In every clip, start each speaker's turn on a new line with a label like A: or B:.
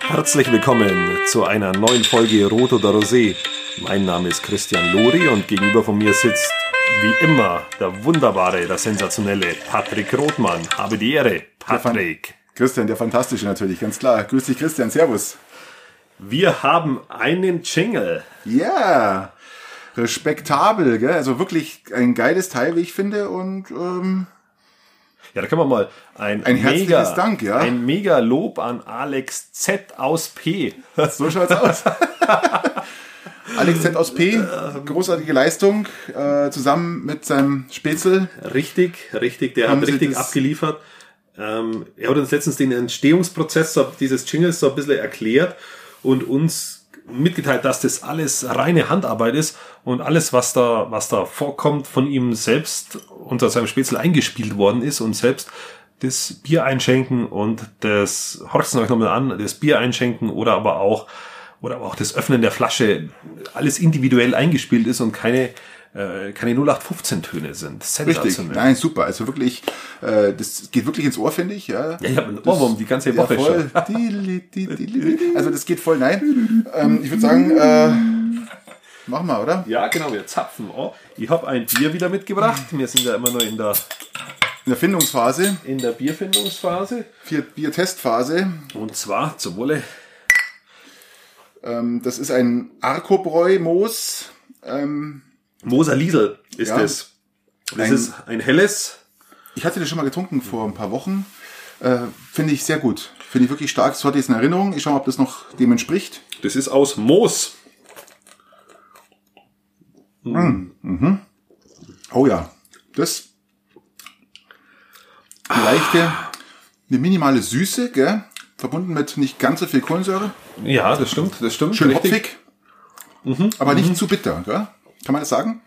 A: Herzlich willkommen zu einer neuen Folge Rot oder Rosé. Mein Name ist Christian Lori und gegenüber von mir sitzt, wie immer, der wunderbare, der sensationelle Patrick Rothmann. Habe die Ehre, Patrick.
B: Christian, der Fantastische natürlich, ganz klar. Grüß dich, Christian. Servus.
A: Wir haben einen Jingle.
B: Ja, respektabel, gell? Also wirklich ein geiles Teil, wie ich finde. Und ähm,
A: Ja, da können wir mal ein,
B: Ein herzliches Dank, ja.
A: ein mega Lob an Alex Z aus P.
B: so schaut's aus. Alex Z aus P, großartige Leistung, äh, zusammen mit seinem Spätzle.
A: Richtig, richtig, der
B: Haben
A: hat
B: Sie
A: richtig
B: das-
A: abgeliefert. Ähm, er hat uns letztens den Entstehungsprozess so, dieses Jingles so ein bisschen erklärt und uns mitgeteilt, dass das alles reine Handarbeit ist und alles, was da, was da vorkommt, von ihm selbst unter seinem Spätzle eingespielt worden ist und selbst das Bier einschenken und das, horcht's euch nochmal an, das Bier einschenken oder aber auch, oder aber auch das Öffnen der Flasche, alles individuell eingespielt ist und keine, äh, keine 0815-Töne sind.
B: Richtig,
A: Sensationell.
B: nein, super. Also wirklich, äh, das geht wirklich ins Ohr, finde ich. Ja,
A: Ja, ich habe einen Ohrwurm die ganze Woche
B: ja,
A: schon.
B: voll. Dili, dili, dili. Also das geht voll, nein. Ähm, ich würde sagen, äh, mach mal, oder?
A: Ja, genau, wir zapfen. Oh, ich habe ein Bier wieder mitgebracht. Wir sind ja immer noch in der,
B: In der Findungsphase,
A: in der Bierfindungsphase.
B: vier Bier-Testphase.
A: Und zwar zur Wolle.
B: Ähm, das ist ein Arcobräu-Moos. Ähm,
A: Moser Liesel ist
B: Ja.
A: es. Das
B: Ein-
A: ist ein helles.
B: ich hatte das schon mal getrunken vor ein paar Wochen. Äh, Finde ich sehr gut. Finde ich wirklich stark. Das hatte ich jetzt in Erinnerung. Ich schaue mal, ob das noch dem entspricht.
A: Das ist aus Moos.
B: Oh ja, das eine leichte, eine minimale Süße, gell? verbunden mit nicht ganz so viel Kohlensäure.
A: Ja, das stimmt, das stimmt.
B: Schön
A: richtig. Mhm.
B: hopfig, aber nicht zu bitter. Gell? Kann man das sagen?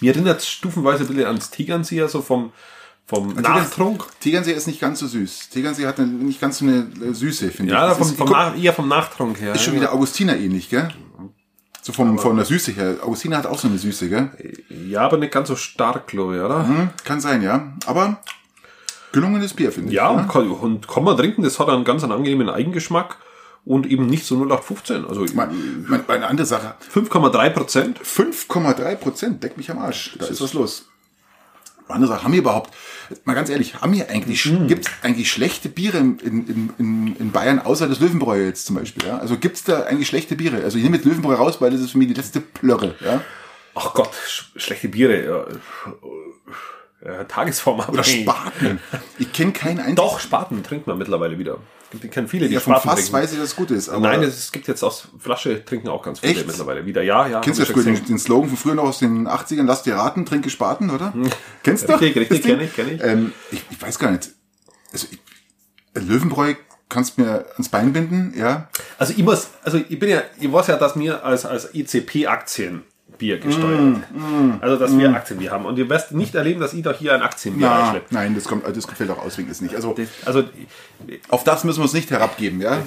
A: Mir erinnert stufenweise ein bisschen ans Tegernseher, so vom, vom Nachtrunk.
B: Tegernsee ist nicht ganz so süß. Tegernsee hat eine, nicht ganz so eine äh, Süße, finde ich.
A: Ja,
B: Das
A: vom,
B: ist-
A: vom
B: guck,
A: Nach, eher vom Nachtrunk her.
B: ist schon wieder Augustiner ähnlich, gell? So vom, von der Süße her. Augustiner hat auch so eine Süße, gell?
A: ja, aber nicht ganz so stark, glaube ich, oder?
B: Hm, kann sein, ja. Aber gelungenes Bier, finde ich.
A: Ja,
B: ne?
A: und kann, und kann man trinken, das hat einen ganz einen angenehmen Eigengeschmack und eben nicht so 0815. Also
B: Mal, mal, mal eine andere Sache.
A: 5,3 Prozent.
B: 5,3 Prozent, deck mich am Arsch. Da ist was los. Andere Sache, haben wir überhaupt, mal ganz ehrlich, haben wir eigentlich,
A: Mhm.
B: gibt's eigentlich schlechte Biere in, in, in, in Bayern, außer das Löwenbräu jetzt zum Beispiel? Ja? Also gibt's da eigentlich schlechte Biere? Also ich nehme jetzt Löwenbräu raus, weil das ist für mich die letzte Plörre. Ja?
A: Ach Gott, sch schlechte Biere. Ja. Äh, Tagesform
B: Oder
A: abhängig.
B: Spaten. Ich kenne keinen einzigen.
A: Doch, Spaten trinkt man mittlerweile wieder. Ich kenne viele, die
B: ja, vom
A: Spaten
B: Fass
A: trinken.
B: weiß ich, dass es gut ist. Aber
A: Nein, es gibt jetzt aus Flasche trinken auch ganz viele
B: Echt?
A: mittlerweile wieder. Ja, ja.
B: Kennst du
A: hab
B: ja
A: ich
B: früher
A: schon
B: den, den Slogan von früher noch aus den 80ern, lass dir raten, trinke Spaten, oder? Kennst du?
A: Hm. Richtig, richtig,
B: das Ding?
A: kenn ich, kenn ich.
B: Ähm, ich. Ich weiß gar nicht. Also, ich, Löwenbräu kannst mir ans Bein binden, ja.
A: Also ich muss, also ich bin ja, ich weiß ja, dass wir als, als E ECP
B: Mm,
A: Aktienbier gesteuert. also dass wir Aktienbier haben. Und ihr wirst nicht erleben, dass ich doch hier ein Aktienbier
B: Na,
A: einschleppe.
B: nein, das kommt, äh, das gefällt auch auswegen ist nicht. Also,
A: Also
B: auf das müssen wir uns nicht herabgeben, ja.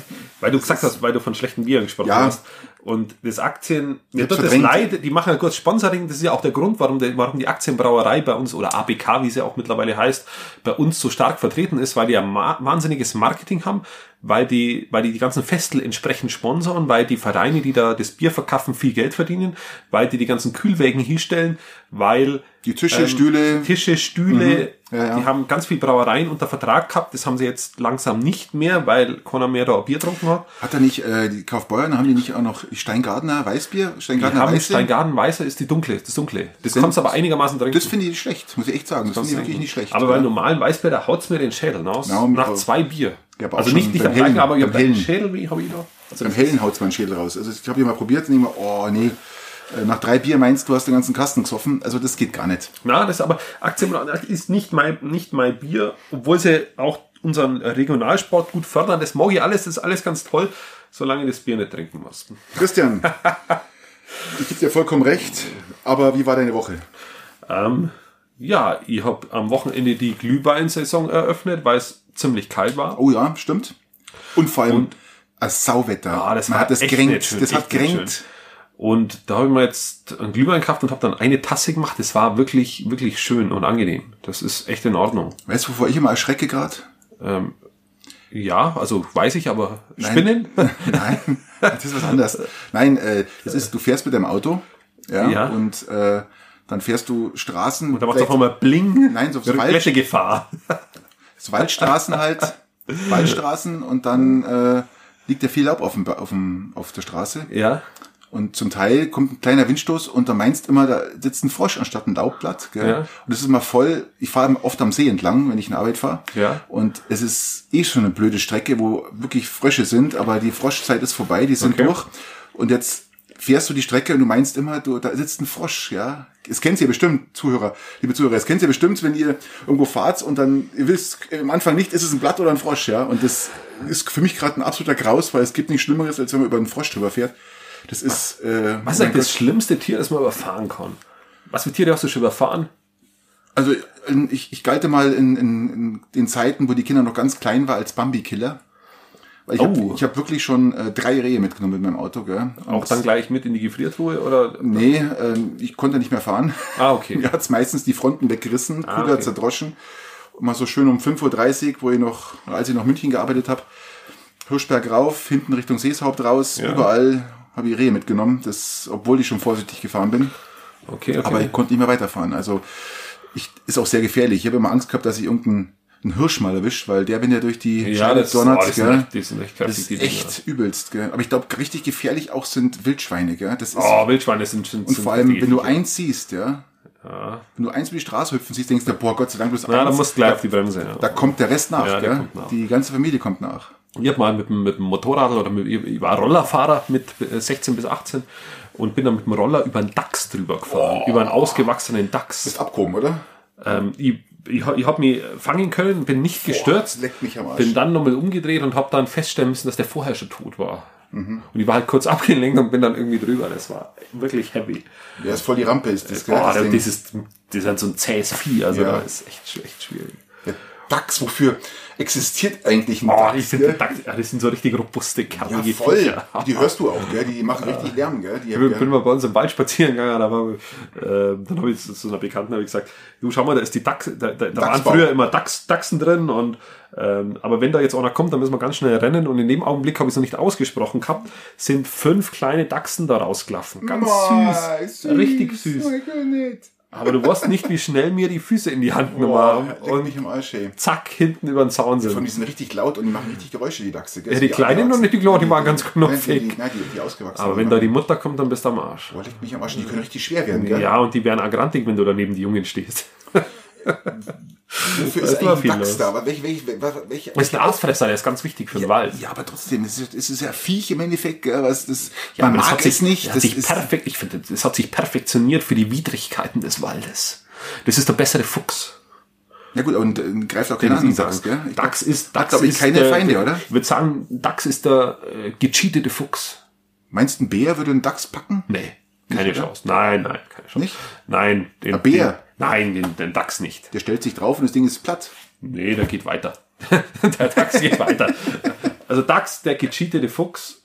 A: Weil du gesagt hast, weil du von schlechten Bieren gesprochen
B: Ja.
A: hast. Und das Aktien, mir tut das
B: verdrängt.
A: leid, die machen ja kurz Sponsoring, das ist ja auch der Grund, warum, der, warum die Aktienbrauerei bei uns oder ABK, wie sie auch mittlerweile heißt, bei uns so stark vertreten ist, weil die ja ma wahnsinniges Marketing haben, weil die, weil die die ganzen Festel entsprechend sponsoren, weil die Vereine, die da das Bier verkaufen, viel Geld verdienen, weil die die ganzen Kühlwägen hinstellen, weil
B: Die Tische,
A: Ähm,
B: Stühle.
A: Tische, Stühle,
B: Ja, ja.
A: die haben ganz viel Brauereien unter Vertrag gehabt, das haben sie jetzt langsam nicht mehr, weil keiner mehr da Bier getrunken hat.
B: Hat er nicht, äh, die Kaufbeuern, haben die nicht auch noch Steingartner Weißbier?
A: Wir
B: Steingartner
A: haben
B: Weißbier?
A: Steingarten Weißer ist die dunkle, das dunkle. Das kannst du aber einigermaßen trinken.
B: das finde ich nicht schlecht, muss ich echt sagen. Das finde ich wirklich nicht schlecht. um
A: aber bei
B: ja.
A: normalen Weißbier, da haut's mir den Schädel aus.
B: Ja, und
A: nach
B: auch-
A: zwei Bier.
B: Ja, aber auch
A: also
B: schon
A: nicht, nicht
B: beim
A: am gleichen,
B: Hellen,
A: aber ich hab
B: beim
A: einen
B: Hellen.
A: Schädel, wie habe ich da? Also
B: Beim Hellen haut's meinen Schädel raus. Also ich habe den mal probiert und ich mir, oh nee, äh, nach drei Bier meinst du, hast den ganzen Kasten gesoffen. Also das geht gar nicht.
A: Na, das ist aber Aktienbrauerei ist nicht mein, nicht mein Bier, obwohl sie auch unseren Regionalsport gut fördern. Das mag ich alles, das ist alles ganz toll, solange ich das Bier nicht trinken muss.
B: Christian, ich gebe dir vollkommen recht, aber wie war deine Woche?
A: Ähm, ja, ich habe am Wochenende die Glühwein-Saison eröffnet, weil es ziemlich kalt war.
B: Oh ja, stimmt. Und vor allem ein Sauwetter.
A: Ah, das
B: Man
A: war
B: hat das
A: echt
B: gerenkt.
A: nicht schön,
B: das hat
A: echt nicht
B: gerenkt.
A: schön. Und da habe ich mir jetzt einen Glühwein gekauft und habe dann eine Tasse gemacht. Das war wirklich, wirklich schön und angenehm. Das ist echt in Ordnung.
B: Weißt du, wovor ich immer erschrecke gerade?
A: Ähm, Ja, also weiß ich, aber Spinnen?
B: Nein, das ist was anderes. Nein, äh, das ist, du fährst mit deinem Auto, ja,
A: Ja.
B: und äh, dann fährst du Straßen.
A: Und da macht es auf
B: vielleicht
A: einmal Bling.
B: Nein, so- so
A: Rückwärtige Gefahr.
B: so Waldstraßen halt, Waldstraßen und dann äh, liegt ja viel Laub auf, dem, Ba- auf, dem, auf der Straße.
A: Ja.
B: Und zum Teil kommt ein kleiner Windstoß und da meinst immer, da sitzt ein Frosch anstatt ein Laubblatt. Gell?
A: Ja.
B: Und das ist immer voll. Ich fahre oft am See entlang, wenn ich in Arbeit fahre.
A: Ja.
B: Und es ist eh schon eine blöde Strecke, wo wirklich Frösche sind, aber die Froschzeit ist vorbei, die sind
A: Okay.
B: durch. Und jetzt fährst du die Strecke und du meinst immer, du, da sitzt ein Frosch, ja. Es kennt ihr bestimmt, Zuhörer, liebe Zuhörer, es kennt ihr bestimmt, wenn ihr irgendwo fahrt und dann, ihr wisst äh, am Anfang nicht, ist es ein Blatt oder ein Frosch, ja. Und das ist für mich gerade ein absoluter Graus, weil es gibt nichts Schlimmeres, als wenn man über einen Frosch drüber fährt. Das ist, äh,
A: Was ist
B: mein
A: eigentlich das
B: Gott.
A: schlimmste Tier, das man überfahren kann? Was für Tiere hast du schon überfahren?
B: Also in- ich, ich galte mal in, in, in den Zeiten, wo die Kinder noch ganz klein war, als Bambi-Killer. Weil ich
A: Oh.
B: habe hab wirklich schon äh, drei Rehe mitgenommen mit meinem Auto, gell? Und
A: Auch dann gleich mit in die Gefriertruhe oder?
B: Nee, ähm, ich konnte nicht mehr fahren.
A: Ah, okay.
B: Mir hat's meistens die Fronten weggerissen,
A: Ah,
B: Kuder
A: okay.
B: zerdroschen. Und mal so schön um 5.30 Uhr, wo ich noch, als ich noch in München gearbeitet habe, Hirschberg rauf, hinten Richtung Seeshaupt raus,
A: Ja.
B: überall habe ich Rehe mitgenommen, das, obwohl ich schon vorsichtig gefahren bin.
A: Okay, okay.
B: Aber ich konnte nicht mehr weiterfahren. Also ich, ist auch sehr gefährlich. Ich habe immer Angst gehabt, dass ich irgendeinen einen Hirsch mal erwischt, weil der, wenn der durch die
A: ja, das, oh,
B: donnert,
A: die, sind
B: gell,
A: echt, die sind echt
B: das
A: kräftig,
B: ist
A: die
B: echt
A: Dinger.
B: übelst. Gell. Aber ich glaube, richtig gefährlich auch sind Wildschweine. Gell. Das ist,
A: Oh, Wildschweine sind, sind
B: und
A: sind
B: vor allem,
A: richtig
B: wenn du
A: eklig.
B: eins siehst, ja,
A: Ja,
B: wenn du eins über die Straße hüpfen siehst, denkst du, boah, Gott sei Dank, bloß
A: ja da
B: eins.
A: musst du gleich auf die Bremse. Ja.
B: da kommt der Rest nach,
A: Ja, der
B: gell?
A: kommt nach.
B: Die ganze Familie kommt nach.
A: Ich habe mal mit dem, mit dem Motorrad oder mit, ich war Rollerfahrer mit äh, 16 bis 18 und bin dann mit dem Roller über einen Dachs drüber gefahren, über einen ausgewachsenen Dachs.
B: Ist abgehoben, oder?
A: Ähm, ich ich, hab- ich habe mich fangen können, bin nicht gestürzt,
B: leck mich am Arsch.
A: bin dann nochmal umgedreht und habe dann feststellen müssen, dass der vorher schon tot war.
B: Mhm.
A: Und ich war halt kurz abgelenkt und bin dann irgendwie drüber. Das war wirklich heavy.
B: Der ist voll die Rampe, ist das, gell?
A: Boah,
B: das
A: das,
B: Ding.
A: das ist, das ist halt so ein zähes Vieh, also
B: Ja.
A: da ist echt, sch- echt schwierig.
B: Der Dachs, wofür existiert eigentlich ein
A: Boah,
B: Dachs?
A: die sind,
B: gell?
A: Dachs, ja, das sind so richtig robuste,
B: Ja,
A: kerlige
B: voll.
A: Viecher.
B: Die hörst du auch, gell? Die machen richtig Lärm, gell? Die
A: Ich bin, bin mal bei uns im Wald spazieren gegangen, da war, äh, dann habe ich zu zu einer Bekannten hab ich gesagt, du schau mal, da ist die Dachs, da, da, da waren
B: Dachsbau.
A: früher immer Dachs, Dachsen drin und ähm, aber wenn da jetzt einer kommt, dann müssen wir ganz schnell rennen und in dem Augenblick habe ich es noch nicht ausgesprochen gehabt, sind fünf kleine Dachsen da rausgelaufen. Ganz
B: Boah,
A: süß, Richtig süß.
B: mein Gott, nicht.
A: Aber du weißt nicht, wie schnell mir die Füße in die Hand genommen
B: Boah,
A: haben
B: leck
A: und
B: mich im Arsch, ey.
A: zack, hinten über den Zaun
B: Von
A: sind.
B: die sind richtig laut und die machen richtig Geräusche, die Dachse. Gell?
A: Ja, die
B: So
A: Kleinen
B: angewachsen-
A: und die Kleinen, die waren ganz
B: Nein, die, die,
A: knuffig.
B: nein, die, die ausgewachsen
A: Aber wenn da die Mutter kommt, dann bist du am Arsch.
B: Boah, leck mich am Arsch, die können richtig schwer werden, gell?
A: Ja, und die werden auch grantig, wenn du daneben die Jungen stehst.
B: Wofür
A: da
B: ist
A: ist immer
B: eigentlich
A: viel
B: ein Dachs
A: los.
B: da? Aber welche, welche, welche, welche,
A: Das ist ein Aasfresser, der ist ganz wichtig für den Wald.
B: ja, aber trotzdem, es ist, es ist ja Viech im Endeffekt, gell? Was, das, man
A: Aber das
B: mag
A: hat sich,
B: es nicht.
A: Das hat
B: Das
A: sich
B: ist,
A: perfekt, ich finde, das hat sich perfektioniert für die Widrigkeiten des Waldes. Das ist der bessere Fuchs.
B: ja gut, und äh, greift auch keiner an, den Dachs, gell? Ich
A: Dachs ist,
B: hat,
A: Dachs
B: glaub ich,
A: ist
B: keine
A: der,
B: Feinde, oder?
A: Ich würde sagen, Dachs ist der äh, gecheatete Fuchs.
B: Meinst du, ein Bär würde einen Dachs packen?
A: Nee, keine Chance. Nein, nein, keine Chance.
B: Nicht?
A: Nein. Den,
B: Ein Bär?
A: Den, nein, den, den Dachs nicht.
B: Der stellt sich drauf und das Ding ist platt.
A: Nee, der geht weiter. der Dachs geht weiter. Also Dachs, der gecheatete Fuchs,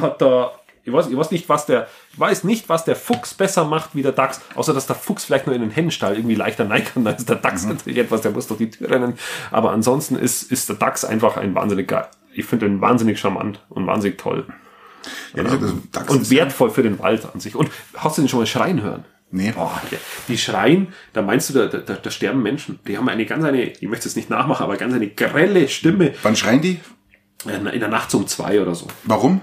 A: hat da. Ich weiß, ich, weiß nicht, was der, ich weiß nicht, was der Fuchs besser macht wie der Dachs, außer dass der Fuchs vielleicht nur in den Hennenstall irgendwie leichter nein kann, als der Dachs natürlich etwas, der muss durch die Tür rennen. Aber ansonsten ist, ist der Dachs einfach ein wahnsinnig geil. Ich finde den wahnsinnig charmant und wahnsinnig toll.
B: Ja, wie gesagt, also Dachs
A: Und
B: ist-
A: wertvoll für den Wald an sich. Und hast du den schon mal schreien hören?
B: Nee.
A: Boah, der- die schreien, da meinst du, da, da, da sterben Menschen. Die haben eine ganz eine, ich möchte es nicht nachmachen, aber ganz eine grelle Stimme
B: Wann schreien die?
A: in, in der Nacht um zwei oder so.
B: Warum?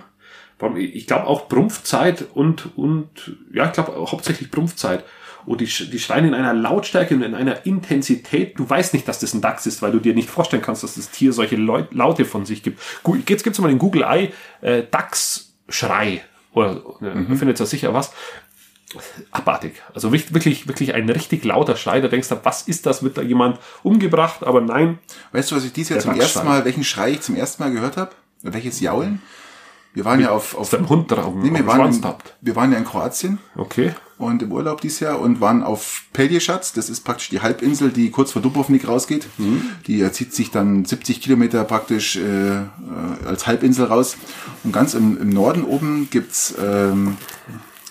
A: Warum- Ich glaube auch Brumpfzeit und, und ja, ich glaube hauptsächlich Brumpfzeit. Und die, sch- die schreien in einer Lautstärke und in einer Intensität. Du weißt nicht, dass das ein Dachs ist, weil du dir nicht vorstellen kannst, dass das Tier solche Leu Laute von sich gibt. Gu- Jetzt gibt's mal den Google Eye äh, Dachsschrei. Oder äh,
B: Mhm.
A: findet da sicher was. Abartig. Also wirklich, wirklich, wirklich ein richtig lauter Schrei. Da denkst du, was ist das? Wird da jemand umgebracht? Aber nein,
B: Weißt du, was ich dieses Jahr
A: Der
B: zum ersten
A: Dachsschrei.
B: Mal, welchen Schrei ich zum ersten Mal gehört habe? Welches Jaulen? Wir waren ja auf, auf
A: ist ein Hund drauf.
B: nee, wir,
A: auf den
B: waren
A: Schwanz
B: in,
A: tappt.
B: wir waren ja in Kroatien
A: Okay.
B: und im Urlaub dieses Jahr und waren auf Pelješac. Das ist praktisch die Halbinsel, die kurz vor Dubrovnik rausgeht.
A: Mhm.
B: Die zieht sich dann 70 Kilometer praktisch äh, äh, als Halbinsel raus. Und ganz im, im Norden oben gibt's ähm,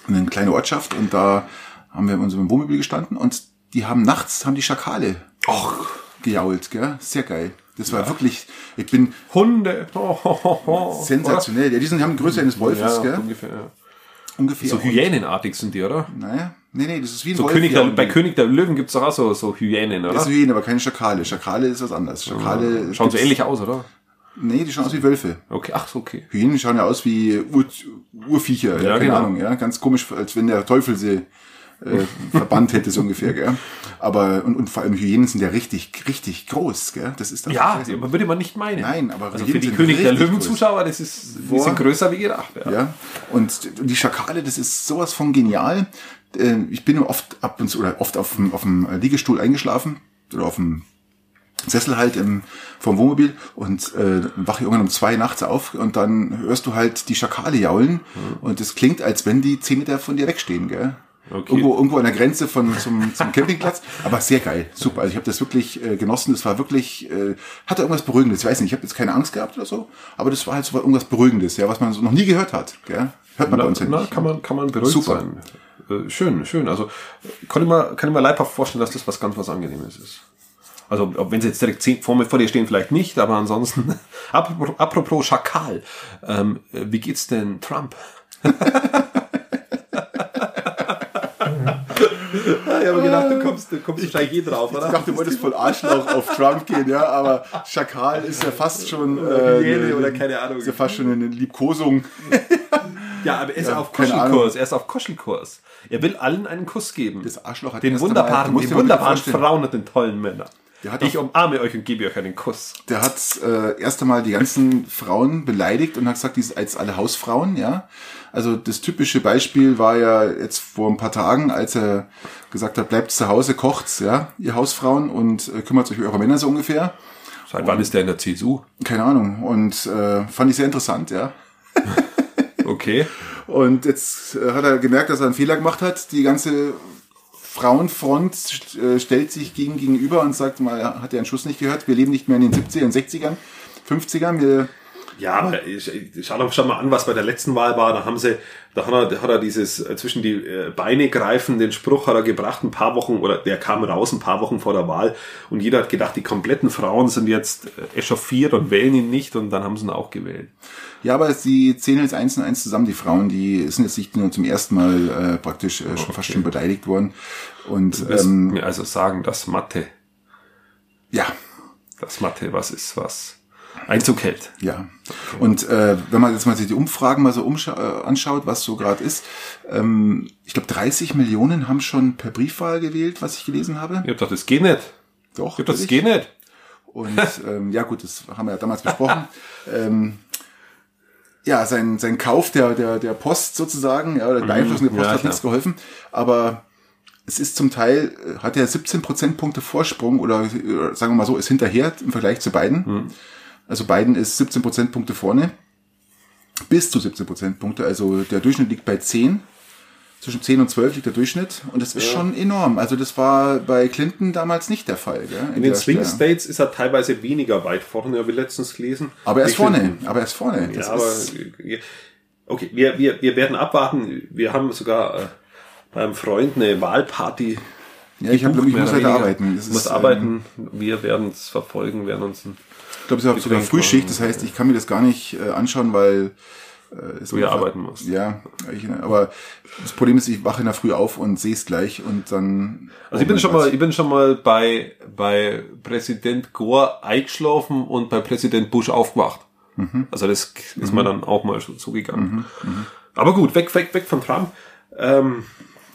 B: eine kleine Ortschaft und da haben wir in unserem Wohnmobil gestanden und die haben nachts haben die Schakale
A: Och,
B: gejault, gell? Sehr geil. Das war wirklich, ich bin
A: Hunde. Oh, oh, oh, oh.
B: sensationell. Ja, die sind, haben die Größe eines
A: Oder?
B: Wolfes,
A: Ja,
B: gell?
A: ungefähr. Ja.
B: Ungefähr.
A: So Hyänenartig sind die, oder?
B: naja, nee, nee, das ist wie ein
A: So
B: Wolf.
A: König
B: ja,
A: der, bei König der Löwen gibt es auch so, so Hyänen,
B: Das ist
A: oder?
B: wie ihn, aber keine Schakale. Schakale ist was anderes. Schakale.
A: Ah. Schauen so
B: gibt's-
A: ähnlich aus, oder?
B: Nee, die schauen aus wie Wölfe.
A: Okay, ach so, okay.
B: Hyänen schauen ja aus wie Ur Urviecher. Ja, keine
A: genau.
B: Ahnung, ja. Ganz komisch, als wenn der Teufel sie äh, verbannt hätte, so ungefähr, gell? Aber, und, und vor allem Hyänen sind ja richtig, richtig groß, gell? Das ist das.
A: Ja, man würde man nicht meinen.
B: Nein, aber
A: also
B: die
A: für die
B: sind
A: König der
B: richtig
A: Löwen-Zuschauer, das ist ein bisschen
B: Boah.
A: größer wie gedacht. Ja.
B: Ja, und die Schakale, das ist sowas von genial. Äh, Ich bin oft ab und zu oder oft auf dem, auf dem Liegestuhl eingeschlafen oder auf dem Sessel halt im, vom Wohnmobil und äh, wache irgendwann um zwei nachts auf und dann hörst du halt die Schakale jaulen und es klingt, als wenn die zehn Meter von dir wegstehen, gell?
A: Okay.
B: Irgendwo, irgendwo an der Grenze von, zum, zum Campingplatz. Aber sehr geil, super. Also ich habe das wirklich äh, genossen. Das war wirklich, äh, hatte irgendwas Beruhigendes. Ich weiß nicht, ich habe jetzt keine Angst gehabt oder so, aber das war halt so irgendwas Beruhigendes, ja, was man so noch nie gehört hat. Gell? Hört man bei
A: Na,
B: uns ja
A: na,
B: nicht.
A: kann man, kann man beruhigt
B: Super.
A: sein. Äh, schön, schön. Also äh, kann ich, mir, kann ich mir leibhaft vorstellen, dass das was ganz was Angenehmes ist. Also ob- ob- wenn sie jetzt direkt zehn, vor, mir, vor dir stehen, vielleicht nicht, aber ansonsten. apropos, apropos Schakal, ähm, äh, wie geht's denn Trump? ja, ich habe gedacht, du kommst, du kommst wahrscheinlich eh drauf,
B: Ich dachte, du wolltest voll Arschloch auf Trump gehen, ja, aber Schakal ist ja fast schon äh,
A: Hyäne
B: eine-
A: oder keine Ahnung.
B: Ist ja fast schon eine Liebkosung.
A: Ja, aber er ist auf
B: keine
A: Kuschelkurs. Er ist auf Kuschelkurs. Er will allen einen Kuss geben.
B: Das Arschloch hat
A: den
B: erst einmal-
A: wunderbaren,
B: musst
A: den
B: dir mal
A: wunderbaren
B: vorstellen.
A: Frauen und den tollen Männern.
B: Der hat
A: Ich
B: auch-
A: umarme euch und gebe euch einen Kuss.
B: der hat äh, erst einmal die ganzen Frauen beleidigt und hat gesagt, die sind als alle Hausfrauen, ja. Also das typische Beispiel war ja jetzt vor ein paar Tagen, als er gesagt hat, bleibt zu Hause, kocht's, ja, ihr Hausfrauen und äh, kümmert euch um eure Männer so ungefähr.
A: Seit wann ist der in der CSU?
B: Keine Ahnung. Und äh, fand ich sehr interessant, ja.
A: Okay.
B: Und jetzt äh, hat er gemerkt, dass er einen Fehler gemacht hat. Die ganze Frauenfront st- äh, stellt sich gegen gegenüber und sagt mal, hat er einen Schuss nicht gehört? Wir leben nicht mehr in den 70ern, 60ern, 50ern. Wir
A: Ja, aber ich- ich- schau doch schon mal an, was bei der letzten Wahl war. Da haben sie, da hat er, da hat er dieses äh, zwischen die äh, Beine greifen, den Spruch hat er gebracht, ein paar Wochen, oder der kam raus ein paar Wochen vor der Wahl und jeder hat gedacht, die kompletten Frauen sind jetzt äh, echauffiert und wählen ihn nicht und dann haben sie ihn auch gewählt.
B: Ja, aber sie zählen jetzt eins und eins zusammen, die Frauen, die sind jetzt nicht nur zum ersten Mal äh, praktisch äh, schon fast schon beleidigt worden. Und
A: Willst
B: ähm,
A: mir also sagen, dass Mathe
B: ja,
A: das Mathe was ist, was Einzug hält.
B: ja. Und äh, wenn man jetzt mal sich die Umfragen mal so umscha- äh, anschaut, was so gerade ist, ähm, ich glaube 30 Millionen haben schon per Briefwahl gewählt, was ich gelesen habe.
A: Ich hab gedacht, das geht nicht.
B: Doch,
A: Ich hab gedacht, das
B: natürlich.
A: geht nicht.
B: Und ähm, ja gut, das haben wir ja damals besprochen. ähm, ja, sein, sein Kauf der, der, der Post sozusagen, ja, oder der Einfluss der Post
A: Mhm, ja,
B: hat
A: klar.
B: nichts geholfen. Aber es ist zum Teil, äh, hat er 17 Prozentpunkte Vorsprung oder äh, sagen wir mal so, ist hinterher im Vergleich zu Biden.
A: Mhm.
B: Also Biden ist 17 Prozentpunkte vorne. Bis zu 17 Prozentpunkte. Also der Durchschnitt liegt bei 10. Zwischen 10 und 12 liegt der Durchschnitt. Und das ist schon enorm. Also das war bei Clinton damals nicht der Fall. Gell?
A: In den
B: der
A: Swing
B: Stelle.
A: States ist er teilweise weniger weit vorne, habe ich letztens gelesen.
B: Aber er ist
A: Ich
B: vorne,
A: find-
B: aber er ist vorne. Das
A: Ja, aber
B: ist,
A: äh, okay, wir, wir, wir werden abwarten. Wir haben sogar äh, beim Freund eine Wahlparty.
B: ja, ich, hab,
A: gebucht,
B: ich
A: mehr
B: muss
A: oder
B: weiter
A: weniger.
B: arbeiten. Das
A: Du musst
B: ist, Ähm,
A: arbeiten. Wir werden es verfolgen, werden uns. Ein
B: ich glaube, ich habe sogar
A: Getränk
B: Frühschicht, das heißt, ich kann mir das gar nicht äh, anschauen, weil äh, es
A: Du ja
B: einfach-
A: arbeiten musst.
B: Ja, ich, aber das Problem ist, ich wache in der Früh auf und sehe es gleich und dann.
A: Also ich bin schon mal, ich bin schon mal bei, bei Präsident Gore eingeschlafen und bei Präsident Bush aufgewacht.
B: Mhm.
A: Also das ist mir dann auch mal so zugegangen. Aber gut, weg, weg, weg von Trump. Ähm,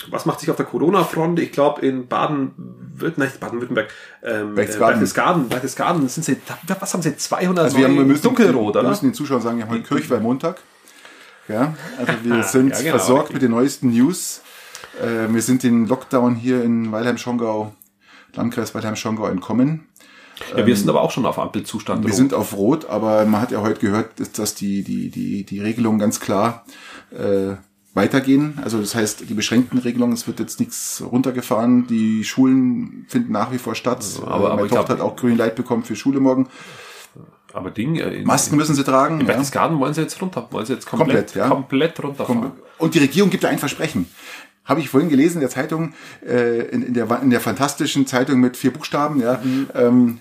A: was macht sich auf der Corona-Front? Ich glaube, in Baden-Württemberg, Baden-Württemberg, ähm,
B: Berchtesgaden.
A: Berchtesgaden, Berchtesgaden sind sie, da- was haben sie, 200
B: also wir, haben, wir müssen,
A: dunkelrot,
B: wir
A: oder?
B: müssen den Zuschauern sagen, wir haben heute Kirchweihmontag. Ja, also wir sind
A: Ja, genau,
B: versorgt
A: richtig.
B: mit den neuesten News. Äh, wir sind den Lockdown hier in Weilheim-Schongau, Landkreis Weilheim-Schongau entkommen.
A: Ja, wir sind aber auch schon auf Ampelzustand.
B: ähm, Wir
A: rot.
B: sind auf Rot, aber man hat ja heute gehört, dass, dass die, die, die, die Regelungen ganz klar äh, weitergehen. Also das heißt, die beschränkten Regelungen, es wird jetzt nichts runtergefahren. Die Schulen finden nach wie vor statt.
A: aber-
B: Äh,
A: aber
B: Meine
A: ich
B: Tochter
A: glaub-
B: hat auch grün Light bekommen für Schule morgen.
A: aber Ding, äh, in,
B: Masken müssen sie tragen. Ja.
A: Berchtesgaden wollen sie jetzt runter, wollen sie jetzt komplett, komplett,
B: Komplett, ja.
A: runterfahren.
B: Und die Regierung gibt da ein Versprechen. Habe ich vorhin gelesen in der
A: Mhm.
B: Zeitung, äh, in, in, der, in der fantastischen Zeitung mit vier Buchstaben, ja. Ähm,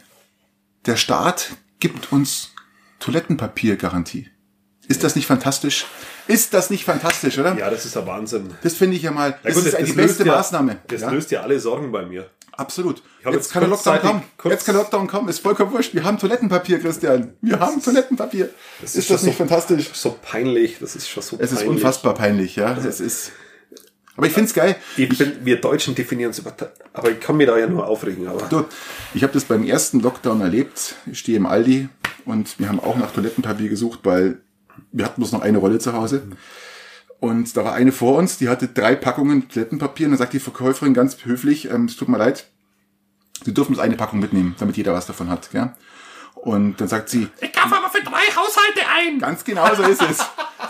B: der Staat gibt uns Toilettenpapiergarantie. Ist das nicht fantastisch? Ist das nicht fantastisch, oder?
A: Ja, das ist der Wahnsinn.
B: Das finde ich ja mal,
A: Ja
B: das
A: gut,
B: ist
A: das-
B: ja die
A: das löst
B: beste
A: ja-
B: Maßnahme.
A: Das
B: ja?
A: löst ja alle Sorgen bei mir.
B: Absolut.
A: hab
B: Jetzt,
A: jetzt
B: kann der Lockdown
A: kurzzeitig-
B: kommen.
A: kurz-
B: jetzt kann der Lockdown kommen. Ist vollkommen wurscht. Wir haben Toilettenpapier, Christian. Wir haben Toilettenpapier. Ist,
A: ist
B: das
A: schon
B: nicht fantastisch?
A: So peinlich, das ist schon so
B: Es
A: peinlich.
B: ist unfassbar peinlich, ja. Es ist. Aber ich finde es geil.
A: Ich bin, wir Deutschen definieren es über, aber ich kann mich da ja nur aufregen, aber.
B: Du, ich habe das beim ersten Lockdown erlebt. Ich stehe im Aldi und wir haben auch nach Toilettenpapier gesucht, weil wir hatten bloß noch eine Rolle zu Hause. Und da war eine vor uns, die hatte drei Packungen Toilettenpapier. Und dann sagt die Verkäuferin ganz höflich, ähm, es tut mir leid, Sie dürfen bloß eine Packung mitnehmen, damit jeder was davon hat. Gell? Und dann sagt sie,
A: Ich kaufe aber für drei Haushalte ein!
B: Ganz genau so ist es.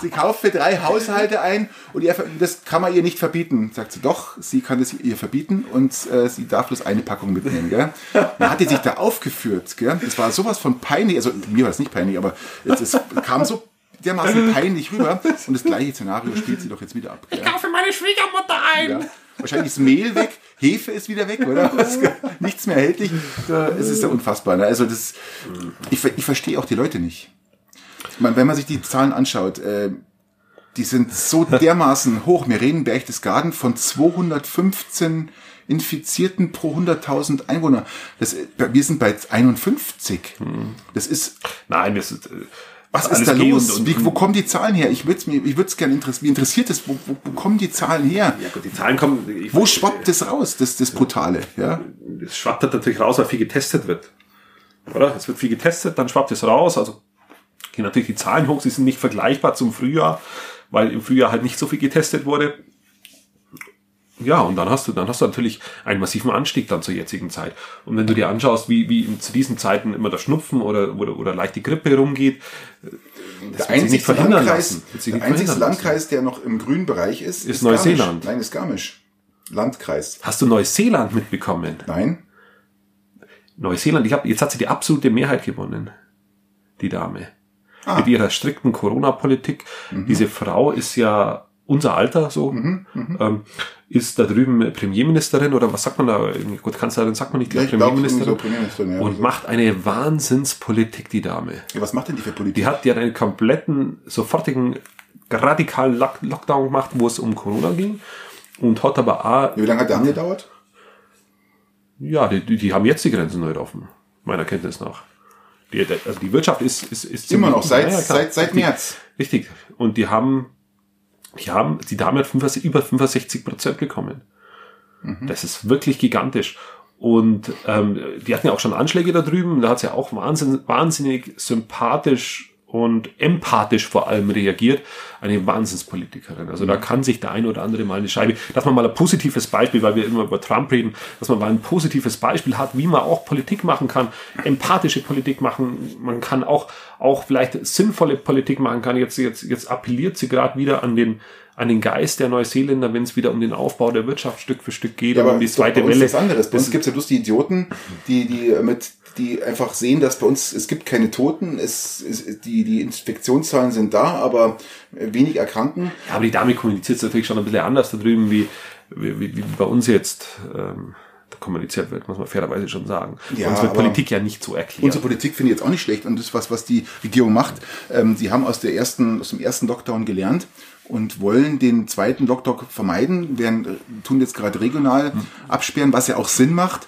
B: Sie kauft für drei Haushalte ein und ihr, das kann man ihr nicht verbieten. Sagt sie, doch, sie kann es ihr verbieten und äh, sie darf bloß eine Packung mitnehmen. Gell? Dann hat die sich da aufgeführt. Gell? Das war sowas von peinlich. Also mir war das nicht peinlich, aber es, es kam so dermaßen peinlich rüber. Und das gleiche Szenario spielt sie doch jetzt wieder ab. Gell?
A: Kaufe meine Schwiegermutter ein!
B: Ja. Wahrscheinlich ist Mehl weg, Hefe ist wieder weg, oder? Nichts mehr erhältlich. Da- Es ist ja unfassbar. Ne? Also das, ich, ver- ich verstehe auch die Leute nicht. Ich meine, wenn man sich die Zahlen anschaut, äh, die sind so dermaßen hoch. Wir reden Berchtesgaden von 215 Infizierten pro 100.000 Einwohner. Das, wir sind bei 51. Das ist
A: Nein, wir sind, äh,
B: was
A: alles
B: ist da
A: G
B: los?
A: Und, und,
B: Wie, wo kommen die Zahlen her? Ich würde es mir, ich würde es gerne interessieren. Mir interessiert es, wo, wo, wo kommen die Zahlen her?
A: ja gut, die Zahlen kommen. Ich,
B: Wo schwappt das raus, das, das Brutale? Ja?
A: Es schwappt halt natürlich raus, weil viel getestet wird. Oder? Es wird viel getestet, dann schwappt es raus. Also gehen natürlich die Zahlen hoch, sie sind nicht vergleichbar zum Frühjahr, weil im Frühjahr halt nicht so viel getestet wurde. Ja, und dann hast du, dann hast du natürlich einen massiven Anstieg dann zur jetzigen Zeit. Und wenn du dir anschaust, wie, wie in- zu diesen Zeiten immer der Schnupfen oder, oder, oder leicht die Grippe rumgeht,
B: Der
A: wird sich nicht
B: einzige
A: verhindern
B: Landkreis,
A: lassen. Wird sich
B: der
A: nicht
B: einzige
A: verhindern
B: Landkreis, der noch im grünen Bereich ist,
A: Ist
B: Garmisch.
A: Neuseeland.
B: Nein, ist Garmisch. Landkreis.
A: hast du Neuseeland mitbekommen.
B: Nein.
A: Neuseeland, ich hab, jetzt hat sie die absolute Mehrheit gewonnen, die Dame.
B: Ah. Mhm.
A: Mit ihrer strikten Corona-Politik. Diese Frau ist ja unser Alter so,
B: mhm.
A: ähm, ist da drüben Premierministerin oder was sagt man da? Gut, Kanzlerin sagt man nicht,
B: Ja,
A: glaub,
B: ich glaub, so
A: Premierministerin.
B: Premierministerin, ja.
A: und macht eine Wahnsinnspolitik, die Dame.
B: Ja, was macht denn die für Politik?
A: Die hat ja einen kompletten, sofortigen, radikalen Lock Lockdown gemacht, wo es um Corona ging. Und hat aber auch
B: Wie lange hat der angedauert?
A: ja, die, die, die haben jetzt die Grenzen neu offen, meiner Kenntnis nach. Die, also die Wirtschaft ist, ist, ist
B: Immer
A: ziemlich-
B: noch, seit,
A: Ja, ja, klar.
B: seit, seit März.
A: Richtig. Und die haben, die haben, die Dame hat 65, über 65 Prozent bekommen. Das ist wirklich gigantisch. Und ähm, die hatten ja auch schon Anschläge da drüben. Da hat sie ja auch wahnsinn, wahnsinnig sympathisch und empathisch vor allem reagiert. Eine Wahnsinnspolitikerin. Also da kann sich der ein oder andere mal eine Scheibe, dass man mal ein positives Beispiel, weil wir immer über Trump reden, dass man mal ein positives Beispiel hat, wie man auch Politik machen kann, empathische Politik machen. Man kann auch, auch vielleicht sinnvolle Politik machen kann. Jetzt, jetzt, jetzt appelliert sie gerade wieder an den, an den Geist der Neuseeländer, wenn es wieder um den Aufbau der Wirtschaft Stück für Stück geht.
B: Ja,
A: um die
B: ist doch
A: zweite
B: bei uns
A: Welle.
B: nichts anderes. Bei
A: Das
B: uns gibt es ja bloß die Idioten, die, die mit, die einfach sehen, dass bei uns, es gibt keine Toten, es, es, die, die Infektionszahlen sind da, aber wenig Erkranken.
A: Ja, aber die Dame kommuniziert es natürlich schon ein bisschen anders da drüben, wie, wie, wie wie bei uns jetzt ähm, kommuniziert wird, muss man fairerweise schon sagen.
B: Ja,
A: uns wird
B: aber-
A: Politik ja nicht so erklärt.
B: Unsere Politik finde ich jetzt auch nicht schlecht und das ist was, was die Regierung macht. Ähm, die haben aus, der ersten, aus dem ersten Lockdown gelernt und wollen den zweiten Lockdown vermeiden, werden, äh, tun jetzt gerade regional
A: Hm.
B: absperren, was ja auch Sinn macht.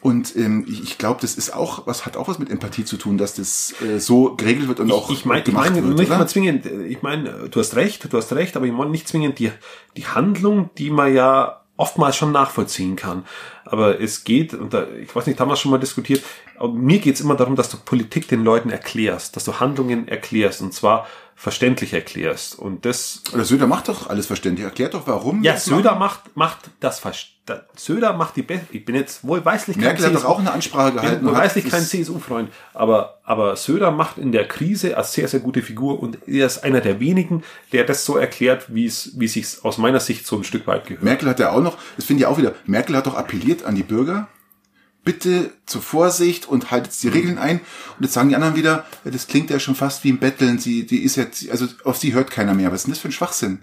B: Und ähm, ich, ich glaube, das ist auch, was hat auch was mit Empathie zu tun, dass das äh, so geregelt wird und auch
A: ich meine, ich
B: gemacht
A: meine,
B: wird.
A: nicht mal
B: Oder?
A: zwingend, ich meine, du hast recht, du hast recht, aber ich meine nicht zwingend die, die Handlung, die man ja oftmals schon nachvollziehen kann. Aber es geht, und da, ich weiß nicht, haben wir schon mal diskutiert, aber mir geht's immer darum, dass du Politik den Leuten erklärst, dass du Handlungen erklärst und zwar verständlich erklärst. Und das
B: Oder Söder macht doch alles verständlich, erklärt doch, warum.
A: Ja,
B: das
A: Söder macht, macht das Verst- da- Söder macht die beste. Ich bin jetzt wohlweislich
B: macht.
A: kein
B: Merkel hat doch
A: CSU
B: auch eine Ansprache
A: bin
B: gehalten. und hat
A: wohlweislich kein
B: das-
A: CSU-Freund. Aber, aber Söder macht in der Krise als sehr, sehr gute Figur und er ist einer der wenigen, der das so erklärt, wie es, wie sich aus meiner Sicht so ein Stück weit gehört.
B: Merkel hat ja auch noch, das finde ich auch wieder, Merkel hat doch appelliert an die Bürger, bitte zur Vorsicht und haltet die Regeln ein. Und jetzt sagen die anderen wieder, das klingt ja schon fast wie ein Betteln, sie, die ist jetzt, also auf sie hört keiner mehr. Was ist denn das für ein Schwachsinn?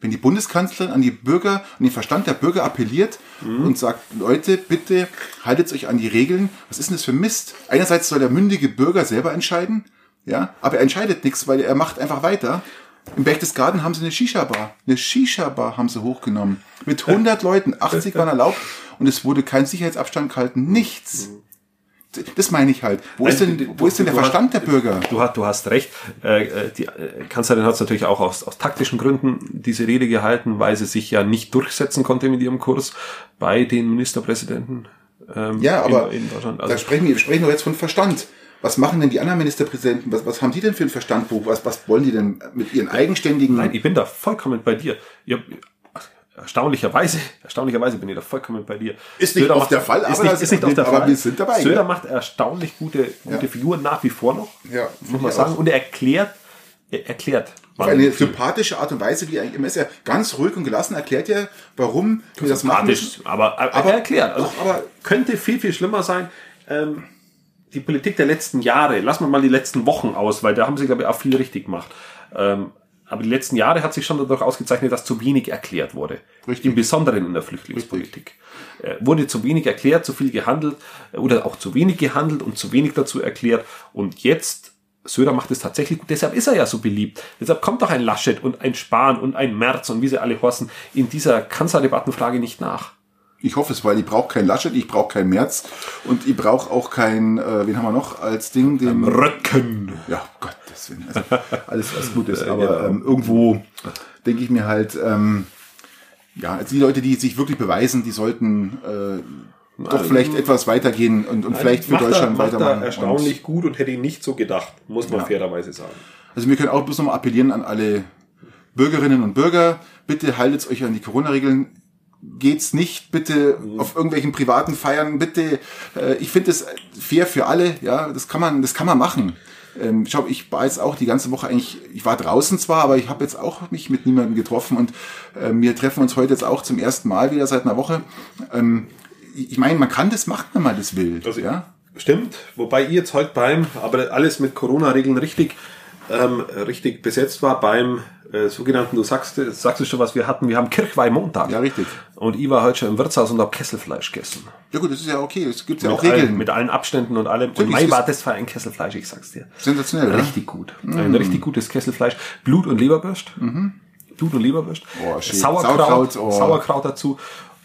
B: Wenn die Bundeskanzlerin an die Bürger, an den Verstand der Bürger appelliert und sagt, Leute, bitte haltet euch an die Regeln, was ist denn das für Mist? Einerseits soll der mündige Bürger selber entscheiden, ja, aber er entscheidet nichts, weil er macht einfach weiter. Im Berchtesgaden haben sie eine Shisha-Bar. Eine Shisha-Bar haben sie hochgenommen. Mit 100 Leuten, 80 waren erlaubt und es wurde kein Sicherheitsabstand gehalten, nichts. Das meine ich halt. Wo ist
A: Nein,
B: denn,
A: du-
B: wo ist denn der
A: du hast-
B: Verstand der Bürger?
A: Du, hast- du hast recht. Äh, äh, die äh, Kanzlerin hat es natürlich auch aus, aus taktischen Gründen diese Rede gehalten, weil sie sich ja nicht durchsetzen konnte mit ihrem Kurs bei den Ministerpräsidenten. ähm,
B: Ja, aber
A: in, in Deutschland. Also
B: da sprechen wir, wir sprechen doch jetzt von Verstand. Was machen denn die anderen Ministerpräsidenten? Was, was haben die denn für einen Verstand? Wo- Was, was wollen die denn mit ihren eigenständigen?
A: Nein, ich bin da vollkommen bei dir. Ihr, erstaunlicherweise, erstaunlicherweise bin ich da vollkommen bei dir.
B: Ist nicht oft der Fall,
A: ist
B: aber
A: nicht,
B: das-
A: ist nicht auf der
B: aber
A: Fall.
B: wir sind dabei,
A: Söder
B: ja.
A: macht erstaunlich gute, gute
B: Ja.
A: Figuren nach wie vor noch,
B: Ja,
A: muss man
B: ich
A: sagen.
B: auch.
A: Und er erklärt, er erklärt.
B: auf eine sympathische Art und Weise, wie er eigentlich immer ist. Er ganz ruhig und gelassen erklärt er, warum wir das machen.
A: sympathisch, aber, aber,
B: Aber-
A: er erklärt. Also,
B: doch, aber-
A: könnte viel, viel schlimmer sein. Ähm, die Politik der letzten Jahre, lassen wir mal die letzten Wochen aus, weil da haben sie, glaube ich, auch viel richtig gemacht. Ähm, aber die letzten Jahre hat sich schon dadurch ausgezeichnet, dass zu wenig erklärt wurde.
B: Richtig.
A: Im Besonderen in der Flüchtlingspolitik. Äh, wurde zu wenig erklärt, zu viel gehandelt äh, oder auch zu wenig gehandelt und zu wenig dazu erklärt. Und jetzt, Söder macht es tatsächlich gut, deshalb ist er ja so beliebt. Deshalb kommt doch ein Laschet und ein Spahn und ein Merz und wie sie alle horsten in dieser Kanzlerdebattenfrage nicht nach.
B: Ich hoffe es, weil ich brauche keinen Laschet, ich brauche keinen Merz und ich brauche auch keinen, äh, wen haben wir noch als Ding, den
A: Röcken.
B: Ja, Gott, deswegen. Also, alles, was gut ist.
A: Äh,
B: Aber
A: genau.
B: ähm, irgendwo denke ich mir halt, ähm, ja, also die Leute, die sich wirklich beweisen, die sollten äh, doch vielleicht etwas weitergehen und, und vielleicht für
A: macht
B: Deutschland
A: er, macht
B: weitermachen.
A: er erstaunlich gut und hätte ihn nicht so gedacht, muss man fairerweise sagen.
B: Und, also wir können auch bloß nochmal appellieren an alle Bürgerinnen und Bürger, bitte haltet euch an die Corona-Regeln. Geht's nicht, bitte
A: Mhm.
B: auf irgendwelchen privaten Feiern, bitte. Äh, ich finde es fair für alle, ja, das kann man, das kann man machen. Ähm, schau, ich war jetzt auch die ganze Woche eigentlich, ich war draußen zwar, aber ich habe jetzt auch mich mit niemandem getroffen und äh, wir treffen uns heute jetzt auch zum ersten Mal wieder seit einer Woche. Ähm, ich ich meine, man kann das machen, wenn man das will.
A: Also,
B: ja?
A: Stimmt, wobei ihr jetzt heute beim, aber alles mit Corona-Regeln richtig, ähm, richtig besetzt war, beim äh, sogenannten, du sagst, sagst es schon, was wir hatten, wir haben Kirchweih-Montag.
B: Ja, richtig.
A: Und ich war heute schon im Wirtshaus und habe Kesselfleisch gegessen.
B: ja gut, das ist ja okay, es gibt ja
A: Mit
B: auch Regeln.
A: Allen, mit allen Abständen und allem. Und
B: Wirklich,
A: Mai
B: es-
A: war das für ein Kesselfleisch, ich sag's dir.
B: Sensationell, oder?
A: Richtig gut. Ein richtig gutes Kesselfleisch. Blut und Leberwurst. Blut und Leberwurst.
B: Oh, Mhm. schön.
A: Sauerkraut,
B: Sauerkraut, oh.
A: Sauerkraut dazu.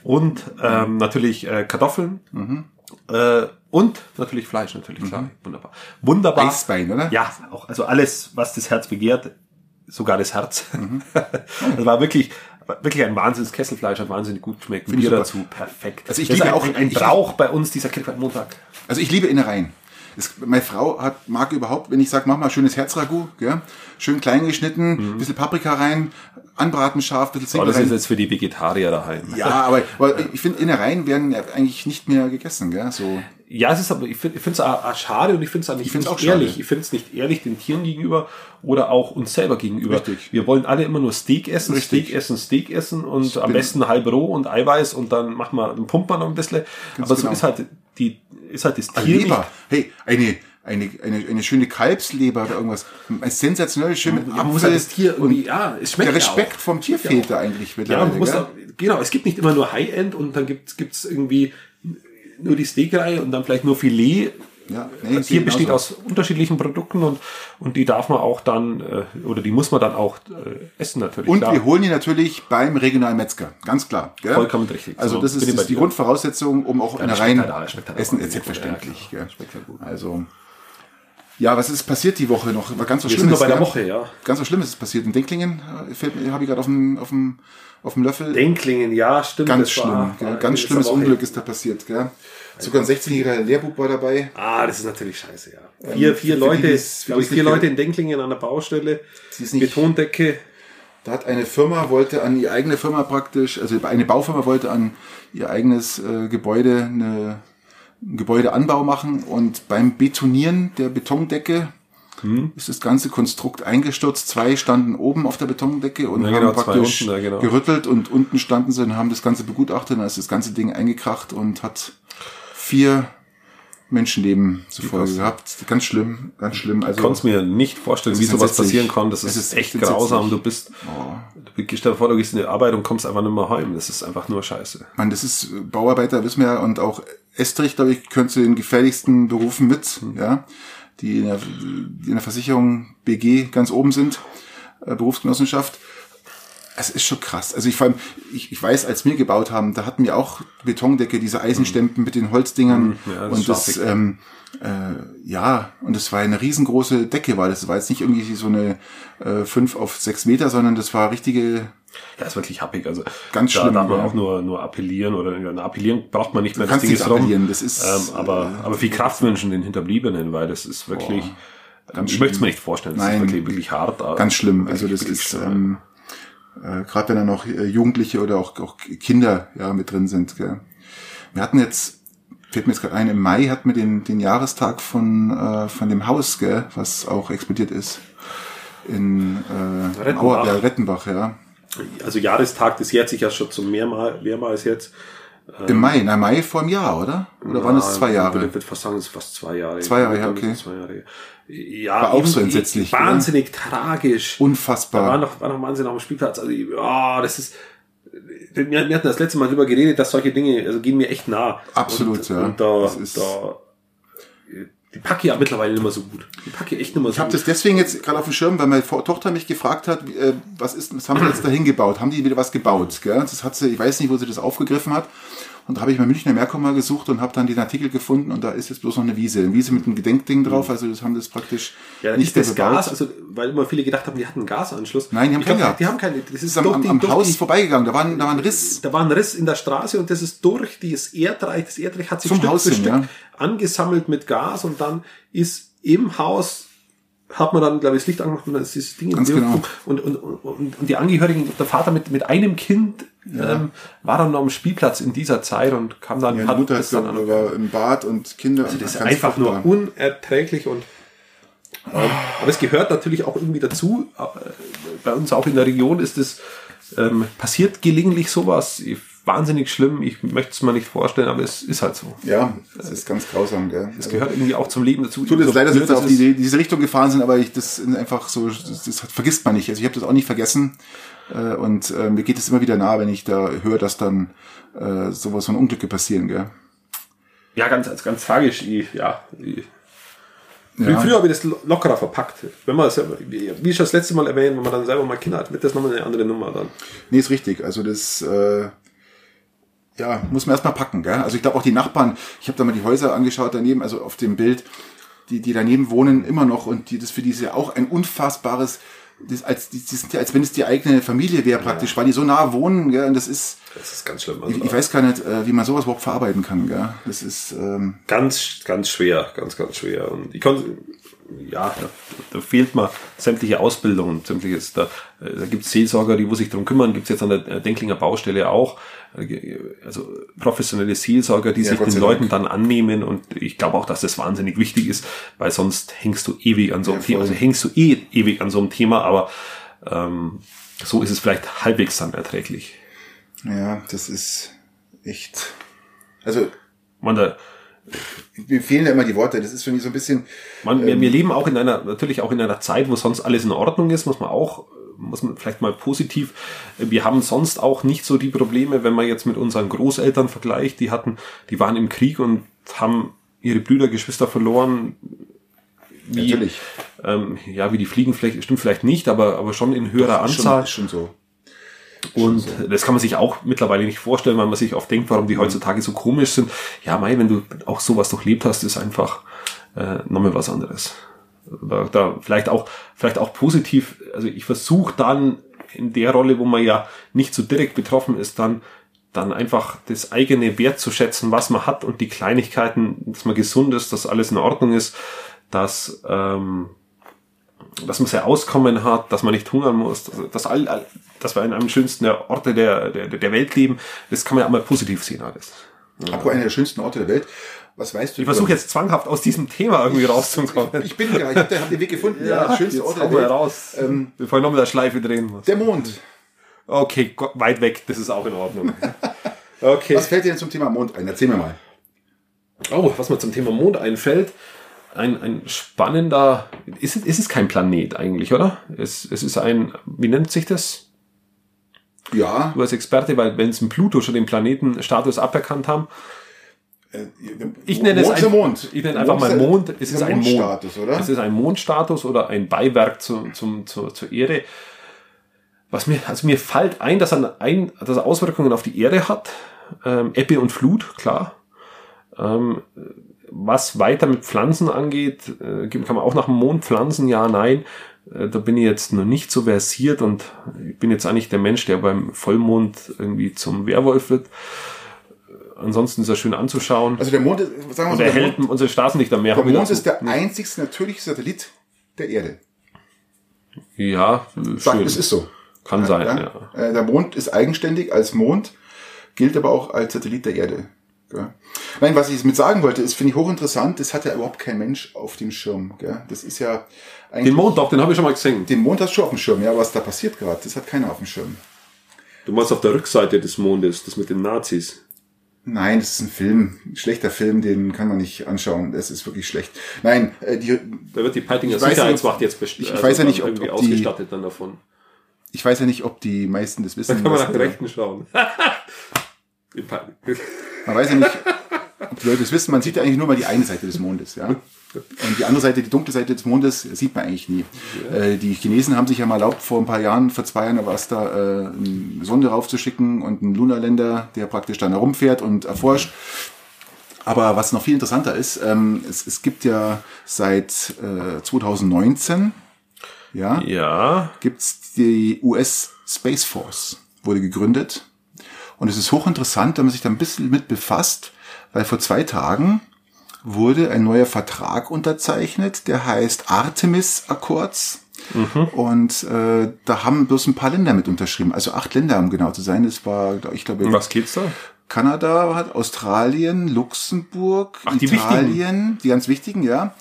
A: Und ähm, natürlich äh, Kartoffeln.
B: Mhm.
A: Äh, und natürlich Fleisch, natürlich, klar. Wunderbar. Wunderbar.
B: Eisbein, oder?
A: Ja, auch, also alles, was das Herz begehrt, sogar das Herz.
B: Mhm.
A: das war wirklich, wirklich ein Wahnsinns Kesselfleisch, hat wahnsinnig gut geschmeckt.
B: ich
A: Bier
B: super.
A: dazu, perfekt.
B: Also ich
A: Das ist
B: liebe
A: ein,
B: auch-
A: ein, ein
B: ich-
A: Brauch bei uns, dieser Kirchweihmontag.
B: Also ich liebe Innereien. Es, meine Frau hat, mag überhaupt, wenn ich sage, mach mal schönes Herzragout, gell? schön klein geschnitten, bisschen Paprika rein, anbraten scharf, bisschen
A: Aber
B: Zwiebel
A: das Mhm. ist
B: rein.
A: jetzt für die Vegetarier daheim.
B: Ja, aber, aber ich finde, Innereien werden ja eigentlich nicht mehr gegessen. Gell? So.
A: Ja, es ist aber, ich finde es auch auch schade und ich finde es auch nicht,
B: find's
A: nicht
B: auch
A: ehrlich.
B: schade.
A: Ich finde es nicht ehrlich den Tieren gegenüber oder auch uns selber gegenüber.
B: Richtig.
A: Wir wollen alle immer nur Steak essen,
B: Richtig.
A: Steak essen, Steak essen und am
B: bin-
A: besten halb roh und Eiweiß und dann macht man, dann pumpt man noch ein bisschen. aber so
B: genau.
A: ist halt die, ist halt das Tier.
B: Leber, hey, eine, eine, eine, eine schöne Kalbsleber oder irgendwas. Sensationell schön mit
A: Nicht, man muss halt das Tier irgendwie, ja, es schmeckt
B: der
A: ja auch.
B: Respekt vom Tier fehlt da eigentlich
A: Ja,
B: mittlerweile.
A: man muss
B: gell?
A: auch, genau, es gibt nicht immer nur High-End und dann gibt es irgendwie nur die Steakreihe und dann vielleicht nur Filet.
B: Ja, genau nee,
A: das
B: sehe
A: Tier
B: ich
A: besteht
B: genauso.
A: aus unterschiedlichen Produkten und, und die darf man auch dann, äh, oder die muss man dann auch äh, essen natürlich.
B: Und
A: klar.
B: wir holen die natürlich beim regionalen Metzger, ganz klar. Gell?
A: Vollkommen richtig.
B: Also
A: So,
B: das
A: bin ich
B: ist,
A: bei
B: ist die
A: dir.
B: Grundvoraussetzung, um auch in
A: das
B: der
A: schmeckt
B: Reihen
A: halt auch, das schmeckt halt auch
B: Essen
A: gut.
B: ist selbstverständlich.
A: Ja, klar.
B: gell?
A: Das schmeckt halt gut.
B: Also ja, was ist passiert die Woche noch? War ganz was
A: Wir sind
B: Schlimmes.
A: noch bei der
B: gell?
A: Woche, ja.
B: Ganz was Schlimmes ist passiert. In Denklingen äh, fällt mir- habe ich gerade auf dem auf dem auf dem Löffel.
A: Denklingen, ja, stimmt.
B: ganz
A: das
B: schlimm.
A: war- äh,
B: gell?
A: war-
B: Ganz
A: das
B: schlimmes
A: war auch-
B: Unglück ist da passiert. Gell? Sogar ein 16-jähriger Lehrbub war dabei.
A: Also,
B: Ähm,
A: Ah, das ist natürlich scheiße, ja. Vier, vier
B: für die,
A: Leute,
B: die es- für
A: glaube ich,
B: die es
A: vier
B: nicht-
A: Leute in Denklingen an der Baustelle,
B: Sie ist nicht-
A: Betondecke.
B: Da hat eine Firma, wollte an ihre eigene Firma praktisch, also eine Baufirma wollte an ihr eigenes äh, Gebäude eine, einen Gebäudeanbau machen und beim Betonieren der Betondecke
A: Hm.
B: ist das ganze Konstrukt eingestürzt. Zwei standen oben auf der Betondecke und
A: Ja,
B: haben
A: genau, zwei
B: praktisch
A: unten, ja, genau.
B: gerüttelt und unten standen sie und haben das Ganze begutachtet. Dann ist das ganze Ding eingekracht und hat vier Menschenleben zufolge
A: krass.
B: gehabt. Ganz schlimm, ganz schlimm.
A: Ich
B: Also
A: konnte es mir nicht vorstellen,
B: Das
A: wie
B: ist
A: sowas
B: entsetzlich.
A: passieren kann. Das
B: Es
A: ist,
B: ist
A: echt
B: entsetzlich.
A: grausam. Du bist,
B: Oh.
A: du gehst davor, du gehst in die Arbeit und kommst einfach nicht mehr heim. Das ist einfach nur scheiße.
B: man, das ist äh, Bauarbeiter, wissen wir ja, und auch Estrich, glaube ich, gehört zu den gefährlichsten Berufen mit, ja, die in, der, die in der Versicherung BG ganz oben sind, äh, Berufsgenossenschaft. Es ist schon krass. Also ich vor allem, ich, ich weiß, als wir gebaut haben, da hatten wir auch Betondecke, diese Eisenstempen mit den Holzdingern
A: Mhm. ja, das
B: und
A: ist
B: das,
A: scharfig.
B: ähm, äh, ja, und es war eine riesengroße Decke, war das war jetzt nicht irgendwie so eine äh, 5 auf 6 Meter, sondern das war richtige
A: Ja, ist wirklich happig. Also
B: Ganz
A: da
B: schlimm,
A: darf man
B: ja.
A: auch nur, nur appellieren oder ja, appellieren braucht man nicht mehr.
B: Du kannst nicht
A: rum.
B: appellieren, das ist,
A: ähm, aber,
B: äh,
A: aber viel Kraft wünschen den Hinterbliebenen, weil das ist wirklich. ich möchte es mir nicht vorstellen. Das
B: Nein.
A: ist wirklich, wirklich hart. aber
B: ganz schlimm. Also
A: wirklich,
B: das
A: wirklich
B: ist
A: schlimm.
B: ähm, äh, gerade wenn da noch äh, Jugendliche oder auch, auch Kinder ja mit drin sind. Gell. Wir hatten jetzt fällt mir jetzt gerade ein, im Mai hatten wir den den Jahrestag von äh, von dem Haus, gell, was auch explodiert ist in äh,
A: Rettenbach.
B: Auer- ja, Rettenbach, ja.
A: also Jahrestag, das jährt sich ja schon zum mehrmal, mehrmals jetzt. Äh.
B: Im Mai, na Mai vor einem Jahr, oder? Oder waren es zwei
A: Ich
B: Jahre?
A: würde fast sagen, es ist fast zwei Jahre.
B: Zwei Jahre, ja,
A: Ich glaube, es sind Zwei Jahre. Ja,
B: War auch
A: eben,
B: so entsetzlich,
A: Wahnsinnig tragisch. Da war
B: Unfassbar.
A: noch, war noch Wahnsinn auf dem Spielplatz. Also, ja, das ist. Wir, wir hatten das letzte Mal drüber geredet, dass solche Dinge also gehen mir echt nah.
B: Absolut,
A: und,
B: ja.
A: Und da,
B: Das ist-
A: da die packe ich ja mittlerweile nicht mehr so gut. Die packe ich echt nicht mehr so
B: Ich habe
A: gut.
B: das deswegen jetzt gerade auf dem Schirm, weil meine Vor- Tochter mich gefragt hat, wie, äh, was ist, was haben die jetzt da hingebaut? Haben die wieder was gebaut? Gell? Das hat sie, ich weiß nicht, wo sie das aufgegriffen hat. Und da habe ich mal Münchner Merkur mal gesucht und habe dann den Artikel gefunden und da ist jetzt bloß noch eine Wiese. Eine Wiese mit einem Gedenkding drauf, also das haben das praktisch
A: Mhm. ja, nicht
B: nicht
A: das
B: mehr
A: Gas, also, weil immer viele gedacht haben, die hatten einen Gasanschluss.
B: Nein, die haben
A: Ich
B: keinen
A: glaub,
B: gehabt.
A: Die haben keine. Das
B: Das
A: ist
B: ist am,
A: durch
B: am,
A: die-
B: am
A: durch
B: Haus
A: die-
B: vorbeigegangen, da war ein, da war ein Riss.
A: da war ein Riss in der Straße und das ist durch dieses Erdreich. Das Erdreich hat sich
B: Zum
A: Stück
B: Haus
A: für
B: hin,
A: Stück
B: ja.
A: angesammelt mit Gas und dann ist im Haus hat man dann, glaube ich, das Licht angemacht und dann ist dieses Ding in
B: Ganz
A: die
B: genau.
A: Luft und, und, und, und die Angehörigen, der Vater mit, mit einem Kind ähm, war dann noch am Spielplatz in dieser Zeit und kam dann,
B: Ja, die Mutter ist
A: dann
B: dann war im Bad und Kinder. Also
A: das ist einfach nur unerträglich und ähm, aber es gehört natürlich auch irgendwie dazu. Äh, Bei uns auch in der Region ist es ähm, passiert gelegentlich sowas. Ich- Wahnsinnig schlimm. Ich möchte es mir nicht vorstellen, aber es ist halt so.
B: Ja, das ist ganz grausam, gell?
A: Es gehört irgendwie auch zum Leben dazu.
B: Tut
A: so
B: jetzt leider, dass
A: blöd
B: wir auf
A: es ist.
B: die, diese Richtung gefahren sind, aber ich, das sind einfach so, das, das vergisst man nicht. Also ich habe das auch nicht vergessen. Äh, und äh, mir geht es immer wieder nahe, wenn ich da höre, dass dann äh, sowas von Unglücke passieren, gell?
A: Ja, ganz, ganz tragisch. Ich, ja, ich,
B: Ja.
A: Früher habe ich das lo- lockerer verpackt. Wenn man selber, wie ich das letzte Mal erwähnt, wenn man dann selber mal Kinder hat, wird das nochmal eine andere Nummer dann.
B: Nee, ist richtig. Also das äh, ja, muss man erstmal packen, gell? Also ich glaube auch die Nachbarn, ich habe da mal die Häuser angeschaut daneben, also auf dem Bild, die, die daneben wohnen immer noch und die, das für diese auch ein unfassbares, das, als, die, die sind ja, als wenn es die eigene Familie wäre praktisch, weil die so nah wohnen, gell? Und das ist.
A: Das ist ganz schlimm.
B: Ich, ich weiß gar nicht, äh, wie man sowas überhaupt verarbeiten kann, gell? Das ist, ähm,
A: ganz, ganz schwer, ganz, ganz schwer. Und ich konnte, ja, da, da fehlt mir sämtliche Ausbildung und sämtliches. Da, äh, da gibt es Seelsorger, die wo sich drum kümmern, gibt es jetzt an der äh, Denklinger Baustelle auch. Äh, ge- Also professionelle Seelsorger, die sich
B: Gott
A: den
B: sei
A: Leuten dann annehmen. Und ich glaube auch, dass das wahnsinnig wichtig ist, weil sonst hängst du ewig an so einem
B: Ja,
A: Thema.
B: voll.
A: Also hängst du eh ewig an so einem Thema, aber ähm, so ist es vielleicht halbwegs dann erträglich.
B: ja, das ist echt. Also,
A: Man, da,
B: mir fehlen da immer die Worte. Das ist für mich so ein bisschen.
A: Man, wir, wir leben auch in einer, natürlich auch in einer Zeit, wo sonst alles in Ordnung ist, muss man auch, muss man vielleicht mal positiv, äh, wir haben sonst auch nicht so die Probleme, wenn man jetzt mit unseren Großeltern vergleicht, die hatten, die waren im Krieg und haben ihre Brüder, Geschwister verloren. Wie,
B: Natürlich.
A: Ähm, ja, wie die Fliegen vielleicht, stimmt vielleicht nicht, aber, aber schon in höherer
B: ist schon-
A: Anzahl.
B: ist schon so.
A: Und das kann man sich auch mittlerweile nicht vorstellen, weil man sich oft denkt, warum die heutzutage so komisch sind. Ja, Mai, wenn du auch sowas durchlebt hast, ist einfach äh, nochmal was anderes. Da, da vielleicht auch, vielleicht auch positiv, also ich versuche dann in der Rolle, wo man ja nicht so direkt betroffen ist, dann dann einfach das eigene Wert zu schätzen, was man hat und die Kleinigkeiten, dass man gesund ist, dass alles in Ordnung ist, dass ähm, dass man sein Auskommen hat, dass man nicht hungern muss, also dass, all, all, dass wir in einem schönsten der Orte der, der, der Welt leben, das kann man ja auch mal positiv sehen alles.
B: Apropos einer der schönsten Orte der Welt. Was weißt du?
A: Ich versuche jetzt zwanghaft aus diesem Thema irgendwie rauszukommen.
B: Ich bin ja, ich habe hab den Weg gefunden. Ja, schönste Orte der
A: hau mal
B: Welt. Ähm,
A: raus, bevor ich nochmal der Schleife drehen muss.
B: Der Mond.
A: Okay, Gott, weit weg, das ist auch in Ordnung. Okay.
B: Was fällt dir denn zum Thema Mond ein? Erzähl mir mal.
A: Oh, was mir zum Thema Mond einfällt. Ein, ein spannender. Ist es, ist es kein Planet eigentlich, oder? Es, es ist ein. Wie nennt sich das?
B: Ja,
A: Du als Experte, weil wenn es ein Pluto schon den Planetenstatus aberkannt haben, ich nenne es
B: äh, Mond
A: ein-
B: ist der Mond.
A: Ich nenne einfach mal
B: ist der-
A: Mond. Es ist
B: der
A: ein Mond.
B: Mondstatus, oder?
A: Es ist ein Mondstatus oder ein Beiwerk zu, zum, zur- zur Erde. Was mir, also mir fällt ein, dass er, ein, dass er Auswirkungen auf die Erde hat. Ähm, Ebbe und Flut, klar. Ähm, was weiter mit Pflanzen angeht, äh, kann man auch nach dem Mond pflanzen, ja, nein. Äh, Da bin ich jetzt noch nicht so versiert und ich bin jetzt auch nicht der Mensch, der beim Vollmond irgendwie zum Werwolf wird. Äh, Ansonsten ist er schön anzuschauen.
B: also der Mond ist, sagen wir mal,
A: Und
B: so,
A: er
B: der
A: hält
B: Mond,
A: unsere Straßenlichter mehr.
B: der
A: Hab ich
B: Mond
A: dazu-
B: ist der einzigste natürliche Satellit der Erde.
A: ja,
B: Sag,
A: schön.
B: es ist so.
A: Kann sein, ja.
B: Ja? Äh, Der Mond ist eigenständig als Mond, gilt aber auch als Satellit der Erde. Ja. Nein, was ich jetzt mit sagen wollte, ist, finde ich hochinteressant, das hat ja überhaupt kein Mensch auf dem Schirm. Gell? Das ist ja eigentlich.
A: Den Mond doch, den habe ich schon mal gesehen.
B: Den Mond hast du schon auf dem Schirm, ja, was da passiert gerade, das hat keiner auf dem Schirm.
A: Du meinst auf der Rückseite des Mondes, das mit den Nazis.
B: Nein, das ist ein Film, ein schlechter Film, den kann man nicht anschauen, das ist wirklich schlecht. Nein, äh, die,
A: Da wird die Peitinger
B: Ich weiß ja
A: Sicherheitswacht
B: nicht,
A: jetzt best-
B: ich- ich
A: also
B: weiß ja
A: dann
B: nicht, ob-
A: irgendwie
B: ob die-
A: ausgestattet dann davon.
B: ich weiß ja nicht, ob die meisten das wissen.
A: Können wir
B: was-
A: nach der Rechten schauen. Die Pei-
B: Man weiß ja nicht, ob die Leute das wissen. Man sieht ja eigentlich nur mal die eine Seite des Mondes, ja. Und die andere Seite, die dunkle Seite des Mondes, sieht man eigentlich nie. Äh, die Chinesen haben sich ja mal erlaubt, vor ein paar Jahren, vor zwei Jahren, da war es da, äh, eine Sonde raufzuschicken und einen Lunarländer, der praktisch dann herumfährt und erforscht. Aber was noch viel interessanter ist, ähm, es, es gibt ja seit äh, 2019, ja,
A: ja,
B: gibt's die US Space Force, wurde gegründet. Und es ist hochinteressant, wenn man sich da ein bisschen mit befasst, weil vor zwei Tagen wurde ein neuer Vertrag unterzeichnet, der heißt Artemis Accords. Und äh, da haben bloß ein paar Länder mit unterschrieben, also acht Länder, um genau zu sein. Es war, ich glaube,
A: um was geht's da?
B: Kanada hat, Australien, Luxemburg,
A: Ach, die
B: Italien, die ganz wichtigen, ja.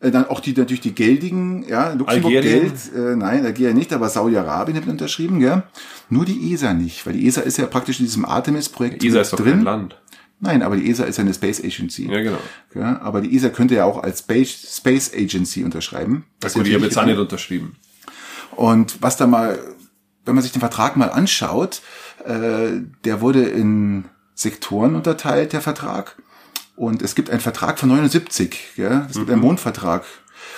B: Äh, Dann auch die natürlich die geldigen, ja, Luxemburg
A: Algerien?
B: Geld, äh, nein, Algerien nicht, aber Saudi-Arabien hat unterschrieben, ja. Nur die ESA nicht, weil die ESA ist ja praktisch in diesem Artemis-Projekt
A: Isa
B: mit
A: E ist doch kein Land.
B: Nein, aber die ESA ist ja eine Space Agency.
A: Ja, genau.
B: Ja, aber die ESA könnte ja auch als Space, Space Agency unterschreiben.
A: Das
B: Das
A: gut,
B: ist
A: ich habe jetzt auch
B: natürlich-
A: nicht unterschrieben.
B: und was da mal, wenn man sich den Vertrag mal anschaut, äh, der wurde in Sektoren unterteilt, der Vertrag. Und es gibt einen Vertrag von 79, ja? es gibt
A: Mhm.
B: einen Mondvertrag.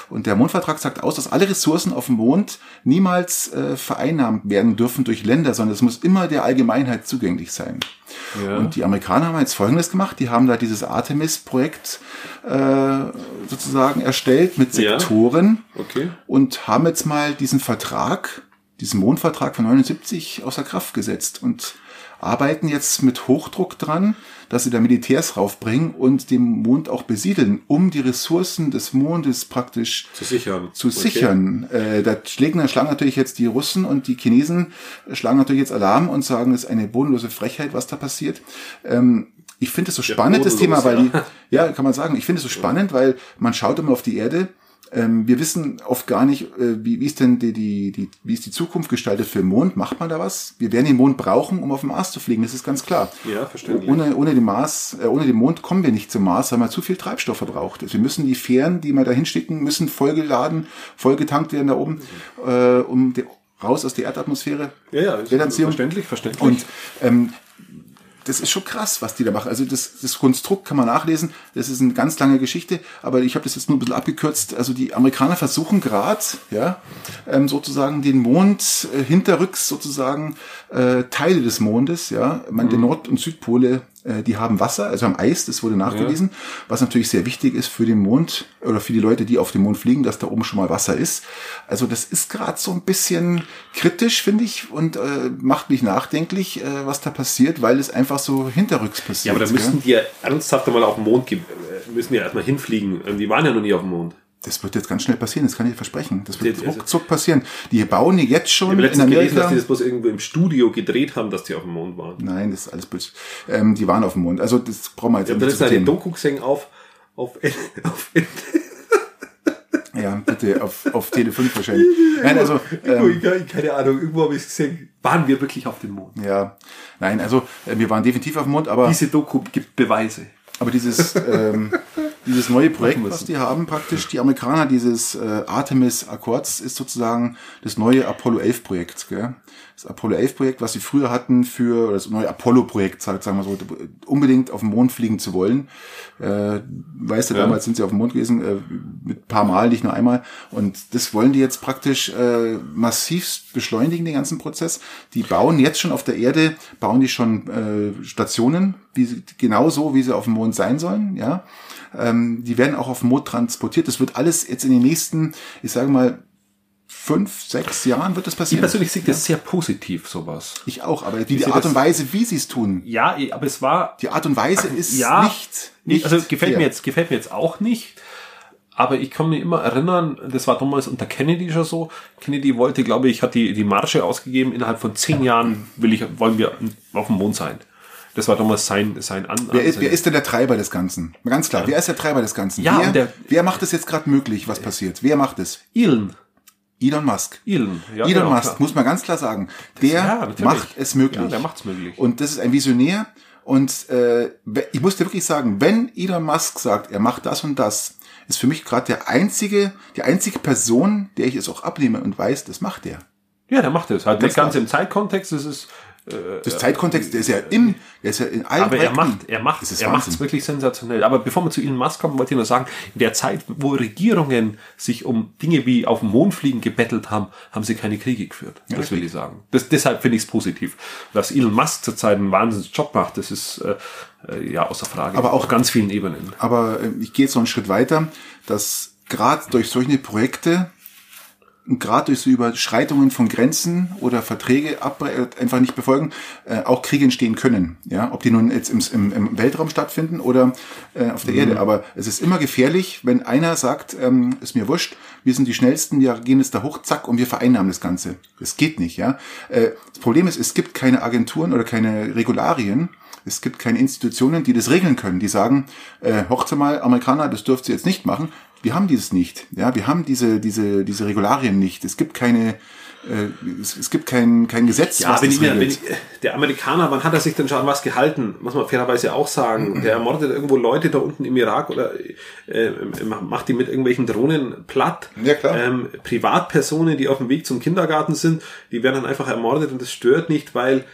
B: Und der Mondvertrag sagt aus, dass alle Ressourcen auf dem Mond niemals äh, vereinnahmt werden dürfen durch Länder, sondern es muss immer der Allgemeinheit zugänglich sein.
A: Ja.
B: Und die Amerikaner haben jetzt Folgendes gemacht. Die haben da dieses Artemis-Projekt äh, sozusagen erstellt mit
A: Ja.
B: Sektoren
A: Okay.
B: und haben jetzt mal diesen Vertrag, diesen Mondvertrag von 79 außer Kraft gesetzt und arbeiten jetzt mit Hochdruck dran, dass sie da Militärs raufbringen und den Mond auch besiedeln, um die Ressourcen des Mondes praktisch
A: Zu sichern.
B: zu sichern. Äh, da schlägen, schlagen natürlich jetzt die Russen und die Chinesen schlagen natürlich jetzt Alarm und sagen, es ist eine bodenlose Frechheit, was da passiert. Ähm, ich finde es so spannend, das Thema,
A: bodenlos,
B: weil die,
A: ja.
B: ja, kann man sagen, ich finde es so spannend, weil man schaut immer auf die Erde. Ähm, wir wissen oft gar nicht, äh, wie, wie ist denn die, die, die, wie ist die Zukunft gestaltet für den Mond? Macht man da was? Wir werden den Mond brauchen, um auf dem Mars zu fliegen, das ist ganz klar.
A: Ja, verständlich.
B: Ohne, ohne, den Mars, äh, ohne den Mond kommen wir nicht zum Mars, weil man zu viel Treibstoff verbraucht. Also wir müssen die Fähren, die wir da hinschicken, müssen vollgeladen, vollgetankt werden da oben, äh, um die, raus aus der Erdatmosphäre.
A: Ja, ja, ist
B: Redanziehung.
A: verständlich, verständlich.
B: Und ähm, das ist schon krass, was die da machen. Also das, das Konstrukt kann man nachlesen. Das ist eine ganz lange Geschichte, aber ich habe das jetzt nur ein bisschen abgekürzt. Also die Amerikaner versuchen gerade, ja, ähm, sozusagen den Mond äh, hinterrücks sozusagen äh, Teile des Mondes, ja, man der Nord- und Südpole, äh, die haben Wasser, also haben Eis. Das wurde nachgewiesen, was natürlich sehr wichtig ist für den Mond oder für die Leute, die auf dem Mond fliegen, dass da oben schon mal Wasser ist. Also das ist gerade so ein bisschen kritisch, finde ich, und äh, macht mich nachdenklich, äh, was da passiert, weil es einfach so hinterrücks
A: ja,
B: passiert.
A: aber da
B: gell?
A: müssen die ja ernsthaft einmal auf den Mond ge- äh, müssen die ja erstmal hinfliegen. Ähm, Die waren ja noch nie auf dem Mond.
B: das wird jetzt ganz schnell passieren, das kann ich dir versprechen. Das wird
A: Also-
B: ruckzuck passieren. Die bauen hier jetzt
A: Ich
B: schon
A: habe
B: in
A: letztens gelesen, dass
B: Amerika.
A: die das bloß irgendwo im Studio gedreht haben, dass die auf dem Mond waren.
B: Nein, das ist alles Blödsinn. Ähm, die waren auf dem Mond. Also das brauchen wir jetzt
A: Ich habe
B: nicht
A: letztens eine
B: diskutieren.
A: Doku gesehen auf, auf, auf
B: Ja, bitte, auf, auf Tele 5 wahrscheinlich. Nein, also, ähm,
A: irgendwo, ich- keine Ahnung, irgendwo habe ich es gesehen. Waren wir wirklich auf dem Mond?
B: ja. Nein, also äh, wir waren definitiv auf dem Mond, aber
A: Diese Doku gibt Beweise.
B: Aber dieses, ähm, dieses neue Projekt, was die haben praktisch, die Amerikaner, dieses äh, Artemis Accords, ist sozusagen das neue Apollo 11 Projekt. Gell? Das Apollo 11 Projekt, was sie früher hatten für, oder das neue Apollo Projekt, sagen wir so, unbedingt auf den Mond fliegen zu wollen. Äh, weißt du,
A: Ja.
B: damals sind sie auf dem Mond gewesen, äh, mit ein paar Mal, nicht nur einmal. Und das wollen die jetzt praktisch äh, massivst beschleunigen, den ganzen Prozess. Die bauen jetzt schon auf der Erde, bauen die schon äh, Stationen, wie sie, genau so, wie sie auf dem Mond sein sollen. Ja, ähm, Die werden auch auf dem Mond transportiert. Das wird alles jetzt in den nächsten, ich sage mal, fünf, sechs Jahren wird das
A: Ich
B: passieren.
A: persönlich sehe das sehr positiv, sowas.
B: Ich auch, aber die, die
A: sehe
B: Art
A: das-
B: und Weise, wie sie es tun,
A: Ja, eh, aber es war,
B: die Art und Weise ist
A: ja,
B: nicht, nicht.
A: also gefällt
B: fair.
A: mir jetzt, gefällt mir jetzt auch nicht. Aber ich kann mich immer erinnern, das war damals unter Kennedy schon so. Kennedy wollte, glaube ich, hat die, die Marge ausgegeben, innerhalb von zehn Jahren will ich, wollen wir auf dem Mond sein. Das war damals sein, sein An.
B: Wer ist, wer ist denn der Treiber des Ganzen? Mal Ganz klar, wer ist der Treiber des Ganzen?
A: Also Ja,
B: wer,
A: und der- Äh.
B: wer macht es jetzt gerade möglich, was passiert? Wer macht es?
A: Elon.
B: Elon Musk.
A: Elon. Ja,
B: Elon
A: genau,
B: Musk,
A: klar.
B: muss man ganz klar sagen, der
A: ja, natürlich.
B: macht es möglich.
A: Ja, der macht's möglich.
B: Und das ist ein Visionär. Und äh, we- ich muss dir wirklich sagen, wenn Elon Musk sagt, er macht das und das, ist für mich gerade der einzige, die einzige Person, der ich es auch abnehme und weiß, das macht er.
A: Ja, der macht es. Halt das
B: Ganz klar.
A: Ganze im Zeitkontext, das ist,
B: Das Zeitkontext, der ist ja im, der ist ja in allen
A: Äh, aber er
B: Projekten.
A: macht, er macht,
B: Das ist
A: er macht es
B: Wahnsinn.
A: wirklich sensationell. Aber bevor wir zu Elon Musk kommen, wollte ich nur sagen, in der Zeit, wo Regierungen sich um Dinge wie auf dem Mond fliegen gebettelt haben, haben sie keine Kriege geführt. das will ich sagen. Das, deshalb finde ich es positiv. Dass Elon Musk zurzeit einen Wahnsinnsjob macht, das ist, äh, äh, ja, außer Frage.
B: Aber auch-
A: Auf ganz vielen Ebenen.
B: Aber äh, ich gehe jetzt noch einen Schritt weiter, dass gerade durch solche Projekte und gerade durch so Überschreitungen von Grenzen oder Verträge abbre- äh, einfach nicht befolgen, äh, auch Kriege entstehen können. Ja, ob die nun jetzt im, im, im Weltraum stattfinden oder äh, auf der Erde. Aber es ist immer gefährlich, wenn einer sagt, ähm, ist mir wurscht, wir sind die schnellsten, wir gehen jetzt da hoch, zack, und wir vereinnahmen das Ganze. Das geht nicht, ja. Äh, das Problem ist, es gibt keine Agenturen oder keine Regularien. Es gibt keine Institutionen, die das regeln können, die sagen, äh, hochte mal, Amerikaner, das dürft ihr jetzt nicht machen. Wir haben dieses nicht. Ja, wir haben diese, diese, diese Regularien nicht. Es gibt keine, äh, es, es gibt kein, kein Gesetz,
A: Ja, wenn
B: das
A: ich mir, wenn
B: regelt.
A: ich, der Amerikaner, wann hat er sich denn schon an was gehalten? Muss man fairerweise auch
B: Mhm.
A: sagen. Der ermordet irgendwo Leute da unten im Irak oder äh, macht die mit irgendwelchen Drohnen platt.
B: Ja, klar.
A: Ähm, Privatpersonen, die auf dem Weg zum Kindergarten sind, die werden dann einfach ermordet und das stört nicht, weil,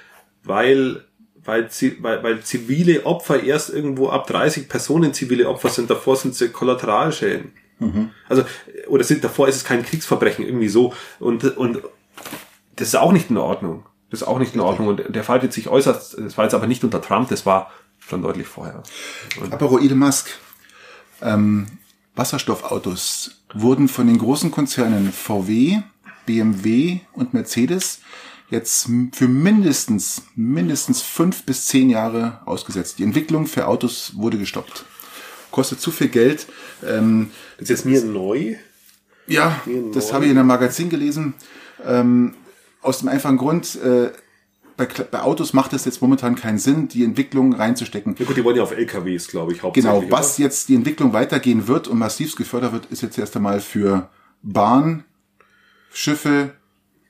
A: weil, weil, Zi- weil, weil zivile Opfer erst irgendwo ab 30 Personen zivile Opfer sind. Davor sind sie Kollateralschäden.
B: Mhm.
A: Also, oder sind davor ist es kein Kriegsverbrechen, irgendwie so. Und, und das ist auch nicht in Ordnung. Das ist auch nicht in Ordnung. Und der faltet sich äußerst, das war jetzt aber nicht unter Trump, das war schon deutlich vorher. Und
B: Apropos Elon Musk. Ähm, Wasserstoffautos wurden von den großen Konzernen VW, BMW und Mercedes jetzt m- für mindestens, mindestens fünf bis zehn Jahre ausgesetzt. Die Entwicklung für Autos wurde gestoppt. Kostet zu viel Geld. Ähm,
A: das ist jetzt mir neu.
B: ja, das habe ich in einem Magazin gelesen. Ähm, aus dem einfachen Grund, äh, bei, Kle- bei Autos macht es jetzt momentan keinen Sinn, die Entwicklung reinzustecken.
A: Ja gut, die wollen ja auf LKWs, glaube ich, hauptsächlich.
B: Genau, was jetzt die Entwicklung weitergehen wird und massivst gefördert wird, ist jetzt erst einmal für Bahn, Schiffe,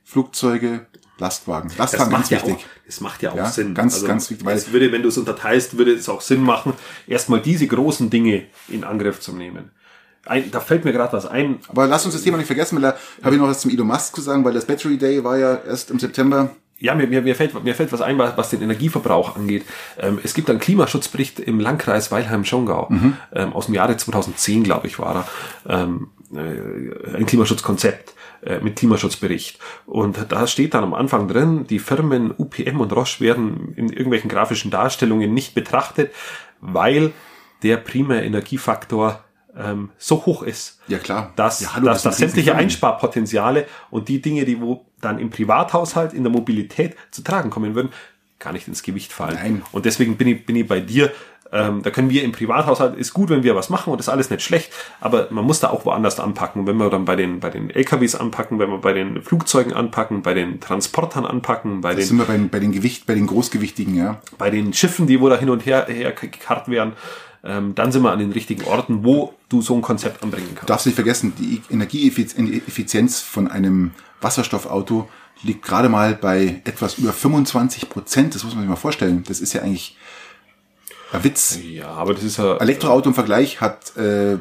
B: Flugzeuge, Lastwagen.
A: Das
B: Lastwagen
A: macht,
B: ganz
A: ja
B: wichtig.
A: auch, das macht ja auch
B: Ja,
A: Sinn. Also,
B: ganz, ganz wichtig, weil-
A: es würde, wenn du es unterteilst, würde es auch Sinn machen, erstmal diese großen Dinge in Angriff zu nehmen. Ein, da fällt mir gerade was ein.
B: Aber lass uns das Thema nicht vergessen, weil da habe ich noch was zum Elon Musk zu sagen, weil das Battery Day war ja erst im September.
A: Ja, mir, mir, mir, fällt, mir fällt was ein, was was den Energieverbrauch angeht. Ähm, es gibt einen Klimaschutzbericht im Landkreis Weilheim-Schongau.
B: Mhm.
A: Ähm, aus dem Jahre 2010, glaube ich, war er. Ähm, äh, ein Klimaschutzkonzept äh, mit Klimaschutzbericht. Und da steht dann am Anfang drin, die Firmen UPM und Roche werden in irgendwelchen grafischen Darstellungen nicht betrachtet, weil der primäre Energiefaktor ähm, so hoch ist
B: Ja, klar.
A: dass,
B: ja, hallo,
A: dass,
B: das
A: dass
B: sind
C: Hm.
A: sämtliche
B: Riesenfirmen.
A: Einsparpotenziale und die Dinge, die wo dann im Privathaushalt, in der Mobilität zu tragen kommen würden, gar nicht ins Gewicht fallen.
B: Nein.
A: Und deswegen bin ich, bin ich bei dir. Ähm, da können wir im Privathaushalt, ist gut, wenn wir was machen und ist alles nicht schlecht, aber man muss da auch woanders anpacken. Und wenn wir dann bei den, bei den LKWs anpacken, wenn wir bei den Flugzeugen anpacken, bei den Transportern anpacken, bei
B: Jetzt
A: den
B: sind wir bei, den- bei den Gewicht, bei den Großgewichtigen, ja.
A: bei den Schiffen, die wo da hin und her, her gekarrt werden, ähm, dann sind wir an den richtigen Orten, wo du so ein Konzept anbringen kannst.
B: darfst nicht vergessen, die Energieeffizienz von einem Wasserstoffauto liegt gerade mal bei etwas über 25 Prozent. Das muss man sich mal vorstellen. Das ist ja eigentlich Ein Witz.
C: Ja, aber das ist ja.
A: Also
B: Elektroauto im Vergleich hat äh,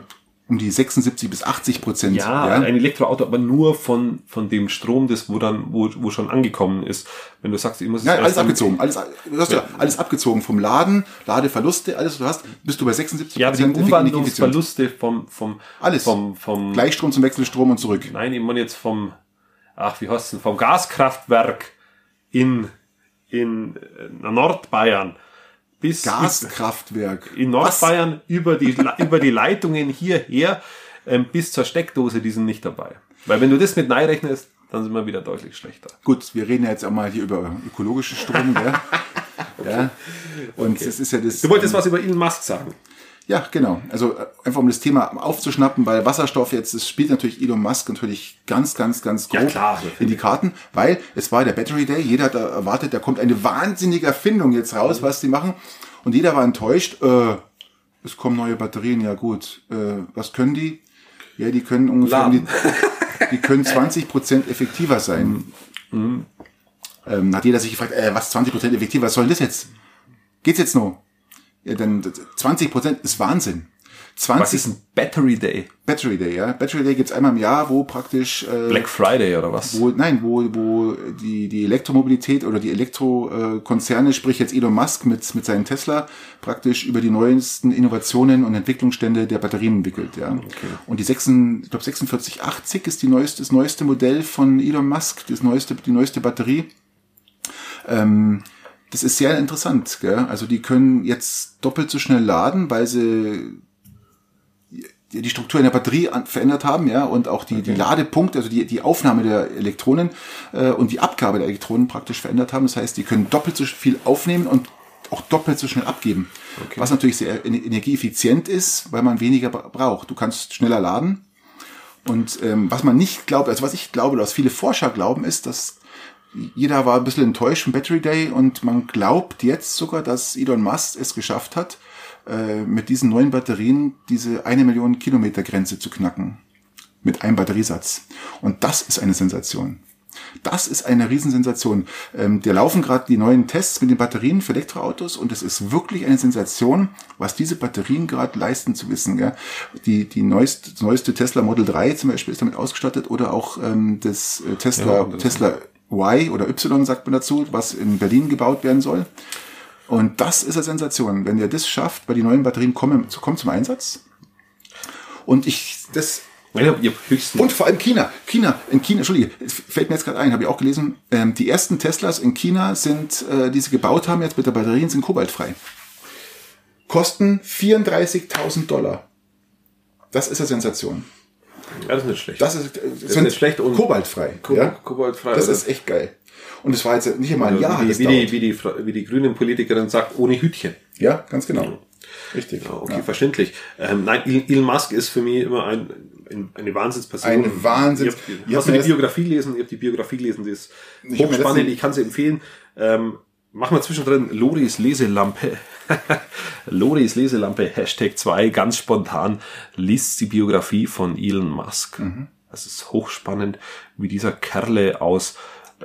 B: um die 76 bis 80 Prozent.
A: Ja, ein Elektroauto, aber nur von, von dem Strom, das wo dann, wo, wo schon angekommen ist. Wenn du sagst, immer ist
B: Ja, alles abgezogen, alles, du hast ja. alles abgezogen vom Laden, Ladeverluste, alles was du hast, bist du bei 76
A: Ja, aber die
B: Effektivität.
A: Umwandlungsverluste vom, vom,
B: Alles.
A: vom, vom,
B: Gleichstrom zum Wechselstrom und zurück.
A: nein, ich meine jetzt vom, ach, wie heißt denn, vom Gaskraftwerk in, in äh, Nordbayern bis
B: Gaskraftwerk.
A: in
B: Was?
A: Nordbayern über die, über die Leitungen hierher ähm, bis zur Steckdose, die sind nicht dabei. Weil wenn du das mit Nei rechnest, dann sind wir wieder deutlich schlechter.
B: Gut, wir reden ja jetzt einmal hier über ökologischen Strom, ja. ja. Und das ist ja das.
A: Du wolltest was über Elon Musk sagen.
B: Ja, genau. Also äh, einfach um das Thema aufzuschnappen, weil Wasserstoff jetzt, das spielt natürlich Elon Musk natürlich ganz, ganz, ganz grob
A: Ja, klar.
B: in die Karten, weil es war der Battery Day, jeder hat da erwartet, da kommt eine wahnsinnige Erfindung jetzt
A: Mhm.
B: raus, was die machen. Und jeder war enttäuscht, äh, es kommen neue Batterien, ja gut. Äh, was können die? Ja, die können ungefähr um
A: Laden.
B: die, die können 20% effektiver sein.
A: Mhm.
B: Ähm, hat jeder sich gefragt, äh, was 20% effektiver, was soll denn das jetzt? Geht's jetzt noch? Ja, dann 20% ist Wahnsinn. 20
A: ein Battery Day?
B: Battery Day, ja. Battery Day gibt's einmal im Jahr, wo praktisch äh,
A: Black Friday oder was?
B: wo, nein, wo, wo die, die Elektromobilität oder die Elektrokonzerne, sprich jetzt Elon Musk mit, mit seinem Tesla, praktisch über die neuesten Innovationen und Entwicklungsstände der Batterien entwickelt. Ja. Und die 6, ich glaube 4680 ist die neueste, das neueste Modell von Elon Musk, das neueste, die neueste Batterie. Ähm, das ist sehr interessant. Gell? Also die können jetzt doppelt so schnell laden, weil sie die die Struktur in der Batterie an, verändert haben, ja, und auch die, die Ladepunkte, also die, die Aufnahme der Elektronen äh, und die Abgabe der Elektronen praktisch verändert haben. Das heißt, die können doppelt so viel aufnehmen und auch doppelt so schnell abgeben. Was natürlich sehr en- energieeffizient ist, weil man weniger bra- braucht. Du kannst schneller laden. Und ähm, was man nicht glaubt, also was ich glaube, oder was viele Forscher glauben, ist, dass jeder war ein bisschen enttäuscht vom Battery Day und man glaubt jetzt sogar, dass Elon Musk es geschafft hat, äh, mit diesen neuen Batterien diese eine Million Kilometer Grenze zu knacken. Mit einem Batteriesatz. Und das ist eine Sensation. Das ist eine Riesensensation. Ähm, da laufen gerade die neuen Tests mit den Batterien für Elektroautos und es ist wirklich eine Sensation, was diese Batterien gerade leisten zu wissen. Gell? Die, die neueste, das neueste Tesla Model 3 zum Beispiel ist damit ausgestattet oder auch ähm, das äh, Tesla, Tesla Y oder Y sagt man dazu, was in Berlin gebaut werden soll. Und das ist eine Sensation. Wenn ihr das schafft, weil die neuen Batterien kommen, kommen zum Einsatz. Und ich, das
A: Ja, ihr höchsten
B: und vor allem China. China, in China, Entschuldige, es fällt mir jetzt gerade ein, habe ich auch gelesen, ähm, die ersten Teslas in China sind, äh, die sie gebaut haben jetzt mit der Batterien, sind kobaltfrei. Kosten 34.000 Dollar. Das ist eine Sensation.
A: ja, das ist nicht schlecht.
B: Das ist, äh,
A: ist nicht schlecht und-
B: kobaltfrei.
A: Ko-
B: ja?
A: kobaltfrei,
B: Das
A: oder?
B: ist echt geil. Und es war jetzt nicht einmal ein Jahr.
A: wie,
B: das
A: die, wie,
B: dauert.
A: die, wie, die, Fra- wie die grünen Politikerin sagt, ohne Hütchen.
B: ja, ganz genau. Richtig.
A: Ja, okay,
B: ja.
A: verständlich. Ähm, nein, Il- Elon Musk ist für mich immer ein, ein, eine Wahnsinnsperson.
B: Eine Wahnsinns-
A: Ich hab,
B: Ich hab
A: hast du
B: mir
A: die
B: das-
A: Biografie gelesen? Ich habe die Biografie gelesen, die ist
B: hab mir
A: hochspannend,
B: letztens-
A: ich kann sie empfehlen. Ähm, Machen wir zwischendrin Loris Leselampe. Loris Leselampe, Hashtag 2, ganz spontan, liest die Biografie von Elon Musk.
B: Mhm.
A: Das ist hochspannend, wie dieser Kerle aus,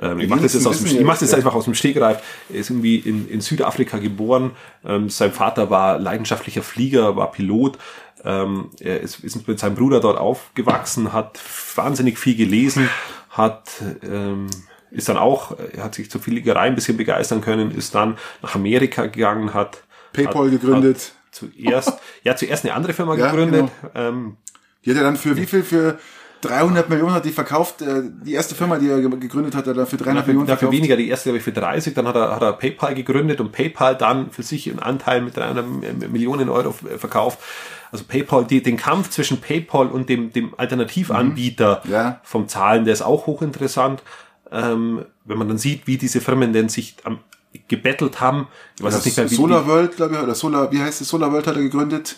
A: ähm, ich mache das, jetzt aus dem,
B: wissen
A: ich mach
B: jetzt,
A: das
B: ja.
A: einfach aus dem Stegreif. Er ist irgendwie in, in Südafrika geboren. Ähm, sein Vater war leidenschaftlicher Flieger, war Pilot. Ähm, er ist, ist mit seinem Bruder dort aufgewachsen, hat wahnsinnig viel gelesen, hat ähm, ist dann auch, er hat sich zur Fliegerei ein bisschen begeistern können, ist dann nach Amerika gegangen, hat
B: PayPal
A: hat,
B: gegründet.
A: Hat zuerst, ja, zuerst eine andere Firma
B: Ja, genau.
A: gegründet. Ähm,
B: Die hat er dann für wie viel? Für 300 Millionen hat die verkauft. äh, Die erste Firma, die er ge- gegründet hat, hat er für 300
A: dafür,
B: Millionen
A: dafür
B: verkauft.
A: weniger, die erste glaube ich für 30, dann hat er, hat er PayPal gegründet und PayPal dann für sich einen Anteil mit 300 Millionen Euro äh, verkauft. Also PayPal, die, den Kampf zwischen PayPal und dem, dem Alternativanbieter
B: Ja.
A: vom Zahlen, der ist auch hochinteressant, ähm, wenn man dann sieht, wie diese Firmen denn sich am, gebettelt haben. Ich weiß
B: Das
A: jetzt nicht mehr, wie
B: Solar World, glaube ich, oder Solar, wie heißt es? Solar World hat er gegründet.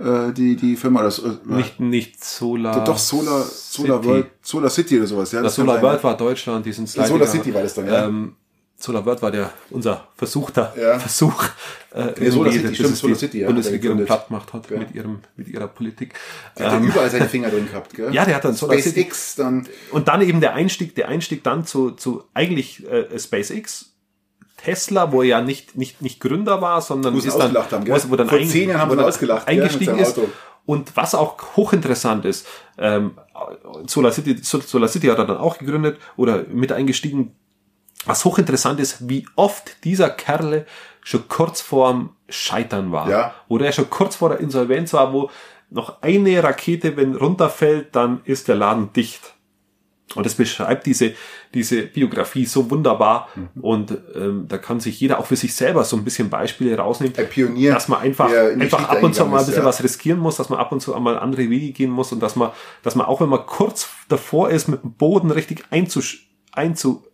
B: Äh, die, die Firma, das, äh,
A: die, nicht, nicht Solar.
B: doch Solar, Solar
A: City.
B: World, Solar City oder sowas, ja.
A: Das
B: kann
A: Solar
B: sein.
A: World war Deutschland, die sind
B: Ja, Solar City war das dann, ja.
A: Ähm, Solar World war der, unser versuchter
B: Ja.
A: Versuch, äh,
B: Nee,
A: irgendwie,
B: Solar City,
A: dass
B: stimmt,
A: es
B: Solar
A: die
B: City, ja,
A: Bundesregierung
B: gegründet.
A: platt gemacht hat
B: Ja.
A: mit, ihrem, mit ihrer Politik.
B: Der hat
A: Ähm,
B: ja überall seine Finger drin gehabt, gell?
A: Ja, der hat dann Solar City-
B: SpaceX, dann
A: und dann eben der Einstieg, der Einstieg dann zu, zu eigentlich äh, SpaceX, Tesla, wo er ja nicht, nicht, nicht Gründer war, sondern
B: Wo sie
A: ist dann,
B: ausgelacht haben,
A: wo,
B: gell?
A: wo dann
B: Vor
A: ein-
B: zehn Jahren haben
A: wo
B: sie
A: dann
B: ausgelacht, gell, mit
A: eingestiegen
B: seinem
A: ist.
B: Auto.
A: Und was auch hochinteressant ist, ähm, Solar City, Solar City hat er dann auch gegründet oder mit eingestiegen. Was hochinteressant ist, wie oft dieser Kerle schon kurz vorm Scheitern war.
B: Ja.
A: Oder er schon kurz vor der Insolvenz war, wo noch eine Rakete, wenn runterfällt, dann ist der Laden dicht. Und das beschreibt diese, diese Biografie so wunderbar. Und ähm, da kann sich jeder auch für sich selber so ein bisschen Beispiele rausnehmen.
B: Ein Pionier,
A: Dass man einfach,
B: der in die
A: einfach
B: Geschichte
A: ab und zu
B: eingegangen
A: mal ein
B: ist,
A: bisschen
B: ja.
A: was riskieren muss, dass man ab und zu mal andere Wege gehen muss und dass man, dass man auch wenn man kurz davor ist, mit dem Boden richtig einzusch einzu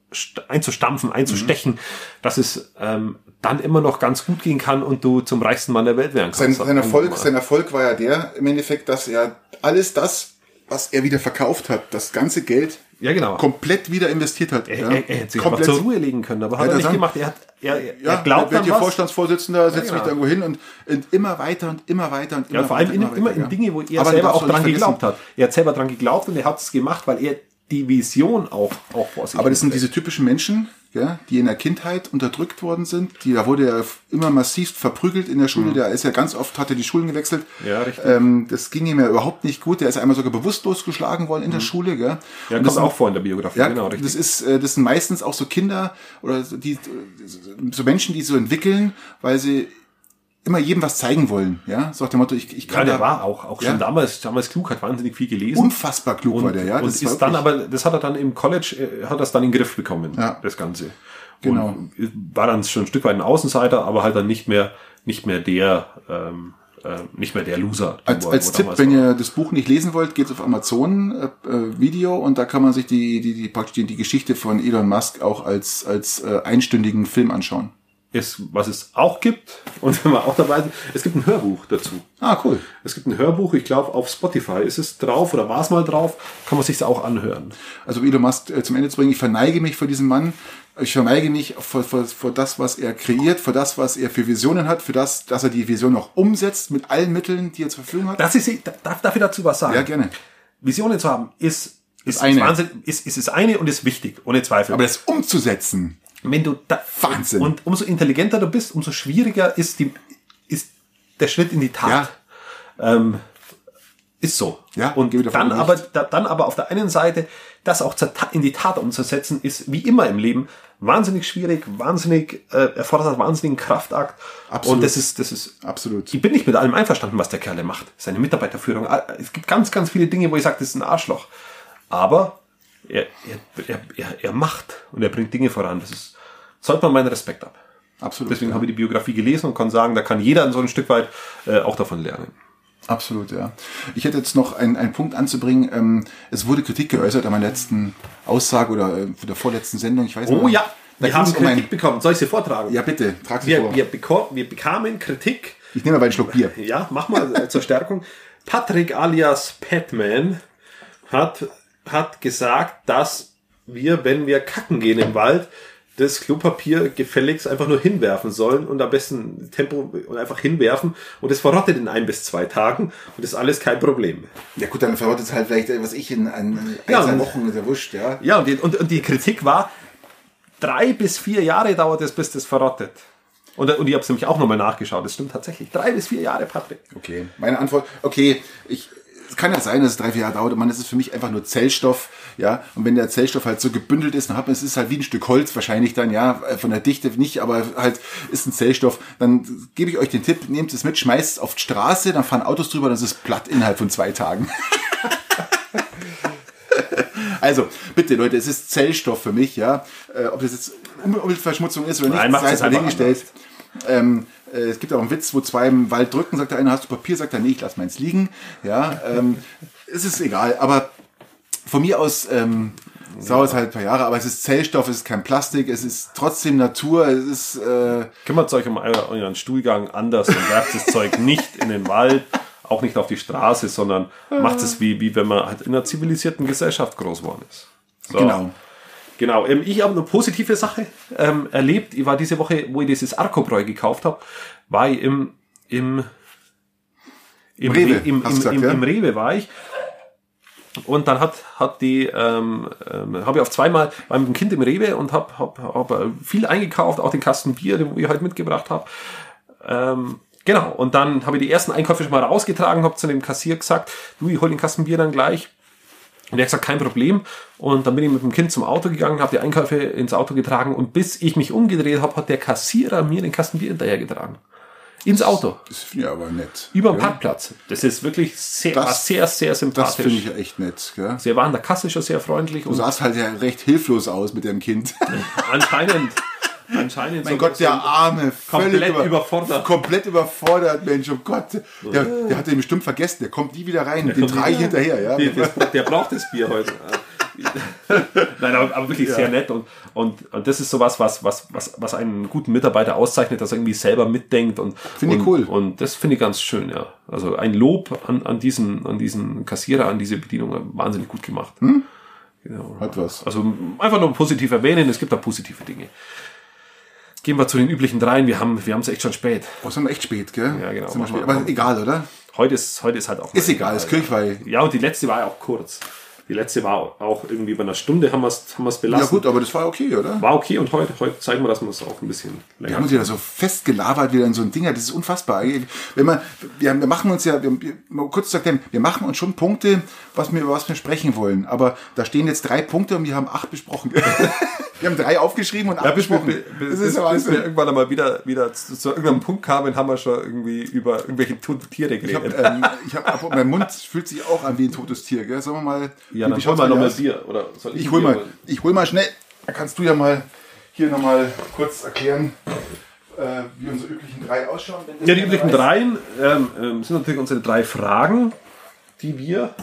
A: einzustampfen, einzustechen,
B: Mhm.
A: dass es ähm, dann immer noch ganz gut gehen kann und du zum reichsten Mann der Welt werden
B: Sein,
A: kannst.
B: sein, Erfolg, sein Erfolg war ja der im Endeffekt, dass er alles das, was er wieder verkauft hat, das ganze Geld
A: Ja, genau.
B: komplett wieder investiert hat.
A: Er,
B: ja.
A: er, er hätte sich einfach
B: komplett.
A: zur Ruhe legen können, aber hat
B: Hätte
A: er
B: er
A: nicht
B: sagen-
A: gemacht. Er, hat, er, er
B: Ja,
A: glaubt
B: wird
A: an
B: hier
A: was.
B: Vorstandsvorsitzender, setzt
A: Ja,
B: mich da
A: genau.
B: irgendwo hin und, und immer weiter und immer weiter und immer
A: Ja, vor allem
B: weiter,
A: in, immer
B: weiter,
A: in
B: ja.
A: Dinge, wo er
B: Aber du
A: selber
B: darfst
A: auch dran
B: nicht vergessen,
A: geglaubt hat. Er hat selber dran geglaubt und er hat es gemacht, weil er die Vision auch, auch vor sich
B: Aber das sind
A: hatte.
B: diese typischen Menschen, ja, die in der Kindheit unterdrückt worden sind. Die, da wurde er f- immer massivst verprügelt in der Schule. Der ist ja ganz oft, hatte die Schulen gewechselt.
A: Mhm. Ja, richtig.
B: Ähm, das ging ihm ja überhaupt nicht gut. Der ist einmal sogar bewusstlos geschlagen worden in der Schule. Gell?
A: Mhm. Ja,
B: Und
A: kommt
B: das-
A: auch vor in der Biografie,
B: Ja,
A: genau,
B: das
A: richtig.
B: ist, äh, das sind meistens auch so Kinder oder so die, so Menschen, die so entwickeln, weil sie immer jedem was zeigen wollen. Ja, so nach dem Motto, ich, ich
A: ja,
B: kann
A: der
B: da
A: war auch, auch schon
B: Ja.
A: damals, damals klug, hat wahnsinnig viel gelesen.
B: unfassbar klug war der, ja.
A: und
B: Das
A: ist
B: war
A: dann
B: wirklich-
A: aber, das hat er dann im College, äh, hat er es dann in den Griff bekommen,
B: Ja.
A: das Ganze.
B: Genau.
A: Und war dann schon ein Stück weit ein Außenseiter, aber halt dann nicht mehr, nicht mehr der, ähm, äh, nicht mehr der Loser.
B: Als,
A: wo er- wo
B: als
A: er
B: Tipp,
A: damals
B: wenn
A: war.
B: ihr das Buch nicht lesen wollt, geht's auf Amazon äh, äh, Video und da kann man sich die, die, die, praktisch die, die Geschichte von Elon Musk auch als, als äh, einstündigen Film anschauen.
A: ist, was es auch gibt, und wenn wir auch dabei sind, es gibt ein Hörbuch dazu.
B: Ah, cool.
A: Es gibt ein Hörbuch, ich glaube, auf Spotify ist es drauf oder war es mal drauf, kann man sich auch anhören.
B: Also um Elon Musk äh, zum Ende zu bringen, ich verneige mich vor diesem Mann, ich verneige mich vor, vor, vor das, was er kreiert, vor das, was er für Visionen hat, für das, dass er die Vision auch umsetzt mit allen Mitteln, die er zur Verfügung hat.
A: Das ist, darf, darf ich dazu was sagen?
B: ja, gerne.
A: Visionen zu haben ist, ist,
B: eine.
A: Wahnsinn, ist, ist, ist eine und ist wichtig, ohne Zweifel.
B: Aber das umzusetzen,
A: wenn du da,
B: Wahnsinn.
A: Und umso intelligenter du bist, umso schwieriger ist, die, ist der Schritt in die Tat. Ähm, ist so.
B: Ja,
A: und
B: gebe ich davon
A: dann
B: recht.
A: aber, da, dann aber auf der einen Seite, das auch zur Ta- in die Tat umzusetzen, ist wie immer im Leben wahnsinnig schwierig, wahnsinnig, äh, erfordert einen wahnsinnigen Kraftakt.
B: Absolut.
A: Und das ist, das ist
B: absolut.
A: ich bin nicht mit allem einverstanden, was der Kerle macht. Seine Mitarbeiterführung. all- Es gibt ganz, ganz viele Dinge, wo ich sage, das ist ein Arschloch. Aber er, er, er, er, er macht und er bringt Dinge voran. Das ist, zollt man meinen Respekt ab.
B: Absolut.
A: Deswegen
B: ja.
A: habe ich die Biografie gelesen und kann sagen, da kann jeder so ein Stück weit äh, auch davon lernen.
B: Absolut, ja. Ich hätte jetzt noch einen, einen Punkt anzubringen. Ähm, es wurde Kritik geäußert an meiner letzten Aussage oder äh, der vorletzten Sendung. Ich weiß nicht. mehr. Da
A: Oh wir
B: ging
A: haben
B: es um
A: Kritik
B: ein,
A: bekommen. Soll ich sie vortragen?
B: Ja, bitte, trag sie
A: wir,
B: vor.
A: wir, beko- wir bekamen Kritik.
B: Ich nehme aber einen Schluck Bier.
A: Ja, mach mal äh, zur Stärkung. Patrick alias Patman hat, hat gesagt, dass wir, wenn wir kacken gehen im Wald, das Klopapier gefälligst einfach nur hinwerfen sollen und am besten Tempo und einfach hinwerfen und es verrottet in ein bis zwei Tagen und ist alles kein Problem.
B: Ja gut, dann verrottet es halt vielleicht, äh, was ich in, an- in
A: Ja,
B: zwei
A: und-
B: Wochen der Wurscht, ja.
A: Ja, und die, und, und die Kritik war, drei bis vier Jahre dauert es, bis das verrottet. Und, und ich habe es nämlich auch nochmal nachgeschaut. Das stimmt tatsächlich. Drei bis vier Jahre, Patrick.
B: Okay. Meine Antwort, okay, ich, es kann ja sein, dass es drei, vier Jahre dauert. Man, es ist für mich einfach nur Zellstoff, ja. Und wenn der Zellstoff halt so gebündelt ist, dann hat man, es ist halt wie ein Stück Holz wahrscheinlich dann, ja, äh, von der Dichte nicht, aber halt ist ein Zellstoff. Dann gebe ich euch den Tipp, nehmt es mit, schmeißt es auf die Straße, dann fahren Autos drüber, dann ist es platt innerhalb von zwei Tagen. Also, bitte Leute, es ist Zellstoff für mich, ja. Äh, ob das jetzt Um- Umweltverschmutzung ist oder nicht,
A: Nein, macht's
B: sei
A: jetzt einfach
B: dahingestellt. Ähm, äh, es gibt auch einen Witz, wo zwei im Wald drücken, sagt der eine, hast du Papier, sagt der, nee, ich lass meins liegen. Ja, ähm, es ist egal, aber von mir aus ähm, dauert es halt ein paar Jahre, aber es ist Zellstoff, es ist kein Plastik, es ist trotzdem Natur, es ist äh,
A: Kümmert euch um euer- euren Stuhlgang anders und werft das Zeug nicht in den Wald, auch nicht auf die Straße, sondern macht es wie, wie wenn man halt in einer zivilisierten Gesellschaft groß geworden ist. So.
B: genau.
A: Genau. Ähm, ich habe eine positive Sache ähm, erlebt. Ich war diese Woche, wo ich dieses Arkobräu gekauft habe, war ich im, im, im
B: Rewe,
A: Re- im,
B: hast du
A: im,
B: gesagt,
A: im,
B: ja?
A: im Rewe war ich.
C: Und dann hat, hat die, ähm, ähm, habe ich auf zweimal beim Kind im Rewe und habe hab, hab äh, viel eingekauft, auch den Kasten Bier, den ich halt mitgebracht habe. Ähm, genau, und dann habe ich die ersten Einkäufe schon mal rausgetragen, habe zu dem Kassier gesagt, du, ich hol den Kasten Bier dann gleich. Und er hat gesagt, kein Problem. Und dann bin ich mit dem Kind zum Auto gegangen, habe die Einkäufe ins Auto getragen und bis ich mich umgedreht habe, hat der Kassierer mir den Kasten Bier hinterhergetragen. Ins Auto.
B: Das finde ich aber nett.
C: Über den Parkplatz. Das ist wirklich sehr,
B: Das-
C: war sehr, sehr
B: Das finde
C: sympathisch.
B: ich echt nett. Gell?
C: Sie waren der Kasse schon sehr freundlich
B: Du
C: und
B: sahst halt ja recht hilflos aus mit dem Kind.
C: anscheinend, anscheinend,
B: Mein Gott, der Arme.
C: Komplett
B: völlig
C: überfordert.
B: Komplett überfordert, Mensch. Oh Gott. Der, der hat den bestimmt vergessen. Der kommt nie wieder rein. Den drei hinterher. Ja?
C: der, der, der braucht das Bier heute. Nein, aber, aber wirklich sehr nett und, und, und das ist sowas, was, was, was, was einen guten Mitarbeiter auszeichnet, dass er irgendwie selber mitdenkt und
B: Finde ich
C: und,
B: cool.
C: Und das finde ich ganz schön, ja. Also ein Lob an, an diesen, an diesen Kassierer, an diese Bedienung, wahnsinnig gut gemacht. Genau.
B: Hat was.
C: Also einfach nur positiv erwähnen, es gibt da positive Dinge. Gehen wir zu den üblichen dreien, wir haben wir haben es echt schon spät.
B: Oh, sind wir echt spät, gell?
C: Ja, genau.
B: Sind wir
C: Machen
B: spät.
C: wir-
B: Aber egal, oder?
C: Heute ist, heute ist halt auch. mal
B: Ist egal. Ist Kirchweih.
C: Ja, und die letzte war ja auch kurz. Die letzte war auch irgendwie bei einer Stunde haben wir es haben wir's belassen.
B: Ja gut, aber das war okay, oder?
C: War okay und heute, heute zeigen wir, dass wir es auch ein bisschen
B: Wir
C: länger
B: haben uns ja so festgelabert wieder in so ein Ding, das ist unfassbar. Wenn man, wir, haben- wir machen uns ja, wir, wir, mal kurz zu erklären, wir machen uns schon Punkte, was wir, über was wir sprechen wollen. Aber da stehen jetzt drei Punkte und wir haben acht besprochen. wir haben drei aufgeschrieben und acht besprochen. Das ist ja Wahnsinn.
C: irgendwann einmal wieder, wieder zu, irgendeinem Punkt kamen, haben wir schon irgendwie über irgendwelche Tiere
B: Ich habe, ähm, ich hab, mein Mund fühlt sich auch an wie ein totes Tier, gell? Sagen wir mal,
C: ja, dann
B: ich
C: schauen
B: hol
C: wir
B: mal,
C: nochmal
B: aus?
C: Bier. Oder soll ich
B: ich
C: ein
B: hol
C: Bier
B: mal,
C: holen?
B: ich hol mal schnell. Da kannst du ja mal hier nochmal kurz erklären, äh, wie unsere üblichen drei ausschauen. wenn das
C: Ja, die
B: keiner
C: üblichen
B: weiß.
C: dreien ähm, ähm, sind natürlich unsere drei Fragen, die wir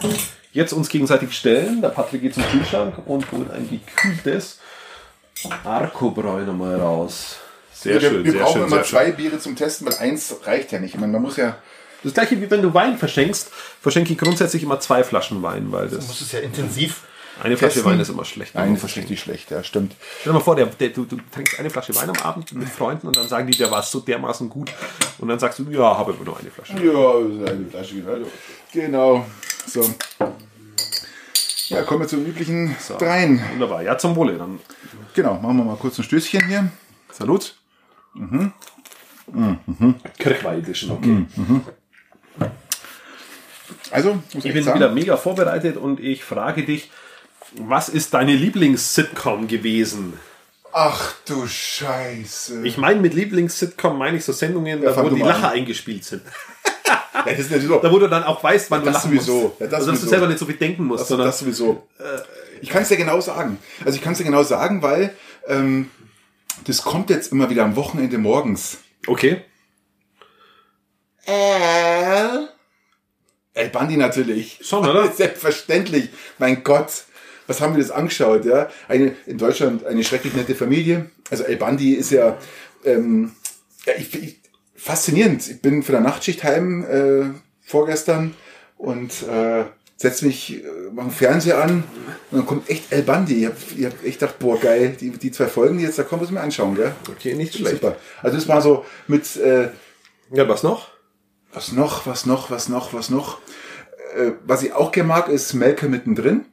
C: jetzt uns gegenseitig stellen. Der Patrick geht zum Kühlschrank und holt ein gekühltes Arco-Bräu nochmal raus. Sehr
B: wir,
C: schön,
B: wir
C: sehr
B: brauchen
C: schön,
B: immer
C: sehr schön.
B: zwei Biere zum Testen, weil eins reicht ja nicht. Ich meine, man muss ja.
C: Das gleiche wie wenn du Wein verschenkst, verschenke ich grundsätzlich immer zwei Flaschen Wein, weil das
D: Das ist ja intensiv.
C: eine Flasche
B: testen.
C: Wein ist immer schlecht.
B: Nein, das ist richtig schlecht, ja, stimmt.
C: Stell dir mal vor, der, der, du, du trinkst eine Flasche Wein am Abend mit Freunden und dann sagen die, der war so dermaßen gut. Und dann sagst du, ja, habe aber nur eine Flasche.
B: Ja, eine Flasche, genau. Genau. So. Ja, kommen wir zu den üblichen Dreien.
C: Wunderbar, ja, zum Wohle. Dann
B: Genau, machen wir mal kurz ein Stößchen hier. Salut.
C: Kirchweih Edition, okay.
B: Also, muss
C: Ich
B: echt
C: bin
B: sagen,
C: wieder mega vorbereitet und ich frage dich, was ist deine Lieblings-Sitcom gewesen?
B: Ach du Scheiße.
C: Ich meine, mit Lieblings-Sitcom meine ich so Sendungen, da,
B: fang
C: wo
B: du
C: die
B: mal
C: Lacher eingespielt sind.
B: Ja, das ist natürlich so.
C: Da, wo du dann auch weißt, wann du
B: Das
C: lachen
B: sowieso.
C: musst.
B: Ja, das
C: also, dass du
B: sowieso.
C: selber nicht so viel denken musst.
B: Das,
C: sondern
B: das sowieso. äh, Ich kann es dir genau sagen. Also ich kann es dir genau sagen, weil ähm, das kommt jetzt immer wieder am Wochenende morgens.
C: okay.
B: Äh. El Bandi natürlich.
C: Schon, oder?
B: Selbstverständlich. Mein Gott. Was haben wir das angeschaut, ja? Eine, in Deutschland eine schrecklich nette Familie. Also El Bandi ist ja, ähm, ja ich, ich, faszinierend. Ich bin von der Nachtschicht heim äh, vorgestern und äh, setz mich, äh, mach den Fernseher an und dann kommt echt El Bandi. Ich hab, ich hab echt gedacht, boah geil, die, die zwei Folgen, die jetzt da kommen, muss ich mir anschauen, gell?
C: Okay, nicht
B: Super. Also das war so mit... Äh,
C: Ja, was noch?
B: was noch, was noch, was noch, was noch? Äh, was ich auch gerne mag, ist Melke mittendrin.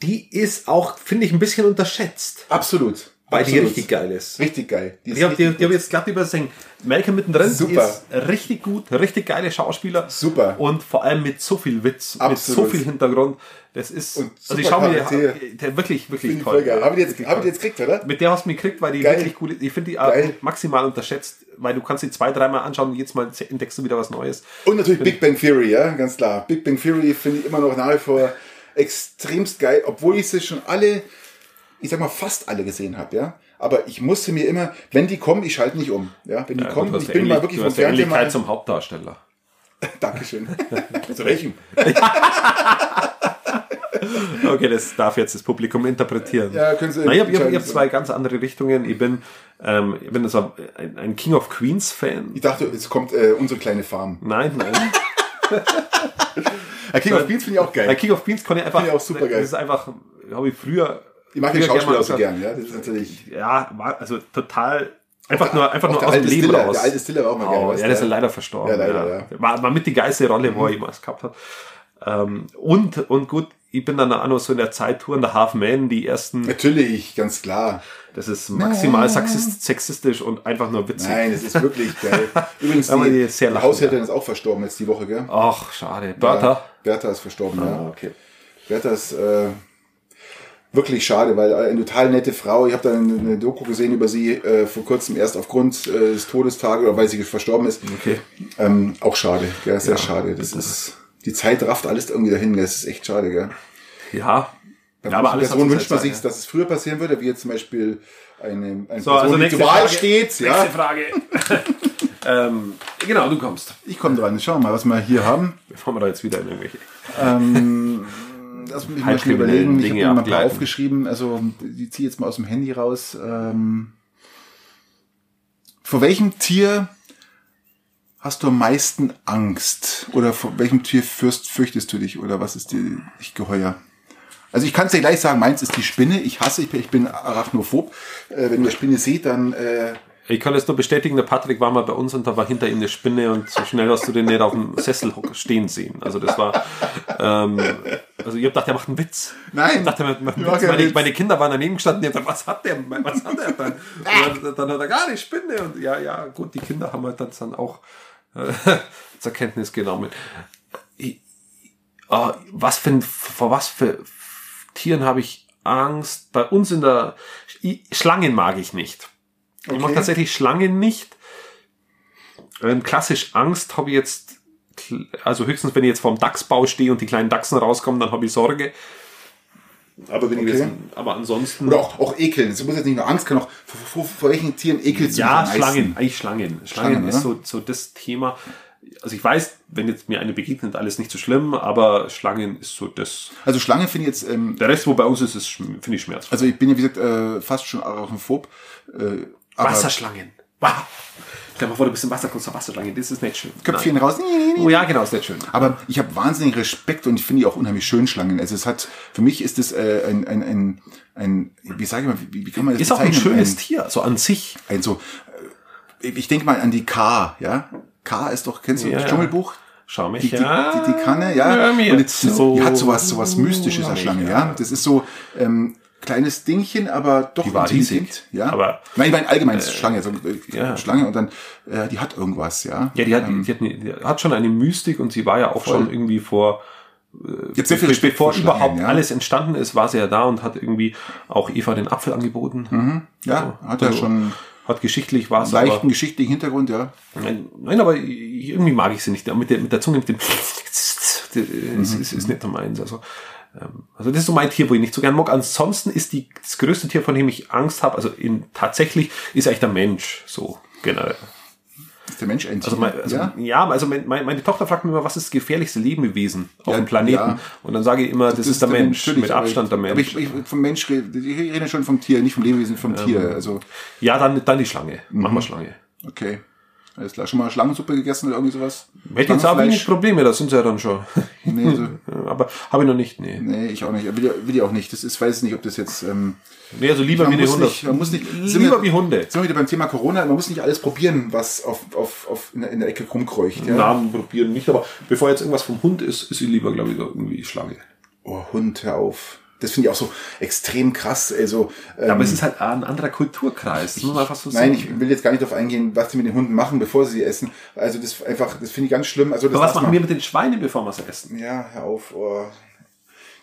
C: Die ist auch, finde ich, ein bisschen unterschätzt.
B: Absolut.
C: Weil die
B: Absolut.
C: richtig geil ist.
B: Richtig geil. Die ist
C: Ich habe
B: richtig
C: die, die hab ich jetzt glatt übersehen. Malcolm mittendrin
B: Super.
C: ist richtig gut, richtig geile Schauspieler.
B: Super.
C: Und vor allem mit so viel Witz,
B: Absolut.
C: mit so viel Hintergrund. Das ist.
B: Und
C: also ich
B: super
C: schaue mir
B: Charaktere.
C: die, der, wirklich,
B: Finde
C: wirklich
B: ich voll
C: toll.
B: geil. Hab ich die jetzt, hab ich die jetzt gekriegt, oder?
C: Mit der hast du mich gekriegt, weil die
B: Geil.
C: wirklich cool ist. Ich finde die
B: Geil.
C: auch maximal unterschätzt, weil du kannst die zwei, dreimal anschauen und jedes Mal entdeckst du wieder was Neues.
B: Und natürlich Big Bang Theory, ja, ganz klar. Big Bang Theory finde ich immer noch nach wie vor extremst geil, obwohl ich sie schon alle, ich sag mal fast alle gesehen habe, ja. Aber ich musste mir immer, wenn die kommen, ich schalte nicht um. Ja, wenn die
C: Ja,
B: kommen,
C: gut, du hast
B: ich
C: ja
B: bin mal
C: ähnlich-
B: wirklich
C: du
B: vom
C: hast ja
B: Fernseher
C: Ähnlichkeit
B: mal.
C: zum Hauptdarsteller.
B: Dankeschön. Zu welchem?
C: Okay, das darf jetzt das Publikum interpretieren.
B: Ja, können Sie
C: Na, ich habe hab, ich hab
B: entscheiden.
C: zwei ganz andere Richtungen. Ich bin, ähm, ich bin so ein, ein King of Queens Fan.
B: Ich dachte, jetzt kommt äh, unsere kleine Farm.
C: Nein, nein.
B: Herr King of Beats finde ich auch geil.
C: Bei King of Queens kann ich einfach.
B: Finde ich auch super geil.
C: Das ist einfach, habe ich früher.
B: Ich mag den
C: früher
B: Schauspieler auch
C: mal
B: so gern, ja. Das ist natürlich.
C: Ja, war also total. Einfach nur, einfach
B: auch
C: nur
B: der
C: aus dem
B: alte
C: Leben
B: Stiller,
C: raus.
B: der alte Stiller war auch mal geil,
C: Oh,
B: weißt
C: ja,
B: du,
C: der ist ja
B: ja.
C: leider verstorben.
B: Ja, leider, ja.
C: War, war mit die geilste Rolle, wo er jemals gehabt hat. Ähm, und, und gut, ich bin dann auch noch so in der Zeit Tour in der Half Man, die ersten,
B: Natürlich, ganz klar.
C: das ist maximal
B: Nein.
C: sexis- sexistisch und einfach nur witzig.
B: Nein, es ist wirklich geil. Übrigens,
C: Aber
B: die,
C: die ist sehr
B: die
C: lachen,
B: Haushälterin ist auch verstorben jetzt die Woche, gell?
C: Ach, schade. Bertha.
B: Ja, Bertha ist verstorben, ja.
C: Ah, okay.
B: Bertha ist äh, wirklich schade, weil äh, eine total nette Frau. Ich habe da eine, eine Doku gesehen über sie äh, vor kurzem erst aufgrund äh, des Todestages oder weil sie verstorben ist.
C: Okay.
B: Ähm, auch schade, gell? Sehr schade. Das ist die Zeit rafft alles irgendwie dahin, gell? Das ist echt schade, gell?
C: Ja. Ja,
B: aber alles Person
C: hat so
B: wünscht man
C: seine
B: sich,
C: Zeit,
B: dass es früher passieren würde, wie jetzt zum Beispiel eine, eine
C: So, also
B: die
C: nächste
B: zur Wahl
C: Frage.
B: steht.
C: ja.
B: Ja.
C: Nächste Frage. ähm, genau, du kommst.
B: Ich komme dran. Schauen wir mal, was wir hier haben.
C: Bevor wir da jetzt wieder in irgendwelche.
B: Ähm, lass mich mal schnell
C: Halbkriminellen
B: überlegen. Ich habe
C: Dinge
B: mir mal ein paar
C: abgleiten.
B: aufgeschrieben. Also die ziehe jetzt mal aus dem Handy raus. Ähm, vor welchem Tier hast du am meisten Angst? Oder vor welchem Tier fürst, fürchtest du dich? Oder was ist dir nicht geheuer? Also ich kann es dir gleich sagen, meins ist die Spinne. Ich hasse, ich bin, ich bin arachnophob. Äh, wenn ihr Spinne seht, dann... Äh,
C: Ich kann das nur bestätigen, der Patrick war mal bei uns und da war hinter ihm eine Spinne und so schnell hast du den nicht auf dem Sessel hock- stehen sehen. Also das war, ähm, also ich hab gedacht, der macht einen Witz.
B: Nein.
C: Ich dachte, er macht einen
B: Ja,
C: Witz.
B: kein
C: Meine,
B: Witz.
C: meine Kinder waren daneben gestanden, die haben gesagt, was hat der, was hat der dann?
B: Ah.
C: Und dann, dann hat er "Ah, gar eine Spinne und ja, ja, gut, die Kinder haben halt das dann auch äh, zur Kenntnis genommen. Ich, Ah, was für, ein- vor was für Tieren habe ich Angst? Bei uns in der I- Schlangen mag ich nicht. Ich mag
B: Okay.
C: tatsächlich Schlangen nicht. Ähm, klassisch Angst habe ich jetzt, kl- also höchstens wenn ich jetzt vorm Dachsbau stehe und die kleinen Dachsen rauskommen, dann habe ich Sorge. Aber wenn ich
B: Okay.
C: jetzt, aber ansonsten.
B: oder auch, auch ekeln. Es muss jetzt nicht nur Angst, kann auch vor, vor, vor welchen Tieren ekelst du dich
C: Ja,
B: am meisten? ne?
C: Schlangen, eigentlich Schlangen. Schlangen,
B: Schlangen,
C: ist
B: oder?
C: so, so das Thema. Also ich weiß, wenn jetzt mir eine begegnet, alles nicht so schlimm, aber Schlangen ist so das.
B: Also Schlange finde ich jetzt... Ähm,
C: Der Rest, wo bei uns ist, ist schm- finde ich schmerzhaft.
B: Also ich bin ja, wie gesagt, äh, fast schon arachnophob. Äh, aber
C: Wasserschlangen. Wow. Stell dir mal vor, du bist im Wasser, kommst zur Wasserschlange. Das ist nicht schön.
B: Köpfchen raus. Nee, nee, nee.
C: Oh ja, genau, ist nicht schön.
B: Aber ich habe wahnsinnig Respekt und ich finde die auch unheimlich schön Schlangen. Also es hat, für mich ist es äh, ein, ein, ein, ein, wie sage ich mal, wie, wie kann man das
C: Ist auch ein
B: bezeichnen?
C: schönes Tier, so an sich.
B: Ein, ein so, äh, ich denke mal an die K, ja. K ist doch, kennst du
C: Ja,
B: das
C: ja.
B: Dschungelbuch?
C: Schau mich
B: Die, die,
C: ja.
B: die, die Kanne, ja.
C: Hör
B: Und
C: mir
B: jetzt,
C: jetzt zu.
B: die hat sowas, sowas Mystisches, der
C: Ja,
B: Schlange,
C: ja.
B: ja. Das ist so ähm, kleines Dingchen, aber doch
C: Die war riesig,
B: intelligent, ja.
C: aber-
B: Nein, ich meine allgemein ist Schlange, so, äh,
C: ja.
B: Schlange und dann, äh, die hat irgendwas, ja.
C: Ja, die hat, die, hat eine, die hat schon eine Mystik und sie war ja auch schon irgendwie vor,
B: Jetzt sehr viel
C: be-
B: Respekt vor
C: bevor
B: Schlangen,
C: überhaupt
B: ja.
C: alles entstanden ist, war sie ja da und hat irgendwie auch Eva den Apfel angeboten.
B: Ja, hat ja
C: Also,
B: schon
C: Hat geschichtlich war es aber.
B: leichten geschichtlichen Hintergrund, ja.
C: Nein, nein, aber ich- irgendwie mag ich sie nicht. Mit der, mit der Zunge, mit dem das ist, ist, ist nicht so meins. Also, ähm, also das ist so mein Tier, wo ich nicht so gern mag. Ansonsten ist die, das größte Tier, von dem ich Angst habe, also in, tatsächlich, ist eigentlich der Mensch so generell.
B: Ist der Mensch ein Tier?
C: Also, mein, also ja?
B: ja?
C: also mein, mein, meine Tochter fragt mich immer, was ist das gefährlichste Lebewesen auf
B: Ja,
C: dem Planeten?
B: ja.
C: Und dann sage ich immer, das, ist der, Mensch,
B: natürlich,
C: mit
B: aber
C: Abstand
B: ich,
C: der
B: Aber
C: Mensch.
B: ich, ich, vom Mensch rede, ich rede schon vom Tier, nicht vom Lebewesen, vom Tier. Also,
C: ja, dann, dann die Schlange. Machen wir Schlange.
B: okay. Alles klar. Schon mal Schlangensuppe gegessen oder irgendwie sowas?
C: Hätte jetzt auch wenig
B: Schlangenfleisch?
C: Probleme, das sind sie ja dann schon.
B: Nee, so,
C: Aber habe ich noch nicht, nee.
B: Nee, ich auch nicht. Will, ja- will ich auch nicht. Das ist, weiß nicht, ob das jetzt. Ähm,
C: Nee, also lieber
B: man,
C: wie die
B: muss
C: Hunde.
B: nicht, man muss nicht. sind
C: Lieber
B: wir-
C: wie Hunde.
B: Sind wir wieder beim Thema Corona? Man muss nicht alles probieren, was auf, auf, auf in, der, in der Ecke rumkreucht. Ja?
C: Namen probieren nicht, aber bevor jetzt irgendwas vom Hund ist, ist sie lieber, glaube ich, irgendwie Schlange.
B: Oh, Hund, hör auf. Das finde ich auch so extrem krass. Also, ähm,
C: aber es ist halt ein anderer Kulturkreis. Das muss man einfach so
B: nein,
C: sagen.
B: ich will jetzt gar nicht darauf eingehen, was die mit den Hunden machen, bevor sie sie essen. Also das einfach, das finde ich ganz schlimm. Also das
C: aber was
B: lass
C: machen
B: mal.
C: wir mit den Schweinen, bevor wir es essen?
B: Ja, hör auf. Oh.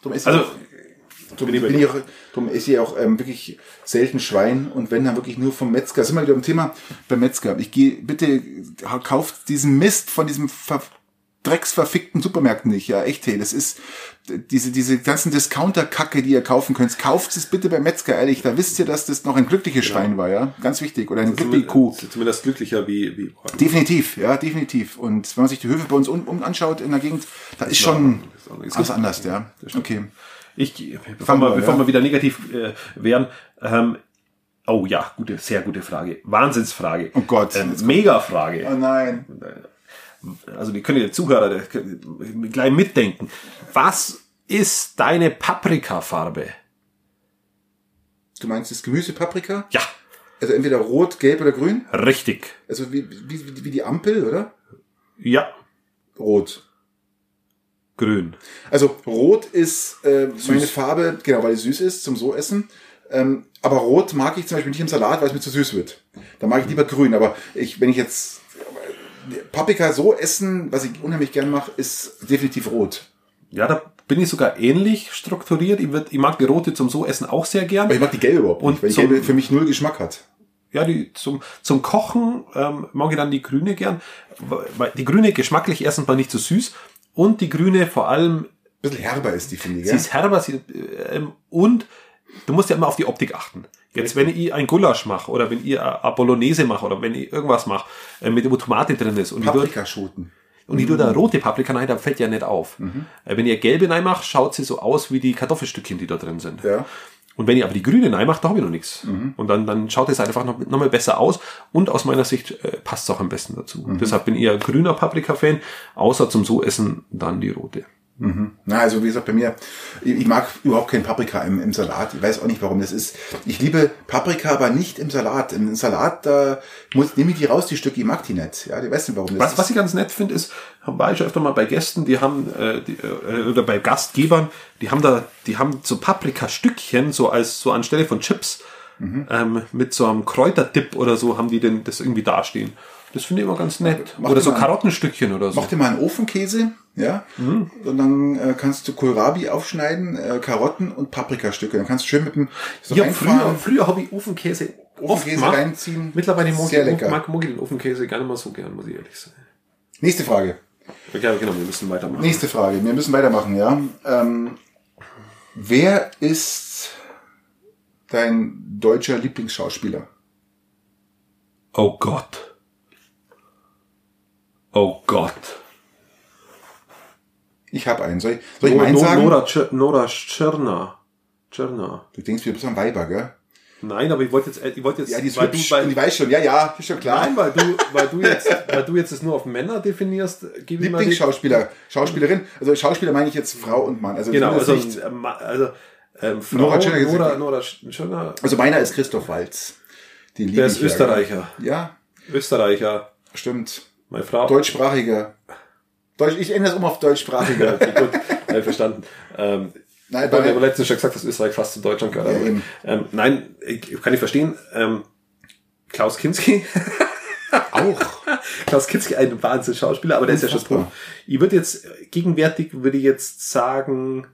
B: Drum esse
C: Also,
B: ich, drum bin ich auch, drum esse ich auch ähm, wirklich selten Schwein und wenn dann wirklich nur vom Metzger. Sind wir wieder beim Thema beim Metzger. Ich gehe, bitte kauft diesen Mist von diesem ver drecksverfickten Supermärkten nicht. Ja, echt, hey, das ist diese, diese ganzen Discounter-Kacke, die ihr kaufen könnt. Kauft es bitte beim Metzger, ehrlich. Da wisst ihr, dass das noch ein glückliches Schwein war, ja. Ganz wichtig. Oder eine glückliche Kuh.
C: Zumindest glücklicher wie, wie
B: Definitiv, ja, definitiv. Und wenn man sich die Höfe bei uns un un anschaut in der Gegend, da ist schon
C: ist auch- ist
B: alles
C: gut.
B: anders, ja. Okay.
C: Ich, gehe- bevor,
B: Fangen
C: wir,
B: wir,
C: bevor
B: ja.
C: wir wieder negativ äh, wären, ähm, oh ja, gute, sehr gute Frage. Wahnsinnsfrage.
B: Oh Gott,
C: Ähm,
B: jetzt
C: Mega-Frage.
B: Oh nein.
C: also die können die Zuhörer die können gleich mitdenken. Was ist deine Paprikafarbe?
B: Du meinst das Gemüse Paprika?
C: Ja,
B: Also entweder rot, gelb oder grün?
C: richtig.
B: Also wie, wie, wie die Ampel, oder?
C: Ja,
B: Rot.
C: grün.
B: Also rot ist äh, meine Farbe, genau, weil sie süß ist zum so essen. Ähm, aber rot mag ich zum Beispiel nicht im Salat, weil es mir zu süß wird. Da mag ich lieber grün. Aber ich, wenn ich jetzt Paprika so essen, was ich unheimlich gern mache, ist definitiv rot.
C: Ja, da bin ich sogar ähnlich strukturiert. Ich, würd, ich mag die rote zum so essen auch sehr gern.
B: Aber ich mag die gelbe überhaupt nicht,
C: Und
B: weil die
C: zum-
B: gelbe für mich null Geschmack hat.
C: ja, die, zum, zum Kochen ähm, mag ich dann die grüne gern. Weil die grüne geschmacklich erstens mal nicht zu süß und die grüne vor allem,
B: Ein bisschen herber ist die, finde ich.
C: sie ist herber sie, ähm, und du musst ja immer auf die Optik achten. Jetzt, wenn ich ein Gulasch mache oder wenn ich äh, eine Bolognese mache oder wenn ich irgendwas mache, äh, mit wo Tomate drin ist und die wird
B: Paprikaschoten.
C: Und die du da rote Paprika rein, da fällt ja nicht auf. Äh, Wenn ihr gelbe reinmacht, schaut sie so aus wie die Kartoffelstückchen, die da drin sind.
B: Ja.
C: Und wenn ihr aber die grüne reinmacht, da habe ich noch nichts. Und dann, dann schaut es halt einfach noch, noch mal besser aus. Und aus meiner Sicht äh, passt es auch am besten dazu. Deshalb bin ich eher grüner Paprika-Fan, außer zum so essen dann die rote.
B: Na, also wie gesagt, bei mir, ich ich mag überhaupt kein Paprika im, im Salat. Ich weiß auch nicht, warum das ist. Ich liebe Paprika, aber nicht im Salat. Im Salat, da muss, nehme ich die raus, die Stücke, ich mag die nicht. Ja, ich weiß nicht, warum das
C: Was,
B: ist.
C: was ich ganz nett finde, ist, war ich schon öfter mal bei Gästen, die haben, äh, die, äh, oder bei Gastgebern, die haben da, die haben so Paprikastückchen, so als, so anstelle von Chips,
B: Mhm.
C: ähm, mit so einem Kräuterdip oder so, haben die denn das irgendwie dastehen. Das finde ich immer ganz nett.
B: Mach
C: oder
B: dir
C: so
B: mal-
C: Karottenstückchen oder so.
B: Mach dir mal einen Ofenkäse, ja,
C: Mhm.
B: und dann äh, kannst du Kohlrabi aufschneiden, äh, Karotten und Paprikastücke. Dann kannst du schön mit dem so
C: Ja, früher,
B: reinfahren.
C: früher habe ich Ofenkäse, oft
B: Ofenkäse
C: gemacht.
B: reinziehen.
C: Mittlerweile mag,
B: Sehr
C: ich-
B: lecker.
C: mag, mag ich den Ofenkäse gar nicht mal so gern, muss ich ehrlich sein.
B: Nächste Frage.
C: Ja, genau, wir müssen weitermachen.
B: Nächste Frage. Wir müssen weitermachen, ja. Ähm, wer ist dein deutscher Lieblingsschauspieler?
C: Oh Gott. Oh Gott.
B: Ich habe einen. Soll ich, soll ich
C: No-
B: meinen
C: No-
B: sagen?
C: Nora, Tsch- Nora Tschirner. Tschirner.
B: Du denkst, du bist ein Weiber, gell?
C: Nein, aber ich wollte jetzt, ich wollte jetzt,
B: Ja, die ist
C: weil,
B: hübsch.
C: du, weil,
B: und ich weiß schon. Ja, ja, ist schon klar.
C: nein, weil du, weil du jetzt, weil du jetzt es nur auf Männer definierst, gebe ich mal die,
B: Lieblingsschauspieler, Schauspielerin. Also Schauspieler meine ich jetzt Frau und Mann. Also
C: genau,
B: das
C: also,
B: nicht.
C: ähm, also ähm, Frau,
B: Nora
C: Nora
B: Tschirner gesagt.
C: Nora, Nora Tschirner,
B: also meiner ist Christoph Walz. Den liebe
C: der ist
B: ich ja. genau.
C: Österreicher,
B: Ja,
C: Österreicher,
B: stimmt.
C: meine Frau,
B: Deutschsprachiger. Deutsch, ich ändere es um auf deutschsprachiger.
C: Okay, gut, äh, verstanden, ähm,
B: Nein,
C: ich habe
B: bei,
C: ja letztens schon gesagt, dass Österreich fast zu Deutschland gehört.
B: Ja,
C: aber,
B: eben.
C: ähm, nein, ich, kann ich verstehen. Ähm, Klaus Kinski.
B: auch.
C: Klaus Kinski, ein Wahnsinnsschauspieler, aber der ist ja schon
B: Unfassbar.
C: tot. Ich würde jetzt, äh, gegenwärtig würde ich jetzt sagen,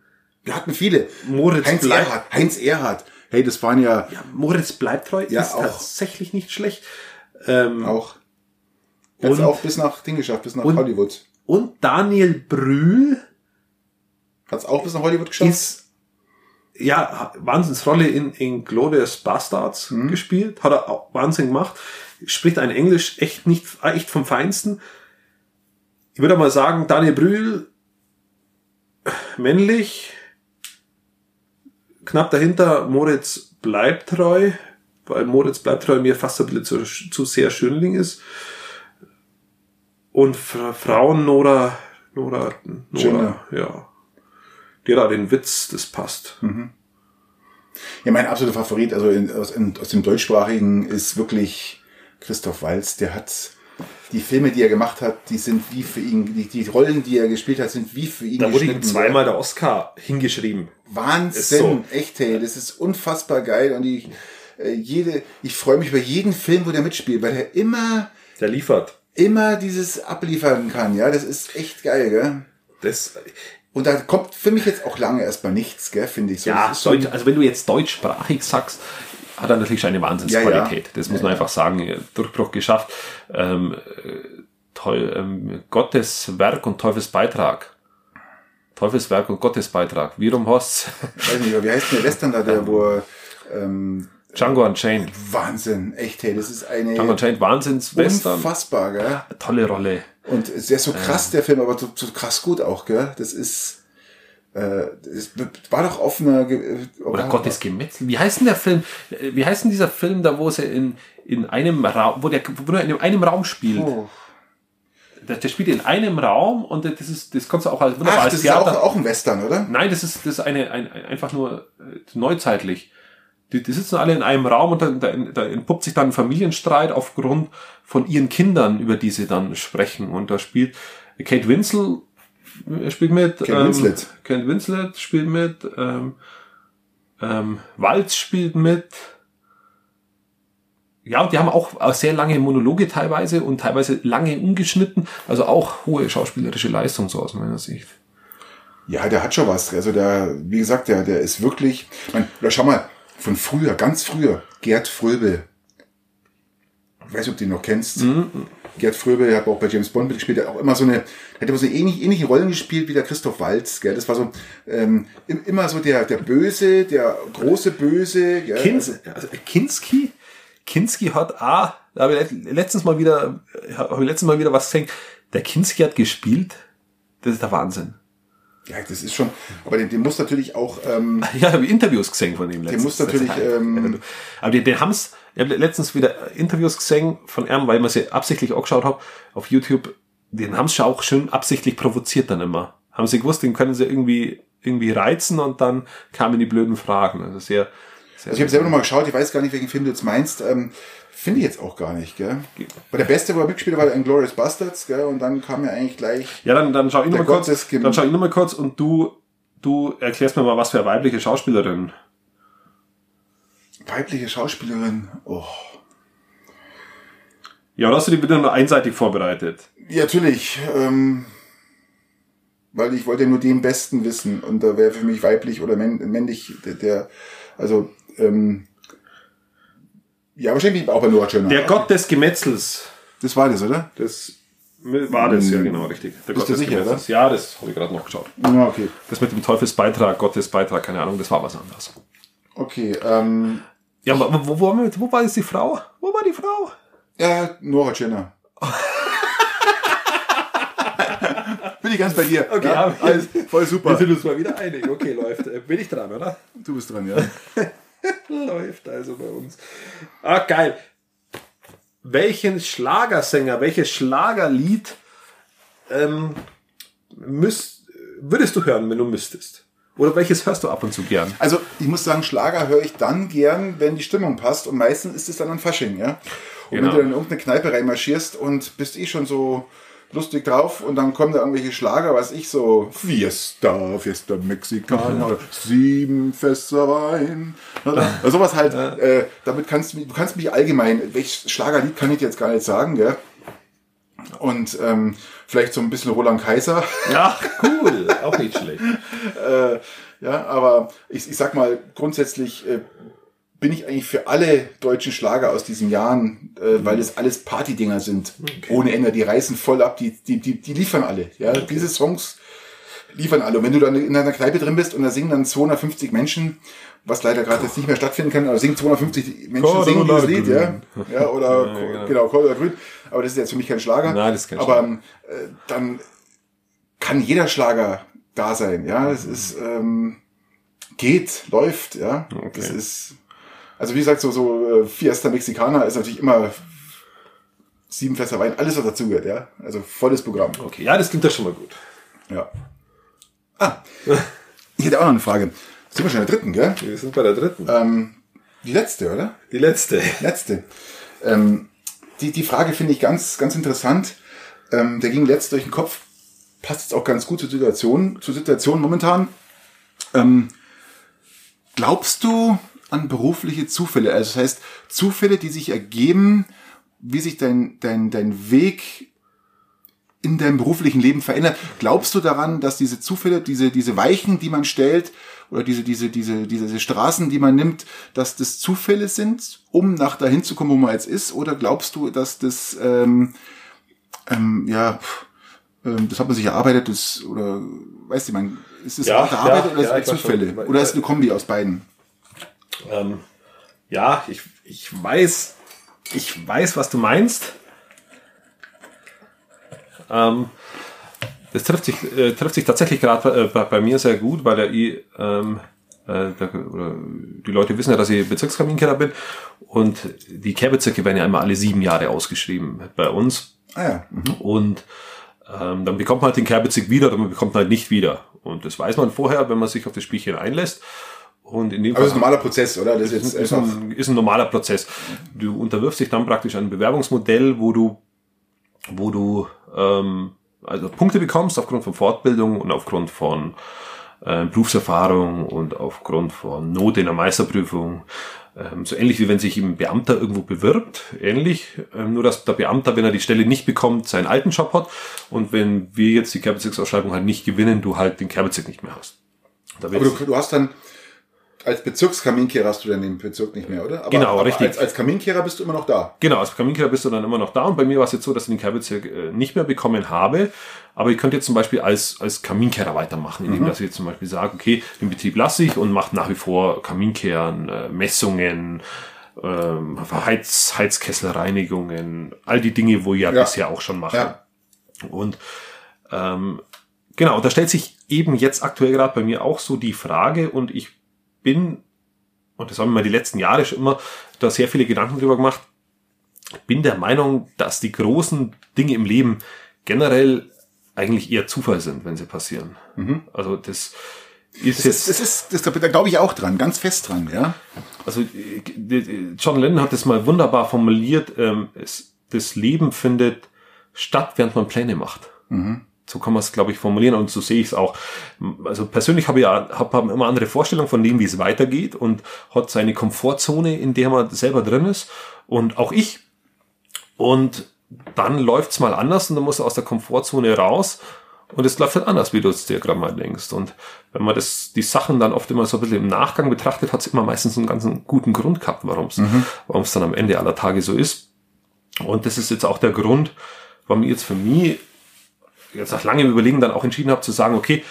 B: Wir hatten viele.
C: Moritz
B: Heinz
C: Bleib-
B: Erhard. Heinz Erhard. Hey, das waren ja,
C: ja, Moritz bleibt treu,
B: Ja,
C: ist
B: auch.
C: tatsächlich nicht schlecht. Ähm,
B: auch. Hat's
C: Und-
B: auch bis nach Ding geschafft, bis nach
C: und-
B: Hollywood.
C: und Daniel Brühl
B: Hat's auch bis nach Hollywood geschafft?
C: ist, ja, Wahnsinnsrolle in, in Glorious Bastards
B: Mhm.
C: gespielt, hat er auch Wahnsinn gemacht, spricht ein Englisch echt nicht, ah, echt vom Feinsten. Ich würde mal sagen, Daniel Brühl, männlich, knapp dahinter Moritz bleibt treu, weil Moritz bleibt treu mir fast ein bisschen zu, zu sehr Schönling ist. Und Fra Frauen Nora, Nora,
B: Schöner.
C: Nora, ja. Die hat auch den Witz, das passt.
B: Mhm. Ja, mein absoluter Favorit, also in, aus, in, aus dem deutschsprachigen, ist wirklich Christoph Walz. Der hat die Filme, die er gemacht hat, die sind wie für ihn, die, die Rollen, die er gespielt hat, sind wie für ihn
C: Da wurde ihm
B: geschnitten.
C: zweimal der Oscar hingeschrieben.
B: Wahnsinn,
C: Ist so.
B: echt, hey, das ist unfassbar geil und ich äh, jede, ich freue mich über jeden Film, wo der mitspielt, weil er immer,
C: Der liefert.
B: immer dieses abliefern kann, ja, das ist echt geil, gell?
C: Das,
B: Und da kommt für mich jetzt auch lange erstmal nichts, gell, finde ich. So,
C: ja,
B: das ist so
C: Deutsch, also wenn du jetzt deutschsprachig sagst, hat er natürlich schon eine Wahnsinnsqualität.
B: Ja, ja.
C: Das muss man einfach sagen. Durchbruch geschafft. Ähm, äh, toll, ähm, Gottes Werk und Teufels Beitrag. Teufels Werk und Gottes Beitrag. Wie rum Horst?
B: weiß nicht, aber wie heißt denn der Western da, der, wo er, ähm,
C: Django Unchained.
B: Wahnsinn, echt, hey, das ist eine
C: Django Unchained, Wahnsinnswestern.
B: Unfassbar, gell?
C: Tolle Rolle.
B: Und sehr so krass, der Film, aber so, so krass gut auch, gell? Das ist. Äh, das war doch auf einer. Ge- äh,
C: Oder
B: war-
C: Gottes Gemetzel. Wie heißt denn der Film? Äh, Wie heißt denn dieser Film, da wo sie in, in einem Raum, wo der wo nur in einem Raum spielt?
B: Oh.
C: Der, der spielt in einem Raum und das ist, das kannst du auch als wunderbar
B: Ach,
C: als
B: das ist auch,
C: Theater.
B: auch ein Western, oder?
C: Nein, das ist, das ist eine, ein, ein- einfach nur äh, neuzeitlich. Die, die sitzen alle in einem Raum und dann, da, da entpuppt sich dann ein Familienstreit aufgrund von ihren Kindern, über die sie dann sprechen. Und da spielt Kate Winslet
A: äh, spielt mit.
B: Kate Winslet.
A: Kent Winslet spielt mit. Ähm, ähm, Walz spielt mit. Ja, und die haben auch äh, sehr lange Monologe teilweise und teilweise lange umgeschnitten. Also auch hohe schauspielerische Leistung, so aus meiner Sicht.
B: Ja, der hat schon was. Also der, wie gesagt, der, der ist wirklich. Man, oder schau mal, von früher, ganz früher, Gerd Fröbel. Ich weiß nicht, ob du ihn noch kennst. Gerd Fröbel hat auch bei James Bond mitgespielt, der hat auch immer so eine, hat immer so eine ähnliche, ähnliche Rollen gespielt wie der Christoph Waltz, gell? Das war so ähm, im- immer so der, der Böse, der große Böse, gell?
A: Kins, also Kinski, Kinski hat auch, da habe ich let- letztens mal wieder, habe ich letztens mal wieder was gesehen. Der Kinski hat gespielt. Das ist der Wahnsinn.
B: Ja, das ist schon. Aber den, den muss natürlich auch. Ähm,
A: Ja, habe ich Interviews gesehen von ihm letztens.
B: muss natürlich,
A: Das ist halt-
B: ähm,
A: aber den, den haben's, ich habe letztens wieder Interviews gesehen von ihm, weil ich mir sie absichtlich angeschaut habe auf YouTube. Den haben's schon auch schön absichtlich provoziert dann immer. Haben sie gewusst, den können sie irgendwie, irgendwie reizen und dann kamen die blöden Fragen. Also sehr, sehr
B: also ich habe selber nochmal geschaut, ich weiß gar nicht, welchen Film du jetzt meinst. Ähm, Finde ich jetzt auch gar nicht, gell? Aber der beste, wo er mitgespielt hat, war Glorious Bastards, gell? Und dann kam ja eigentlich gleich.
A: Ja, dann, dann schau ich
B: Der
A: nochmal
B: Gott
A: kurz.
B: ist gem-
A: Dann schau ich noch mal kurz und du, du erklärst mir mal, was für eine weibliche Schauspielerin.
B: Weibliche Schauspielerin. Oh.
A: Ja, oder hast du die wieder nur einseitig vorbereitet?
B: Ja, natürlich. Ähm, weil ich wollte ja nur den Besten wissen. Und da wäre für mich weiblich oder männ männlich der, der also, ähm, ja, wahrscheinlich auch bei Nora Schöner.
A: Der Gott des Gemetzels.
B: Das war das, oder?
A: Das war das, ja genau, richtig. Der
B: Bist du sicher,
A: Gemetzels. Ja, das habe ich gerade noch geschaut.
B: Ja, okay.
A: Das mit dem Teufelsbeitrag, Gottesbeitrag, keine Ahnung, das war was anderes.
B: Okay, ähm,
A: Ja, aber wo, wo, waren wir jetzt? wo war jetzt die Frau? Wo war die Frau?
B: Ja, Nora Tschirner. Bin ich ganz bei dir.
A: Okay,
B: ja,
A: aber-
B: alles voll super.
A: uns mal wieder einig. Okay, läuft. Bin ich dran, oder?
B: Du bist dran, ja.
A: Läuft also bei uns. Ah, geil. Welchen Schlagersänger, welches Schlagerlied ähm, müsst, würdest du hören, wenn du müsstest? Oder welches hörst du ab und zu gern?
B: Also ich muss sagen, Schlager höre ich dann gern, wenn die Stimmung passt. Und meistens ist es dann an Fasching, ja. Und
A: Genau.
B: wenn du dann in irgendeine Kneipe reinmarschierst und bist eh schon so lustig drauf und dann kommen da irgendwelche Schlager, was ich so Fiesta, Fiesta Mexicana oder sieben Fässer Wein oder oder sowas halt. Äh, damit kannst du, mich- du kannst mich allgemein, welches Schlagerlied kann ich dir jetzt gar nicht sagen, gell? Und ähm, vielleicht so ein bisschen Roland Kaiser.
A: Ja, cool. Auch nicht schlecht.
B: Äh, ja, aber ich, ich sag mal, grundsätzlich äh, bin ich eigentlich für alle deutschen Schlager aus diesen Jahren, äh, weil das alles Partydinger sind. Ohne Ende. Die reißen voll ab, die, die, die, die liefern alle. Ja, diese Songs liefern alle. Und wenn du dann in einer Kneipe drin bist und da singen dann 250 Menschen, was leider gerade jetzt nicht mehr stattfinden kann, aber singen 250 Menschen
A: Cordula
B: singen dieses Lied, ja.
A: Grün.
B: Ja, oder genau, genau Cordula Grün. Aber das ist jetzt für mich kein Schlager.
A: Nein, das ist kein
B: Aber ähm, äh, dann kann jeder Schlager da sein, ja. Es ist ähm, geht, läuft, ja. Das ist also wie gesagt so so äh, Fiesta Mexicana ist natürlich immer sieben Fässer Wein, alles was dazugehört, ja. Also volles Programm.
A: Okay, ja, das klingt doch schon mal gut.
B: Ja. Ah, ich hätte auch noch eine Frage. Sind wir schon in der dritten, gell?
A: Wir sind bei der dritten.
B: Ähm, die letzte, oder?
A: Die letzte.
B: letzte. Ähm, die, die Frage finde ich ganz, ganz interessant. Ähm, der ging letzt durch den Kopf. Passt jetzt auch ganz gut zur Situation, zur Situation momentan. Ähm, glaubst du an berufliche Zufälle? Also das heißt, Zufälle, die sich ergeben, wie sich dein, dein, dein Weg in deinem beruflichen Leben verändert. Glaubst du daran, dass diese Zufälle, diese, diese Weichen, die man stellt, oder diese, diese, diese, diese, diese Straßen, die man nimmt, dass das Zufälle sind, um nach dahin zu kommen, wo man jetzt ist? Oder glaubst du, dass das, ähm, ähm, ja, pff, ähm, das hat man sich erarbeitet, das, oder, weißt du, man, ist das
A: Ja,
B: harte Arbeit
A: ja,
B: oder
A: ja, ich
B: ist das
A: weiß
B: Zufälle?
A: schon.
B: oder ist es eine Kombi aus beiden?
A: Ähm, ja, ich, ich weiß, ich weiß, was du meinst. Ähm, das trifft sich, äh, trifft sich tatsächlich gerade äh, bei, bei mir sehr gut, weil ja ich, ähm, äh, da, oder die Leute wissen ja, dass ich Bezirkskaminkeller bin und die Kehrbezirke werden ja immer alle sieben Jahre ausgeschrieben bei uns.
B: Ah ja. Mhm.
A: Und ähm, dann bekommt man halt den Kerbezig wieder oder man bekommt ihn halt nicht wieder. Und das weiß man vorher, wenn man sich auf das Spielchen einlässt. Und in dem
B: Aber
A: Fall
B: Also das ist ein normaler Prozess, oder? Das ist jetzt
A: ist
B: einfach,
A: ein, ist ein normaler Prozess. Du unterwirfst dich dann praktisch einem Bewerbungsmodell, wo du, wo du ähm, also Punkte bekommst aufgrund von Fortbildung und aufgrund von äh, Berufserfahrung und aufgrund von Note in der Meisterprüfung. Ähm, so ähnlich wie wenn sich ein Beamter irgendwo bewirbt, ähnlich. Ähm, nur dass der Beamter, wenn er die Stelle nicht bekommt, seinen alten Job hat und wenn wir jetzt die Kerbezirksausschreibung halt nicht gewinnen, du halt den Kerbezirk nicht mehr hast. Da
B: Aber
A: wird's-
B: du, du hast dann, als Bezirkskaminkehrer hast du dann den Bezirk nicht mehr, oder? Aber,
A: Genau,
B: aber
A: richtig.
B: Als, als Kaminkehrer bist du immer noch da.
A: Genau, als Kaminkehrer bist du dann immer noch da. Und bei mir war es jetzt so, dass ich den Kerbezirk äh, nicht mehr bekommen habe. Aber ich könnte jetzt zum Beispiel als, als Kaminkehrer weitermachen, indem dass ich jetzt zum Beispiel sage, okay, den Betrieb lasse ich und mache nach wie vor Kaminkehren, äh, Messungen, ähm, Heiz, Heizkesselreinigungen, all die Dinge, wo ich ja,
B: Ja.
A: bisher auch schon mache.
B: Ja.
A: Und ähm, genau, da stellt sich eben jetzt aktuell gerade bei mir auch so die Frage und ich bin, und das haben wir die letzten Jahre schon immer, da sehr viele Gedanken drüber gemacht, bin der Meinung, dass die großen Dinge im Leben generell eigentlich eher Zufall sind, wenn sie passieren. Also das ist jetzt...
B: Das ist, das, da da glaube ich auch dran, ganz fest dran, ja.
A: Also äh, d- d- John Lennon hat das mal wunderbar formuliert, ähm, es, das Leben findet statt, während man Pläne macht. So kann man es, glaube ich, formulieren und so sehe ich es auch. M- Also persönlich habe ich ja hab, hab immer andere Vorstellungen von dem, wie es weitergeht und hat seine Komfortzone, in der man selber drin ist. Und auch ich und dann läuft's mal anders und dann musst du aus der Komfortzone raus und es läuft halt anders, wie du es dir gerade mal denkst. Und wenn man das, die Sachen dann oft immer so ein bisschen im Nachgang betrachtet, hat's immer meistens einen ganzen guten Grund gehabt, warum's, warum's dann am Ende aller Tage so ist. Und das ist jetzt auch der Grund, warum ich jetzt für mich jetzt nach langem Überlegen dann auch entschieden habe zu sagen, okay,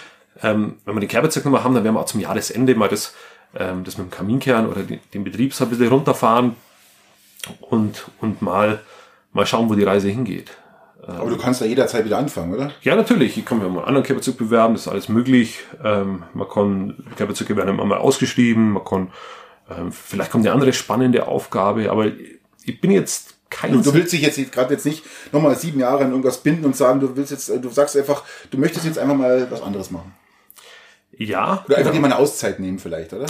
A: ähm, wenn wir den Kerbezirk nochmal haben, dann werden wir auch zum Jahresende mal das, ähm, das mit dem Kaminkern oder den, den Betrieb so ein bisschen runterfahren und, und mal, mal schauen, wo die Reise hingeht.
B: Aber du kannst da jederzeit wieder anfangen, oder?
A: Ja, natürlich. Ich kann mir mal einen anderen Körperzug bewerben, das ist alles möglich. Ähm, man kann, Körperzüge werden immer mal ausgeschrieben, man kann, ähm, vielleicht kommt eine andere spannende Aufgabe, aber ich bin jetzt kein,
B: Also Du, du willst dich jetzt gerade jetzt nicht nochmal sieben Jahre an irgendwas binden und sagen, du willst jetzt, du sagst einfach, du möchtest jetzt einfach mal was anderes machen.
A: ja.
B: Oder einfach dir mal eine Auszeit nehmen vielleicht, oder?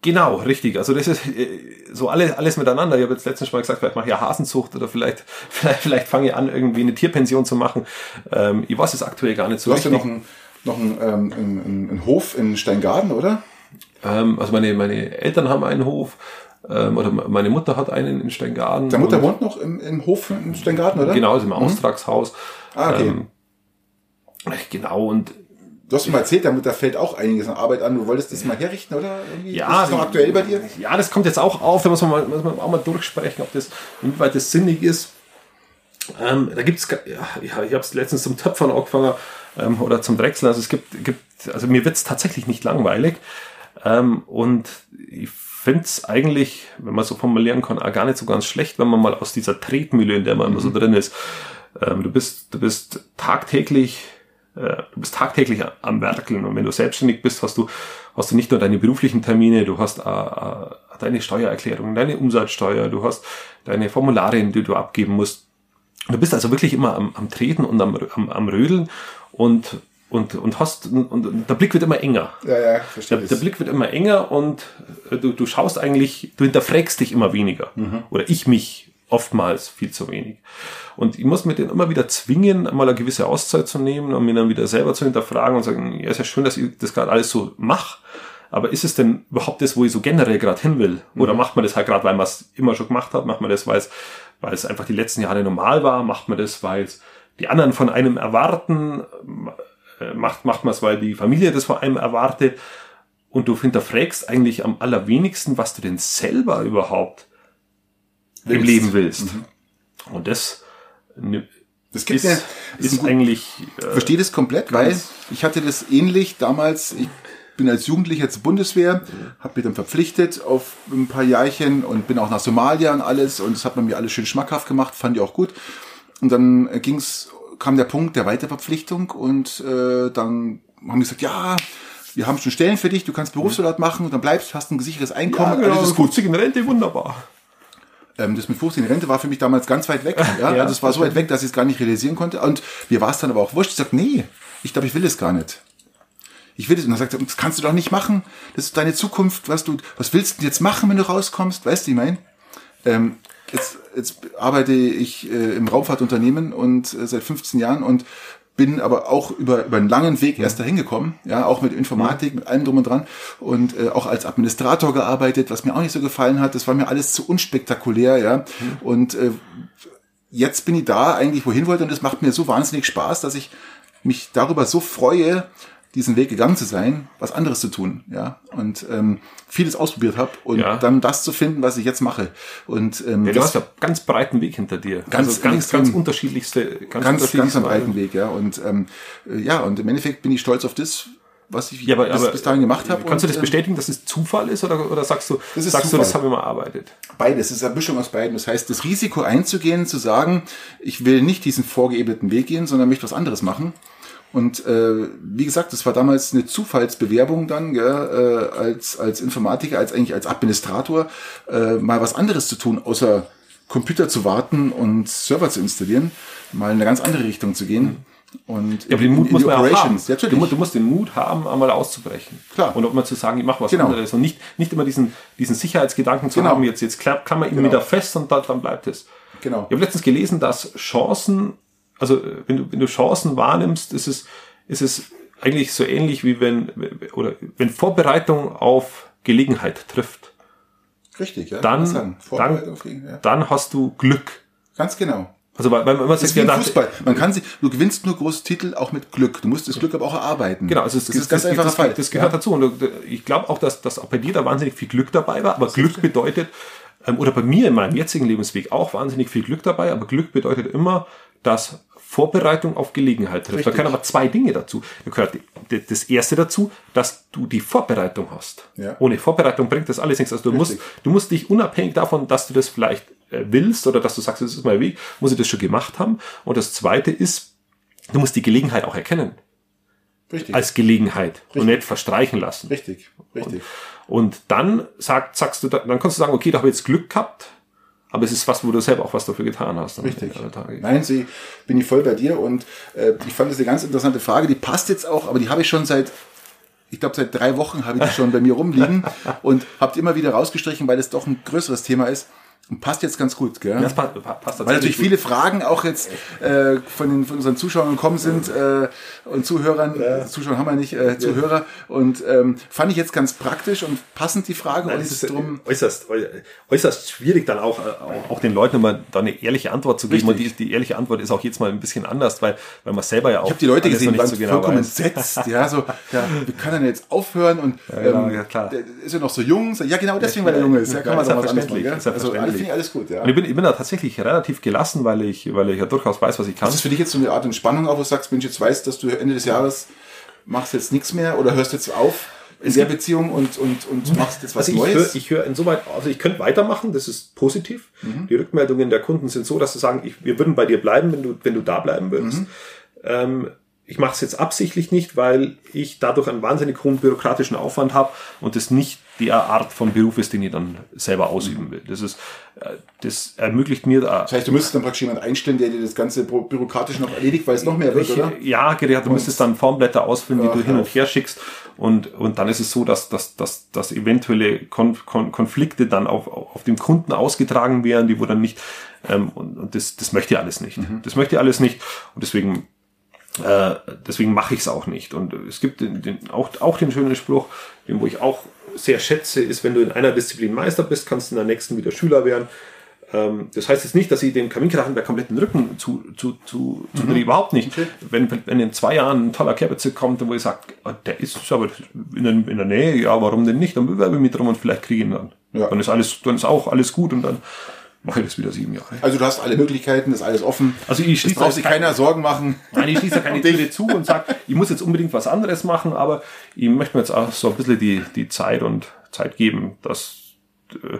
A: Genau, richtig. Also das ist äh, so alles, alles miteinander. Ich habe jetzt letztens schon mal gesagt, vielleicht mache ich ja Hasenzucht oder vielleicht, vielleicht, vielleicht fange ich an, irgendwie eine Tierpension zu machen. Ähm, ich weiß es aktuell gar nicht so
B: Du hast ja
A: richtig.
B: noch einen, noch einen, ähm, einen, einen- einen Hof in Steingaden, oder?
A: Ähm, also meine, meine Eltern haben einen Hof ähm, oder me- meine Mutter hat einen in Steingaden.
B: Deine Mutter
A: Und-
B: wohnt Mhm. noch im, im Hof in Steingaden, oder?
A: Genau, also im Austragshaus.
B: Ah, okay.
A: Ähm, genau, und
B: Du hast mir mal erzählt, damit da fällt auch einiges an Arbeit an. Du wolltest das mal herrichten, oder? Irgendwie?
A: ja,
B: Ist das noch aktuell bei dir?
A: Ja, das kommt jetzt auch auf, da muss man, mal, muss man auch mal durchsprechen, ob das, inwieweit das sinnig ist. Ähm, da gibt's ga- ja, ja, ich habe es letztens zum Töpfern angefangen ähm, oder zum Drechseln. Also es gibt, gibt also mir wird's tatsächlich nicht langweilig. Ähm, und ich find's eigentlich, wenn man so formulieren kann, auch gar nicht so ganz schlecht, wenn man mal aus dieser Tretmühle, in der man immer so drin ist. Ähm, du bist, du bist tagtäglich, äh, du bist tagtäglich a- am Werkeln. Und wenn du selbstständig bist, hast du, hast du nicht nur deine beruflichen Termine, du hast äh, äh, deine Steuererklärung, deine Umsatzsteuer, du hast deine Formulare, die du abgeben musst. Du bist also wirklich immer am, am Treten und am, am, am Rödeln und, und, und hast, und, und der Blick wird immer enger.
B: Ja, ja,
A: Der,
B: verstehe
A: der
B: das.
A: Blick wird immer enger und äh, du, du schaust eigentlich, du hinterfragst dich immer weniger. Oder ich mich oftmals viel zu wenig. Und ich muss mir den immer wieder zwingen, mal eine gewisse Auszeit zu nehmen und mir dann wieder selber zu hinterfragen und sagen, ja, ist ja schön, dass ich das gerade alles so mache. Aber ist es denn überhaupt das, wo ich so generell gerade hin will? Oder macht man das halt gerade, weil man es immer schon gemacht hat? Macht man das, weil es, weil es einfach die letzten Jahre normal war? Macht man das, weil es die anderen von einem erwarten? Äh, Macht, macht man es, weil die Familie das vor allem erwartet? Und du hinterfragst eigentlich am allerwenigsten, was du denn selber überhaupt im
B: Willst. Mhm.
A: Leben willst. Und das ni-
B: Das gibt
A: ist,
B: mir, ist ein
A: ist
B: gut-
A: eigentlich. Äh,
B: verstehe das komplett, weil
A: Ganz-
B: ich hatte das ähnlich damals. Ich bin als Jugendlicher zur Bundeswehr, habe mich dann verpflichtet auf ein paar Jahrchen und bin auch nach Somalia und alles und das hat man mir alles schön schmackhaft gemacht, fand ich auch gut. Und dann äh, ging's, kam der Punkt der Weiterverpflichtung und äh, dann haben die gesagt, ja, wir haben schon Stellen für dich, du kannst Berufssoldat machen und dann bleibst, hast ein gesicheres
A: ja,
B: Einkommen,
A: genau,
B: alles ist gut.
A: gut. In Rente, wunderbar.
B: Ähm, das mit 15 in Rente war für mich damals ganz weit weg. Ja?
A: Ja.
B: also es war so weit weg, dass ich es gar nicht realisieren konnte. Und mir war es dann aber auch wurscht. Ich sagte, nee, ich glaube, ich will es gar nicht. Ich will es. Und dann sagt er, das kannst du doch nicht machen. Das ist deine Zukunft. Was du, was willst du denn jetzt machen, wenn du rauskommst? Weißt du, ich mein? Ähm, jetzt, jetzt arbeite ich äh, im Raumfahrtunternehmen und äh, seit 15 Jahren und bin aber auch über, über einen langen Weg erst dahin gekommen, ja, auch mit Informatik, mit allem drum und dran und äh, auch als Administrator gearbeitet, was mir auch nicht so gefallen hat, das war mir alles zu unspektakulär, ja,
A: Mhm.
B: und äh, jetzt bin ich da eigentlich, wohin wollte und es macht mir so wahnsinnig Spaß, dass ich mich darüber so freue, diesen Weg gegangen zu sein, was anderes zu tun, ja, und ähm, vieles ausprobiert habe und
A: Ja.
B: dann das zu finden, was ich jetzt mache und ähm,
A: Ja, du
B: das-
A: hast einen ganz breiten Weg hinter dir. Also
B: Ganz,
A: ganz,
B: ganz
A: ganz unterschiedlichste, ganz,
B: ganz, ganz
A: unterschiedlichste
B: am breiten Weg, ja. Und ähm, äh, ja, und im Endeffekt bin ich stolz auf das, was ich
A: Ja, aber,
B: bis,
A: aber
B: bis dahin gemacht habe.
A: Kannst du
B: und,
A: das
B: ähm,
A: bestätigen, dass es Zufall ist oder, oder sagst du,
B: Das ist
A: sagst
B: Zufall.
A: du, das habe ich mal erarbeitet?
B: Beides, es ist eine Mischung aus beiden. Das heißt, das Risiko einzugehen, zu sagen, ich will nicht diesen vorgeebneten Weg gehen, sondern möchte was anderes machen. Und äh, wie gesagt, das war damals eine Zufallsbewerbung dann, gell, äh, als, als Informatiker, als eigentlich als Administrator, äh, mal was anderes zu tun, außer Computer zu warten und Server zu installieren, mal in eine ganz andere Richtung zu gehen. Und
A: Mhm. Ja, aber den Mut muss man ja auch haben.
B: Operations, ja,
A: du, mu-
B: natürlich.
A: du musst den Mut haben, einmal auszubrechen.
B: Klar.
A: Und auch mal zu sagen, ich mache was
B: Genau.
A: anderes. Und nicht, nicht immer diesen, diesen Sicherheitsgedanken zu
B: Genau.
A: haben, jetzt, jetzt klam- klammern ihn wieder fest und da, dann bleibt es.
B: Genau.
A: Ich habe letztens gelesen, dass Chancen, also äh, wenn du, wenn du Chancen wahrnimmst, ist es, ist es eigentlich so ähnlich wie wenn, oder wenn Vorbereitung auf Gelegenheit trifft,
B: Richtig, ja.
A: dann-
B: kann man sagen.
A: dann-
B: Vorbereitung kriegen, ja.
A: dann hast du Glück.
B: Ganz genau.
A: Also weil, weil man
B: Das
A: sagt,
B: ist wie
A: ja,
B: im
A: nach-
B: Fußball. Man kann sie, du gewinnst nur große Titel auch mit Glück. Du musst das Glück aber auch erarbeiten.
A: Genau, also es,
B: das ist ganz
A: das,
B: einfacher
A: das,
B: Fall.
A: Das gehört
B: ja.
A: dazu. Und äh, ich glaube auch, dass, dass auch bei dir da wahnsinnig viel Glück dabei war. Aber Glück bedeutet, ähm, oder bei mir in meinem jetzigen Lebensweg auch wahnsinnig viel Glück dabei, aber Glück bedeutet immer, dass Vorbereitung auf Gelegenheit trifft. Da
B: Richtig.
A: gehören aber zwei Dinge dazu. Da gehört die- die- das erste dazu, dass du die Vorbereitung hast.
B: Ja.
A: Ohne Vorbereitung bringt das alles nichts. Also du musst,
B: Richtig.
A: du musst dich unabhängig davon, dass du das vielleicht äh, willst oder dass du sagst, das ist mein Weg, muss ich das schon gemacht haben. Und das zweite ist, du musst die Gelegenheit auch erkennen
B: Richtig.
A: als Gelegenheit und nicht verstreichen lassen.
B: richtig. Richtig.
A: Und dann sagt, sagst du, da- dann kannst du sagen, okay, da habe ich jetzt Glück gehabt, aber es ist was, wo du selber auch was dafür getan hast. am
B: Richtig.
A: Ende der äh, Tage.
B: Nein, sie bin ich voll bei dir und äh, ich fand das eine ganz interessante Frage, die passt jetzt auch, aber die habe ich schon seit ich glaube, seit drei Wochen habe ich die schon bei mir rumliegen und habe die immer wieder rausgestrichen, weil das doch ein größeres Thema ist und passt jetzt ganz gut, gell?
A: Das passt, pa- passt
B: Weil natürlich
A: tatsächlich
B: viele Fragen auch jetzt äh, von, den, von unseren Zuschauern gekommen sind äh, und Zuhörern, Zuschauer haben wir nicht, äh, Zuhörer. Und ähm, fand ich jetzt ganz praktisch und passend die Frage.
C: Nein,
B: und
C: es
B: es
C: ist
B: ist drum,
C: äußerst, äu- äußerst schwierig, dann auch, äh,
A: gut, auch den Leuten mal da eine ehrliche Antwort zu geben.
B: Richtig.
A: Und die, die ehrliche Antwort ist auch jetzt mal ein bisschen anders, weil, weil man selber ja auch.
B: ich habe die Leute
A: alles
B: gesehen, die
A: noch
B: waren
A: nicht so genau
B: vollkommen
A: weiß.
B: entsetzt. Ja, so, ja, wie kann er denn jetzt aufhören? Und
A: genau,
B: ähm,
A: ja, klar.
B: der ist ja noch so jung. So, Ja, genau deswegen, weil er jung ist. Ja, kann man
A: ist
B: sagen, was anderes machen.
A: verständlich,
B: gell?
A: ist
B: Also alles,
A: verständlich.
B: finde ich alles gut, ja.
A: Und ich bin, ich bin da tatsächlich relativ gelassen, weil ich, weil ich ja durchaus weiß, was ich kann.
B: Ist das für dich jetzt so eine Art Entspannung auch, wo du sagst, Mensch, jetzt weißt, dass du Ende des Jahres machst jetzt nichts mehr oder hörst jetzt auf in der Beziehung und, und, und machst jetzt was
C: also ich
B: Neues?
C: höre ich höre insoweit, also ich könnte weitermachen, das ist positiv.
B: Mhm.
C: Die Rückmeldungen der Kunden sind so, dass sie sagen, ich, wir würden bei dir bleiben, wenn du, wenn du da bleiben würdest.
B: Mhm.
C: Ähm, ich mache es jetzt absichtlich nicht, weil ich dadurch einen wahnsinnig hohen bürokratischen Aufwand habe und das nicht der Art von Beruf ist, den ich dann selber ausüben
B: Mhm.
C: will. Das ist, äh, das ermöglicht mir da
B: Das heißt, du müsstest dann praktisch jemanden einstellen, der dir das ganze bü- bürokratisch noch erledigt, weil es noch mehr wird,
A: Ich,
B: oder?
A: ja, genau, du müsstest dann Formblätter ausfüllen, die du hin
B: auf.
A: und her schickst. Und, und dann ist es so, dass, dass, dass, dass eventuelle Kon Kon Konflikte dann auf, auf dem Kunden ausgetragen werden, die wo dann nicht, ähm, und, und das, das möchte ich alles nicht.
B: Mhm.
A: Das möchte ich alles nicht. Und deswegen, äh, deswegen mache ich es auch nicht. Und es gibt den, den, auch, auch den schönen Spruch, den wo ich auch sehr schätze, ist, wenn du in einer Disziplin Meister bist, kannst du in der nächsten wieder Schüler werden. Das heißt jetzt nicht, dass ich dem Kaminkrachen der kompletten Rücken zu, zu, zu, zu drehe, überhaupt nicht. Wenn, wenn in zwei Jahren ein toller Kerbezirk kommt, wo ich sage, der ist aber in der, in der Nähe, ja, warum denn nicht? Dann bewerbe ich mich drum und vielleicht kriege ich ihn dann.
B: Ja.
A: Dann ist alles, dann ist auch alles gut und dann mache ich das wieder sieben Jahre.
B: Also du hast alle Möglichkeiten, ist alles offen.
A: Also ich
B: Es
A: schließe
B: braucht sich
A: da jetzt
B: keiner Sorgen machen.
A: Nein, ich schließe da keine Tür zu und sage, ich muss jetzt unbedingt was anderes machen, aber ich möchte mir jetzt auch so ein bisschen die, die Zeit und Zeit geben, dass äh,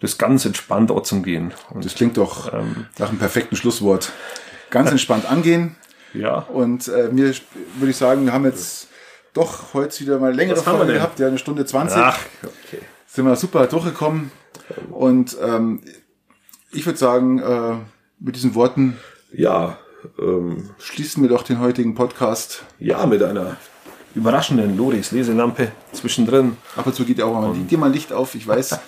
A: das ganz entspannt auch zum Gehen. Und
B: Das klingt doch
A: Ähm.
B: nach einem perfekten Schlusswort. Ganz entspannt angehen.
A: ja.
B: Und äh, mir sp- würde ich sagen, wir haben jetzt doch heute wieder mal eine längere
C: Was haben wir
B: Folge
C: denn?
B: gehabt, ja, eine Stunde 20.
A: Ach,
C: okay.
B: Sind wir super durchgekommen. Und ähm, ich würde sagen, äh, mit diesen Worten
C: Ja, ähm,
B: schließen wir doch den heutigen Podcast.
C: ja, mit einer
A: überraschenden Loris Leselampe zwischendrin.
B: Ab und zu geht ja auch mal, geht dir mal Licht auf, ich weiß.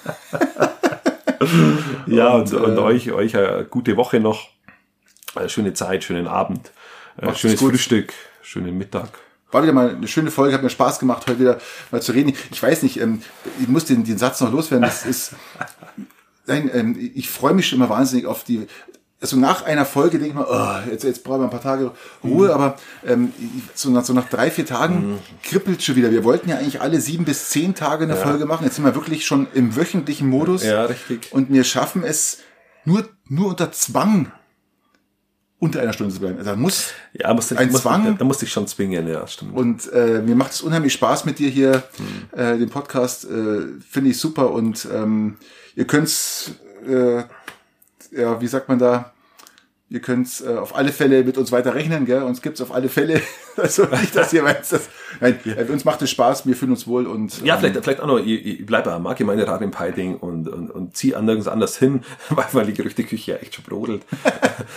A: ja, und, äh, und euch, euch eine gute Woche noch. Eine schöne Zeit, schönen Abend, äh,
B: Macht's
A: schönes
B: gut.
A: Frühstück, schönen Mittag.
B: War wieder mal eine schöne Folge, hat mir Spaß gemacht, heute wieder mal zu reden. Ich weiß nicht, ähm, ich muss den, den Satz noch loswerden. Das ist, nein, ähm, ich freue mich schon immer wahnsinnig auf die. Also nach einer Folge denke ich mal, oh, jetzt, jetzt brauchen wir ein paar Tage
A: Mhm.
B: Ruhe, aber ähm, ich- so, nach, so nach drei, vier Tagen kribbelt schon wieder. Wir wollten ja eigentlich alle sieben bis zehn Tage eine Folge machen. Jetzt sind wir wirklich schon im wöchentlichen Modus.
A: Ja, richtig.
B: Und wir schaffen es nur, nur unter Zwang unter einer Stunde zu bleiben. Also da muss
A: Ja, musst du,
B: Ein
A: musst,
B: Zwang?
A: Da musste ich schon zwingen, ja, stimmt.
B: und äh, mir macht es unheimlich Spaß mit dir hier.
A: Hm.
B: Äh, den Podcast äh, finde ich super und ähm, ihr könnt's, äh, ja, wie sagt man da? Ihr könnt's äh, auf alle Fälle mit uns weiter rechnen, gell? Uns gibt's auf alle Fälle. Also nicht, dass ihr meint, dass, nein, äh, uns macht es Spaß, wir fühlen uns wohl und
A: Ja,
B: ähm,
A: vielleicht, vielleicht auch noch, ich, ich bleibe am Markt, ich meine Rad im Peiting und, und, und zieh nirgends anders hin, weil, weil die Gerüchteküche ja echt schon brodelt.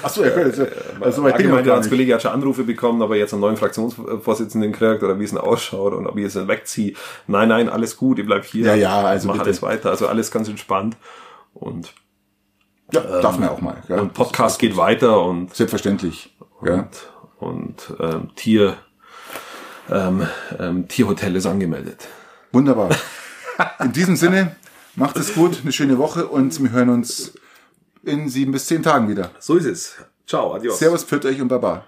B: ach so, ja, gut, also, also weit
A: Marki,
B: bin ich noch
A: mein
B: gar nicht.
A: Ratskollege Äh, hat schon Anrufe bekommen, ob er jetzt einen neuen Fraktionsvorsitzenden kriegt oder wie es denn ausschaut und ob ich es denn wegziehe. Nein, nein, alles gut, ich bleib hier.
B: Ja, ja, also
A: Mach
B: bitte.
A: alles weiter, also alles ganz entspannt. Und,
B: Ja, darf man ja auch mal, gell?
A: ähm, und Podcast geht weiter und,
B: Selbstverständlich. Ja.
A: und ähm, Tier, ähm, ähm, Tierhotel ist angemeldet.
B: Wunderbar. In diesem Sinne, macht es gut, eine schöne Woche und wir hören uns in sieben bis zehn Tagen wieder.
E: So ist es. Ciao, adios.
B: Servus, führt euch und Baba.